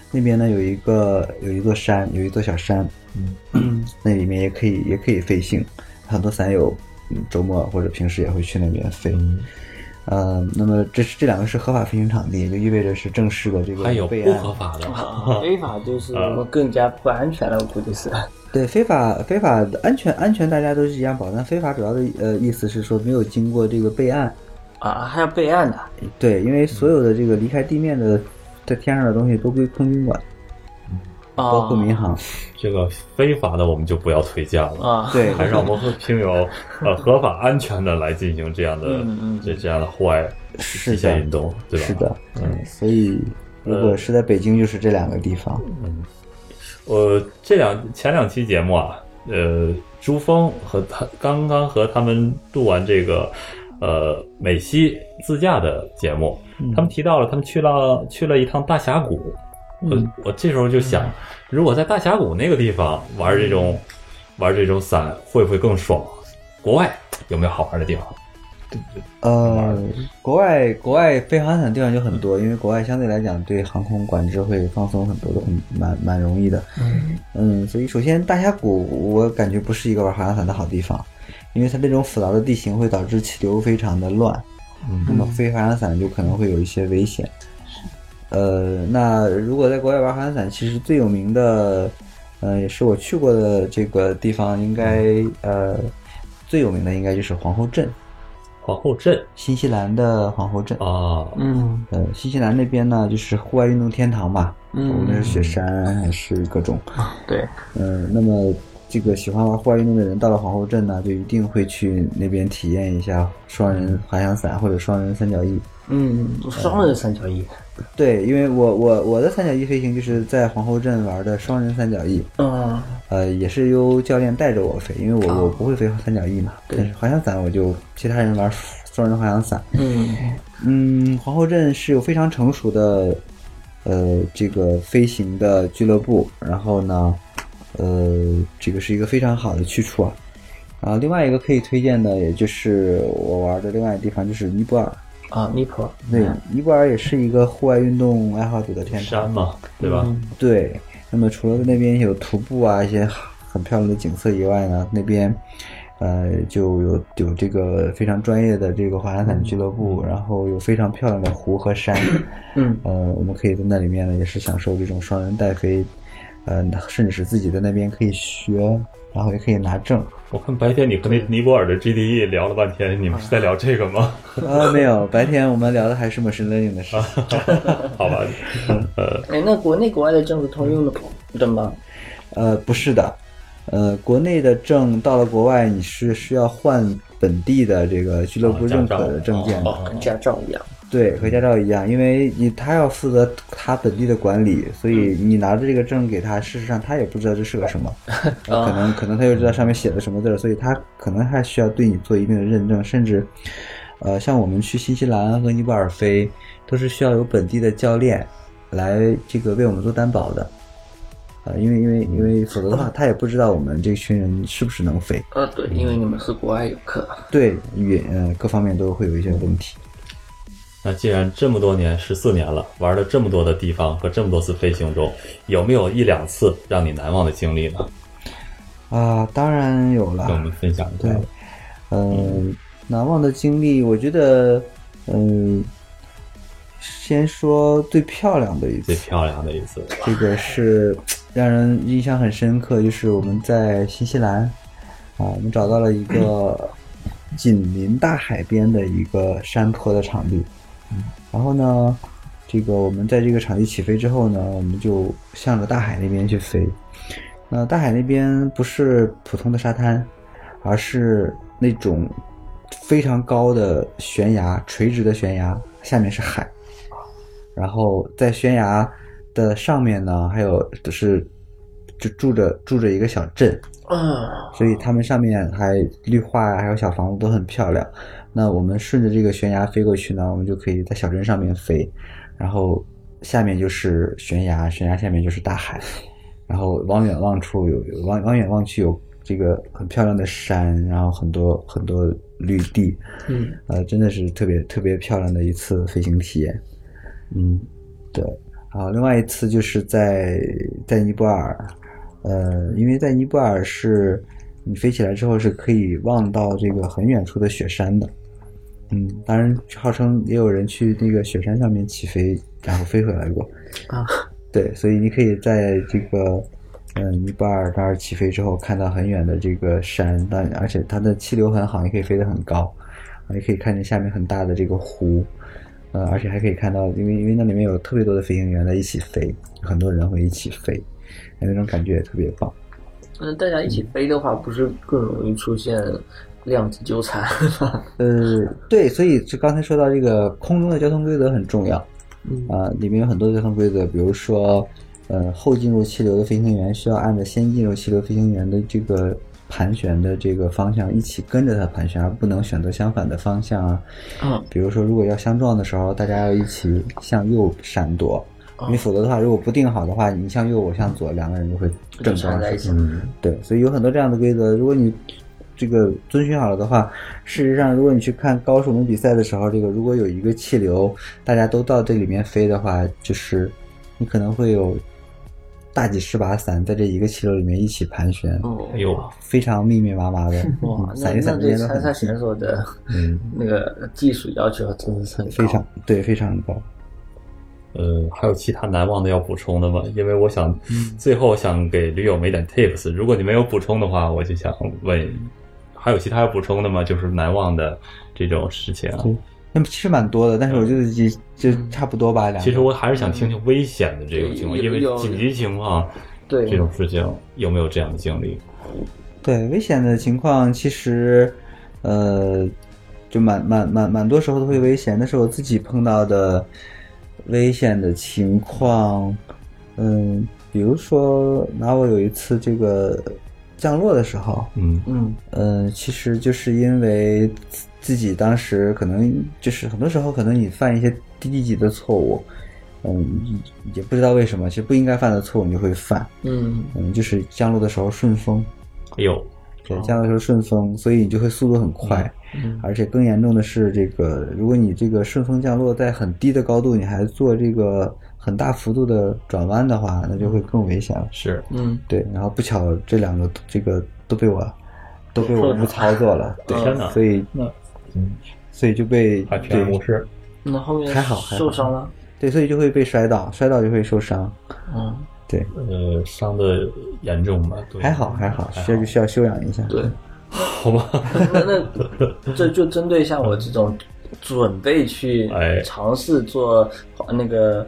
Speaker 4: 那边呢有一个有一座山，有一座小山， 嗯，那里面也可以也可以飞行，很多伞友嗯周末或者平时也会去那边飞。
Speaker 3: 嗯，
Speaker 4: 呃，那么这是这两个是合法飞行场地，也就意味着是正式的这
Speaker 5: 嗯
Speaker 4: 个
Speaker 3: 还有
Speaker 4: 备
Speaker 3: 哎不
Speaker 4: 案。
Speaker 3: 合法的，
Speaker 5: 非法就是更加不安全了，我估计是。
Speaker 4: 对非法非法的安全安全大家都是一样保障，非法主要的呃意思是说没有经过这个备案，
Speaker 5: 啊，还要备案的。
Speaker 4: 对，
Speaker 3: 嗯
Speaker 4: 因为所有的这个离开地面的在天上的东西都归空军管，包括民航。
Speaker 3: 这个非法的我们就不要推荐了。
Speaker 5: 啊，
Speaker 4: 对，
Speaker 3: 还让我们听 友呃合法安全的来进行这样的
Speaker 5: 嗯嗯
Speaker 3: 这这样的户外
Speaker 4: 是
Speaker 3: 极限
Speaker 4: 的
Speaker 3: 运动，对吧？呃
Speaker 4: 是的，嗯，所以如果是在北京，就是这两个地方。
Speaker 3: 我呃这两前两期节目啊，呃，朱峰和他刚刚和他们录完这个，呃，美西自驾的节目，
Speaker 5: 嗯
Speaker 3: 他们提到了他们去了去了一趟大峡谷，
Speaker 4: 嗯
Speaker 3: 我我这时候就想，如果在大峡谷那个地方玩这种、
Speaker 5: 嗯
Speaker 3: 玩这种伞，会不会更爽？国外有没有好玩的地方？
Speaker 4: 呃，国外国外飞航伞地方就很多，因为国外相对来讲对航空管制会放松很多，都很蛮蛮容易的。嗯，所以首先大峡谷我感觉不是一个玩滑翔伞的好地方，因为它这种复杂的地形会导致气流非常的乱，
Speaker 3: 嗯
Speaker 5: 嗯
Speaker 4: 那么飞滑翔伞就可能会有一些危险。呃，那如果在国外玩滑翔伞，其实最有名的，呃，也是我去过的这个地方，应该呃最有名的应该就是皇后镇。
Speaker 3: 皇后镇
Speaker 4: 新西兰的皇后镇。
Speaker 3: 啊，
Speaker 6: 嗯
Speaker 4: 呃，新西兰那边呢，就是户外运动天堂吧，无论
Speaker 6: 嗯，
Speaker 4: 是雪山还是各种。
Speaker 5: 对，
Speaker 4: 嗯、那么这个喜欢玩户外运动的人，到了皇后镇呢，就一定会去那边体验一下双人滑翔伞或者双人三角翼。
Speaker 5: 嗯，双人三角翼。
Speaker 4: 对，因为我我我的三角翼飞行就是在皇后镇玩的双人三角翼，
Speaker 5: 嗯，
Speaker 4: 呃，也是由教练带着我飞，因为我、我不会飞三角翼嘛，但是滑翔伞我就其他人玩双人滑翔伞，
Speaker 5: 嗯，
Speaker 4: 嗯，皇后镇是有非常成熟的，呃，这个飞行的俱乐部。然后呢，呃，这个是一个非常好的去处啊。啊，另外一个可以推荐的，也就是我玩的另外一个地方就是尼泊尔。
Speaker 5: 啊，尼泊尔。
Speaker 4: 对，尼泊尔也是一个户外运动爱好者的天
Speaker 3: 山
Speaker 4: 堂。
Speaker 3: 嘛，对吧？
Speaker 4: 对，那么除了那边有徒步啊一些很漂亮的景色以外呢，那边呃就有有这个非常专业的这个滑翔伞俱乐部，然后有非常漂亮的湖和山，
Speaker 5: 嗯，
Speaker 4: 呃，我们可以在那里面呢也是享受这种双人带飞，呃，甚至是自己在那边可以学，然后也可以拿证。
Speaker 3: 我看白天你和那尼泊尔的 GDE 聊了半天，你们是在聊这个吗？
Speaker 4: 啊，没有，白天我们聊的还是 machine learning 的事情。
Speaker 3: 好吧，呃，
Speaker 5: 哎，那国内国外的政府通用的的吗？
Speaker 4: 呃，不是的，呃，国内的证到了国外，你是需要换本地的这个俱乐部认可的证件的。
Speaker 5: 哦嗯哦，跟驾照一样。
Speaker 4: 对，和驾照一样，因为你他要负责他本地的管理，所以你拿着这个证给他，事实上他也不知道这是个 什么，呃可能可能他就知道上面写的什么字儿，所以他可能还需要对你做一定的认证，甚至，呃，像我们去新西兰和尼泊尔飞，都是需要有本地的教练来这个为我们做担保的，啊、因为因为因为否则的话，他也不知道我们这群人是不是能飞，
Speaker 5: 呃，对，因为你们是国外游客，
Speaker 4: 对语言呃各方面都会有一些问题。
Speaker 3: 那既然这么多年，十四年了，玩了这么多的地方和这么多次飞行中，有没有一两次让你难忘的经历呢？
Speaker 4: 啊，当然有了。
Speaker 3: 跟我们分享一下吧。
Speaker 4: 嗯，难忘的经历，我觉得，嗯，先说最漂亮的一
Speaker 3: 最
Speaker 4: 次，
Speaker 3: 漂亮的一次，
Speaker 4: 这个是让人印象很深刻，就是我们在新西兰，啊，我们找到了一个紧邻大海边的一个山坡的场地，嗯然后呢，这个我们在这个场地起飞之后呢，我们就向着大海那边去飞。那大海那边不是普通的沙滩，而是那种非常高的悬崖，垂直的悬崖，下面是海。然后在悬崖的上面呢，还有就是就住着住着一个小镇，
Speaker 5: 啊，
Speaker 4: 所以他们上面还绿化呀，还有小房子都很漂亮。那我们顺着这个悬崖飞过去呢，我们就可以在小镇上面飞，然后下面就是悬崖，悬崖下面就是大海，然后往远望处有有往往远望去有这个很漂亮的山，然后很多很多绿地，
Speaker 5: 嗯，
Speaker 4: 呃，真的是特别特别漂亮的一次飞行体验。
Speaker 3: 嗯，
Speaker 4: 对，啊，另外一次就是在在尼泊尔，呃，因为在尼泊尔是你飞起来之后是可以望到这个很远处的雪山的，嗯，当然号称也有人去那个雪山上面起飞，然后飞回来过，
Speaker 5: 啊，
Speaker 4: 对，所以你可以在这个。嗯，尼泊尔那儿起飞之后，看到很远的这个山，但而且它的气流很好，你可以飞得很高，啊，也可以看见下面很大的这个湖，呃，而且还可以看到，因为因为那里面有特别多的飞行员在一起飞，很多人会一起飞，哎那种感觉也特别棒。
Speaker 5: 那嗯大家一起飞的话，不是更容易出现量子纠缠吗？
Speaker 4: 呃，对，所以就刚才说到这个空中的交通规则很重要
Speaker 5: 嗯
Speaker 4: 啊、里面有很多交通规则，比如说，呃，后进入气流的飞行员需要按照先进入气流飞行员的这个盘旋的这个方向一起跟着它盘旋，而不能选择相反的方向啊。
Speaker 5: 嗯
Speaker 4: 比如说，如果要相撞的时候，大家要一起向右闪躲，你
Speaker 5: 啊嗯
Speaker 4: 否则的话，如果不定好的话，你向右，我向左，两个人就会
Speaker 5: 就
Speaker 4: 正
Speaker 5: 缠
Speaker 4: 撞
Speaker 5: 在一起。
Speaker 4: 对，所以有很多这样的规则，如果你这个遵循好了的话，事实上，如果你去看高手们比赛的时候，这个如果有一个气流，大家都到这里面飞的话，就是你可能会有大几十把伞在这一个气流里面一起盘旋，
Speaker 5: 哦
Speaker 3: 哎，呦，
Speaker 4: 非常密密麻麻的，
Speaker 5: 哇
Speaker 4: 嗯，
Speaker 5: 那
Speaker 4: 伞与
Speaker 5: 那
Speaker 4: 伞之
Speaker 5: 对
Speaker 4: 间都
Speaker 5: 参
Speaker 4: 很
Speaker 5: 赛
Speaker 4: 近
Speaker 5: 选手的
Speaker 3: 嗯
Speaker 5: 那个技术要求真的是很高
Speaker 4: 非常对，非常高。
Speaker 3: 呃，还有其他难忘的要补充的吗？因为我想最后想给驴友们一点 tips，如果你没有补充的话，我就想问，还有其他要补充的吗？就是难忘的这种事情啊。
Speaker 4: 那么其实蛮多的，但是我觉得就就
Speaker 5: 嗯
Speaker 4: 差不多吧。两个
Speaker 3: 其实我还是想听听危险的这种情况，
Speaker 5: 有
Speaker 3: 因为
Speaker 5: 有
Speaker 3: 紧急情况
Speaker 5: 对
Speaker 3: 这种事情有没有这样的经历？
Speaker 4: 对危险的情况，其实，呃，就蛮蛮蛮蛮多时候都会危险。但是我自己碰到的危险的情况，嗯，比如说拿我有一次这个降落的时候，
Speaker 3: 嗯
Speaker 5: 嗯
Speaker 4: 嗯，其实就是因为自自己当时可能就是很多时候可能你犯一些低级的错误，嗯，也不知道为什么，其实不应该犯的错误你就会犯，
Speaker 5: 嗯
Speaker 4: 嗯，就是降落的时候顺风。
Speaker 3: 哎呦，
Speaker 4: 对，降落的时候顺风，所以你就会速度很快，
Speaker 5: 嗯
Speaker 4: 而且更严重的是，这个如果你这个顺风降落在很低的高度，你还做这个很大幅度的转弯的话，那就会更危险了。
Speaker 3: 是
Speaker 5: 嗯，
Speaker 4: 对，然后不巧这两个这个都被我都被我误操作了，对
Speaker 3: 天哪，
Speaker 4: 所以
Speaker 3: 那嗯，
Speaker 4: 所以就被
Speaker 3: 还平安无
Speaker 4: 对
Speaker 3: 事。
Speaker 5: 那后面
Speaker 4: 还好还好
Speaker 5: 受伤了，
Speaker 4: 对，所以就会被摔倒，摔倒就会受伤，
Speaker 5: 嗯，
Speaker 4: 对，
Speaker 3: 呃，伤的严重吗？对
Speaker 4: 还好还好，需要需要休养一下。
Speaker 5: 对，
Speaker 3: 好 吧。
Speaker 5: 那那这就针对像我这种准备去
Speaker 3: 哎
Speaker 5: 尝试做滑那个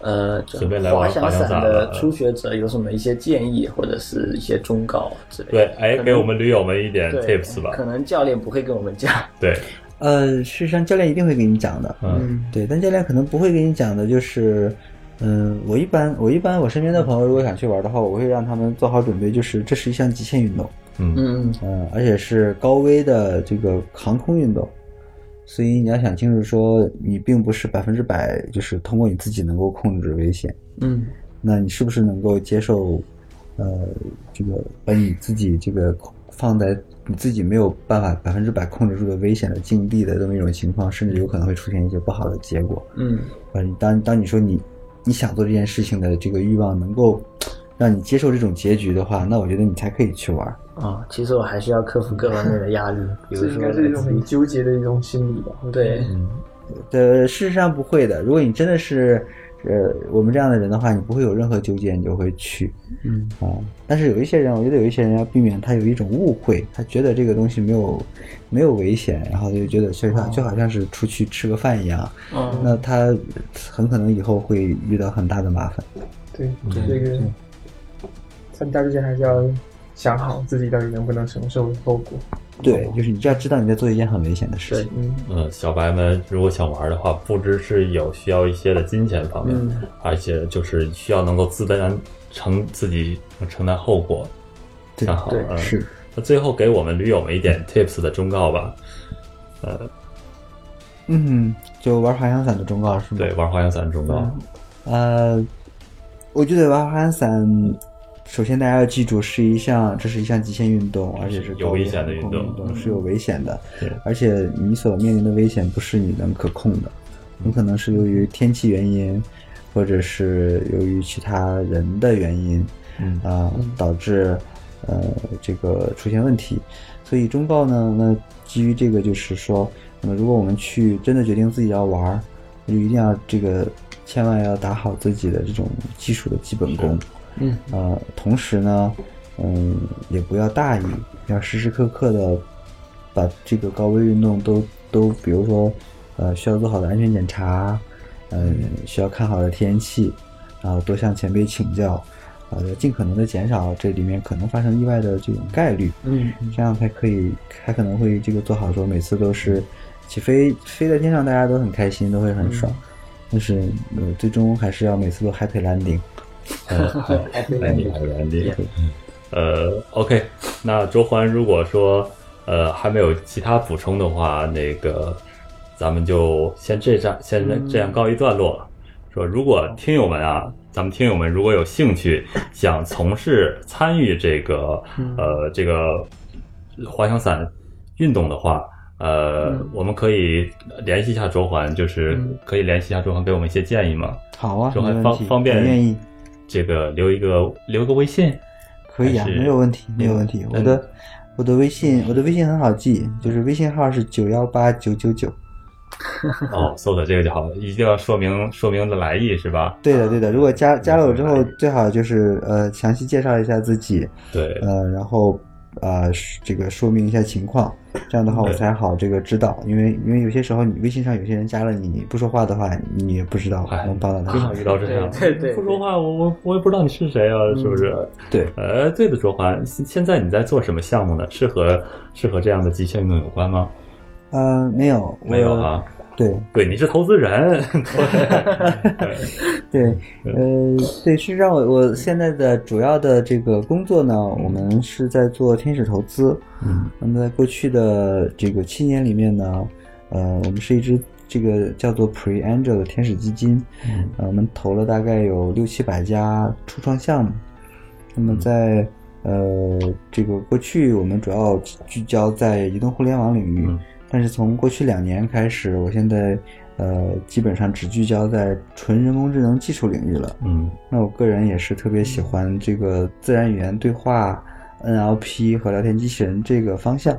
Speaker 5: 呃就
Speaker 3: 准备来
Speaker 5: 滑
Speaker 3: 玩
Speaker 5: 翔
Speaker 3: 滑翔
Speaker 5: 伞
Speaker 3: 伞
Speaker 5: 的
Speaker 3: 了
Speaker 5: 初学者有什么一些建议或者是一些忠告之类的？
Speaker 3: 对，哎，
Speaker 5: 可能
Speaker 3: 给我们驴友们一点
Speaker 5: 对
Speaker 3: tips 吧。
Speaker 5: 可能教练不会跟我们讲，
Speaker 3: 对，
Speaker 4: 呃，事实上教练一定会给你讲的，
Speaker 3: 嗯
Speaker 4: 对，但教练可能不会给你讲的就是，嗯，我一般我一般我身边的朋友如果想去玩的话，我会让他们做好准备，就是这是一项极限运动，
Speaker 3: 嗯
Speaker 5: 嗯
Speaker 4: 嗯，而且是高危的这个航空运动，所以你要想清楚说，你并不是百分之百就是通过你自己能够控制危险，
Speaker 5: 嗯
Speaker 4: 那你是不是能够接受，呃，这个把你自己这个放在你自己没有办法百分之百控制住的危险的境地的这么一种情况，甚至有可能会出现一些不好的结果。
Speaker 5: 嗯
Speaker 4: 呃，你当当你说你你想做这件事情的这个欲望能够让你接受这种结局的话，那我觉得你才可以去玩。
Speaker 5: 啊，其实我还是要克服各方面的压力，比
Speaker 6: 这
Speaker 5: 如
Speaker 6: 应
Speaker 5: 说
Speaker 6: 该是一种很纠结的一种心理吧。
Speaker 5: 对，
Speaker 4: 呃，事实上不会的。如果你真的是呃我们这样的人的话，你不会有任何纠结，你就会去
Speaker 5: 嗯
Speaker 4: 啊、但是有一些人，我觉得有一些人要避免他有一种误会，他觉得这个东西没有没有危险，然后就觉得就像就好像是出去吃个饭一样，
Speaker 5: 嗯
Speaker 4: 那他很可能以后会遇到很大的麻烦。
Speaker 6: 嗯对，这个参加之前还是要想好自己到底能不能承受后果。
Speaker 4: 对，就是你要知道你在做一件很危险的事情
Speaker 5: 对。
Speaker 6: 嗯，
Speaker 3: 呃，小白们如果想玩的话，不只是有需要一些的金钱方面，
Speaker 5: 嗯
Speaker 3: 而且就是需要能够自担承自己承担后果，
Speaker 4: 对
Speaker 3: 然后
Speaker 5: 对
Speaker 3: 嗯、
Speaker 4: 是
Speaker 3: 那最后给我们驴友们一点 tips 的忠告吧。
Speaker 4: 嗯，就玩滑翔伞的忠告是吗？
Speaker 3: 对，，玩滑翔伞的忠告。
Speaker 4: 呃，我觉得玩滑翔伞，首先大家要记住是一项，这是一项极限运动，而且是
Speaker 3: 有
Speaker 4: 高
Speaker 3: 危
Speaker 4: 危
Speaker 3: 险的运
Speaker 4: 动，
Speaker 3: 动嗯
Speaker 4: 是有危险的
Speaker 3: 对，
Speaker 4: 而且你所面临的危险不是你能可控的，有
Speaker 3: 嗯
Speaker 4: 可能是由于天气原因，或者是由于其他人的原因，
Speaker 3: 嗯
Speaker 4: 啊、导致呃这个出现问题。所以忠告呢，那基于这个就是说，嗯，如果我们去真的决定自己要玩儿，就一定要这个千万要打好自己的这种基础的基本功。
Speaker 5: 嗯，
Speaker 4: 呃，同时呢，嗯，也不要大意，要时时刻刻的把这个高危运动都都，比如说，呃，需要做好的安全检查，嗯、需要看好的天气，然后多向前辈请教，啊、要尽可能的减少这里面可能发生意外的这种概率。
Speaker 5: 嗯
Speaker 4: 这样才可以，才可能会这个做好说每次都是起飞飞在天上，大家都很开心，都会很爽。但是呃，最终还是要每次都 happy landing。
Speaker 3: 呃
Speaker 5: 嗯
Speaker 3: 来哎你，来你。呃，OK，那卓环，如果说呃还没有其他补充的话，那个咱们就先这样，先这样告一段落了。说如果听友们啊，咱们听友们如果有兴趣想从事参与这个呃这个滑翔伞运动的话。呃，我们可以联系一下卓环，就是可以联系一下卓环，给我们一些建议吗？
Speaker 4: 好啊，
Speaker 3: 这
Speaker 4: 没
Speaker 3: 还
Speaker 4: 问
Speaker 3: 方
Speaker 4: 题，
Speaker 3: 方便
Speaker 4: 我愿意，
Speaker 3: 这个留一个留个微 信，
Speaker 4: 可以啊，
Speaker 3: 还是嗯
Speaker 4: 没有问题，没有问题。我的我的微信，我的微信很好记，就是微信号是九幺八九九九。
Speaker 3: 哦，搜索这个就好了，一定要说明说明的来意是吧？
Speaker 4: 对的，对的。如果加加了我之后，最好就是呃详细介绍一下自己，
Speaker 3: 对，
Speaker 4: 呃，然后呃这个说明一下情况，这样的话我
Speaker 3: 对
Speaker 4: 才好这个知道，因为因为有些时候你微信上有些人加了你，你不说话的话，你也不知道
Speaker 3: 哎
Speaker 4: 能帮到
Speaker 3: 经
Speaker 4: 他
Speaker 3: 常。遇到这样，
Speaker 5: 对对对
Speaker 3: 不说话，我我我也不知道你是谁啊，是不是？
Speaker 4: 嗯对，
Speaker 3: 呃，对的，卓环，现现在你在做什么项目呢？是和是和这样的极限运动有关吗？
Speaker 4: 呃，没有，我
Speaker 3: 没有啊，
Speaker 4: 对
Speaker 3: 对，你是投资人， 对，
Speaker 4: 对，呃，对，事实上我我现在的主要的这个工作呢，我们是在做天使投资。
Speaker 3: 嗯，
Speaker 4: 那么在过去的这个七年里面呢，呃，我们是一支这个叫做 Pre Angel 的天使基金，
Speaker 3: 嗯
Speaker 4: 呃，我们投了大概有六七百家初创项目。那么在呃这个过去，我们主要聚焦在移动互联网领域，
Speaker 3: 嗯
Speaker 4: 但是从过去两年开始，我现在呃基本上只聚焦在纯人工智能技术领域了。
Speaker 3: 嗯
Speaker 4: 那我个人也是特别喜欢这个自然语言对话、NLP 和聊天机器人这个方向，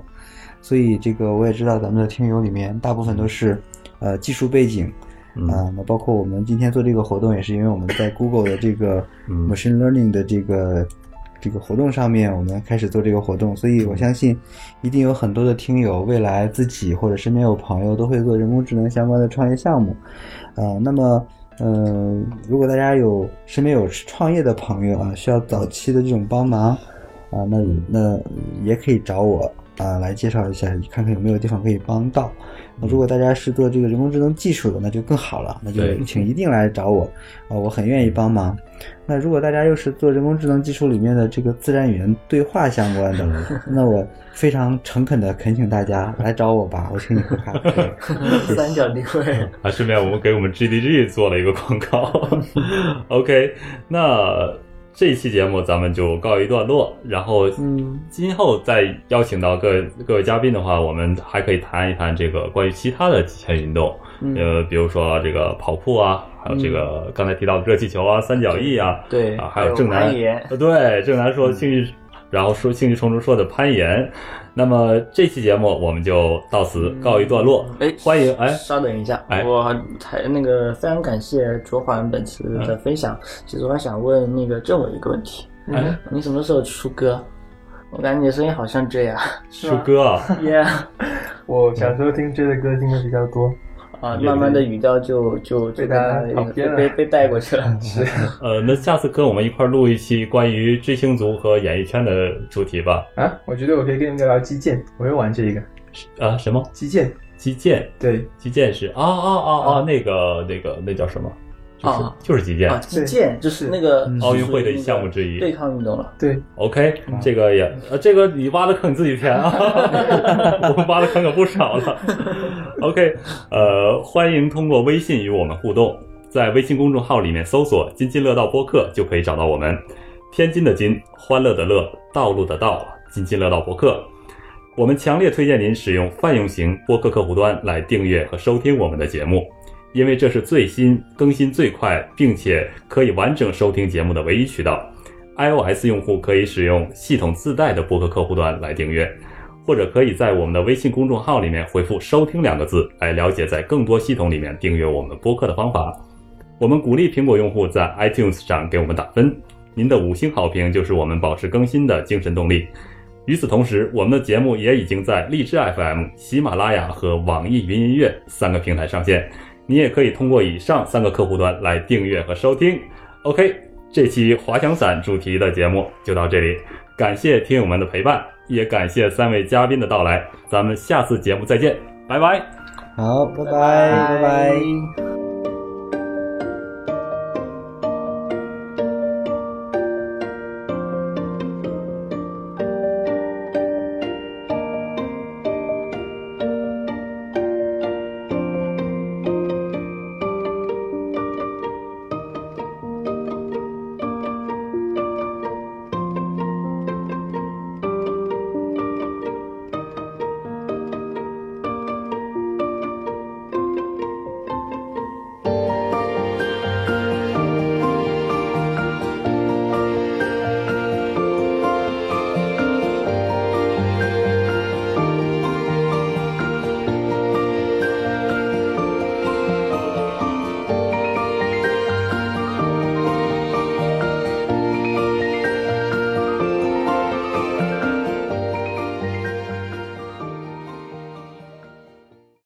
Speaker 4: 所以这个我也知道咱们的听友里面大部分都是呃技术背景，
Speaker 3: 嗯
Speaker 4: 啊，那包括我们今天做这个活动，也是因为我们在 Google 的这个
Speaker 3: 嗯
Speaker 4: machine learning 的这个这个活动上面，我们开始做这个活动，所以我相信一定有很多的听友，未来自己或者身边有朋友都会做人工智能相关的创业项目，呃，那么。呃，如果大家有身边有创业的朋友啊，需要早期的这种帮忙啊，那那也可以找我啊、来介绍一下，看看有没有地方可以帮到。那如果大家是做这个人工智能技术的，那就更好了，那就
Speaker 3: 对
Speaker 4: 请一定来找我，啊、我很愿意帮忙。那如果大家又是做人工智能技术里面的这个自然语言对话相关的， 那我非常诚恳的恳请大家来找我吧，我请你喝咖啡。
Speaker 5: 三角定 位，
Speaker 3: 啊，顺便我们给我们 GDG 做了一个广告。OK，那这一期节目咱们就告一段落，然后
Speaker 5: 嗯
Speaker 3: 今后再邀请到各位各位嘉宾的话，我们还可以谈一谈这个关于其他的极限运动，
Speaker 5: 嗯，
Speaker 3: 呃，比如说这个跑酷啊，还有这个刚才提到的热气球啊、三角翼啊，
Speaker 5: 对
Speaker 3: 啊，还有正南
Speaker 5: 攀岩，嗯
Speaker 3: 呃对，正南说兴趣，然后说兴趣冲冲说的攀岩。那么这期节目我们就到此告一段落，
Speaker 5: 嗯哎，
Speaker 3: 欢迎哎。
Speaker 5: 稍等一下，
Speaker 3: 哎
Speaker 5: 我还那个非常感谢卓环本次
Speaker 3: 嗯
Speaker 5: 的分享。其实我还想问那个政委一个问题，
Speaker 6: 嗯
Speaker 3: 哎
Speaker 5: 你什么时候出歌？我感觉你的声音好像这样，是
Speaker 3: 舒
Speaker 5: 吗
Speaker 3: 哥啊，
Speaker 5: ，Yeah，
Speaker 7: 我小时候听这类歌听的比较多，
Speaker 5: 啊，慢慢的语调就就
Speaker 7: 被
Speaker 5: 就
Speaker 7: 他
Speaker 5: 被
Speaker 7: 跑偏了
Speaker 5: 被被带过去
Speaker 6: 嗯
Speaker 5: 了。是，
Speaker 3: 呃，那下次跟我们一块儿录一期关于追星族和演艺圈的主题吧。
Speaker 7: 啊，我觉得我可以跟你们聊聊击剑，我又玩这一个
Speaker 3: 啊，什么？
Speaker 7: 击剑，
Speaker 3: 击剑？
Speaker 7: 对，
Speaker 3: 击剑是啊啊啊啊，那个那个那叫什么？就是、
Speaker 5: 啊
Speaker 3: 就是击剑。
Speaker 5: 啊，击剑就是那个
Speaker 4: 嗯
Speaker 3: 奥运会的项目之一
Speaker 5: 对抗运动了。
Speaker 3: OK，这个也呃，这个你挖的坑你自己填啊，我们挖的坑可不少了。OK，呃，欢迎通过微信与我们互动，在微信公众号里面搜索“津津乐道播客”就可以找到我们。天津的津，欢乐的乐，道路的道，津津乐道播客。我们强烈推荐您使用泛用型播客客户端来订阅和收听我们的节目，因为这是最新、更新最快，并且可以完整收听节目的唯一渠道。iOS 用户可以使用系统自带的播客客户端来订阅，或者可以在我们的微信公众号里面回复“收听”两个字来了解在更多系统里面订阅我们播客的方法。我们鼓励苹果用户在 iTunes 上给我们打分，您的五星好评就是我们保持更新的精神动力。与此同时，我们的节目也已经在荔枝 FM、喜马拉雅和网易云音乐三个平台上线，你也可以通过以上三个客户端来订阅和收听。OK，这期滑翔伞主题的节目就到这里，感谢听友们的陪伴，也感谢三位嘉宾的到来，咱们下次节目再见，拜拜。
Speaker 4: 好，拜拜拜拜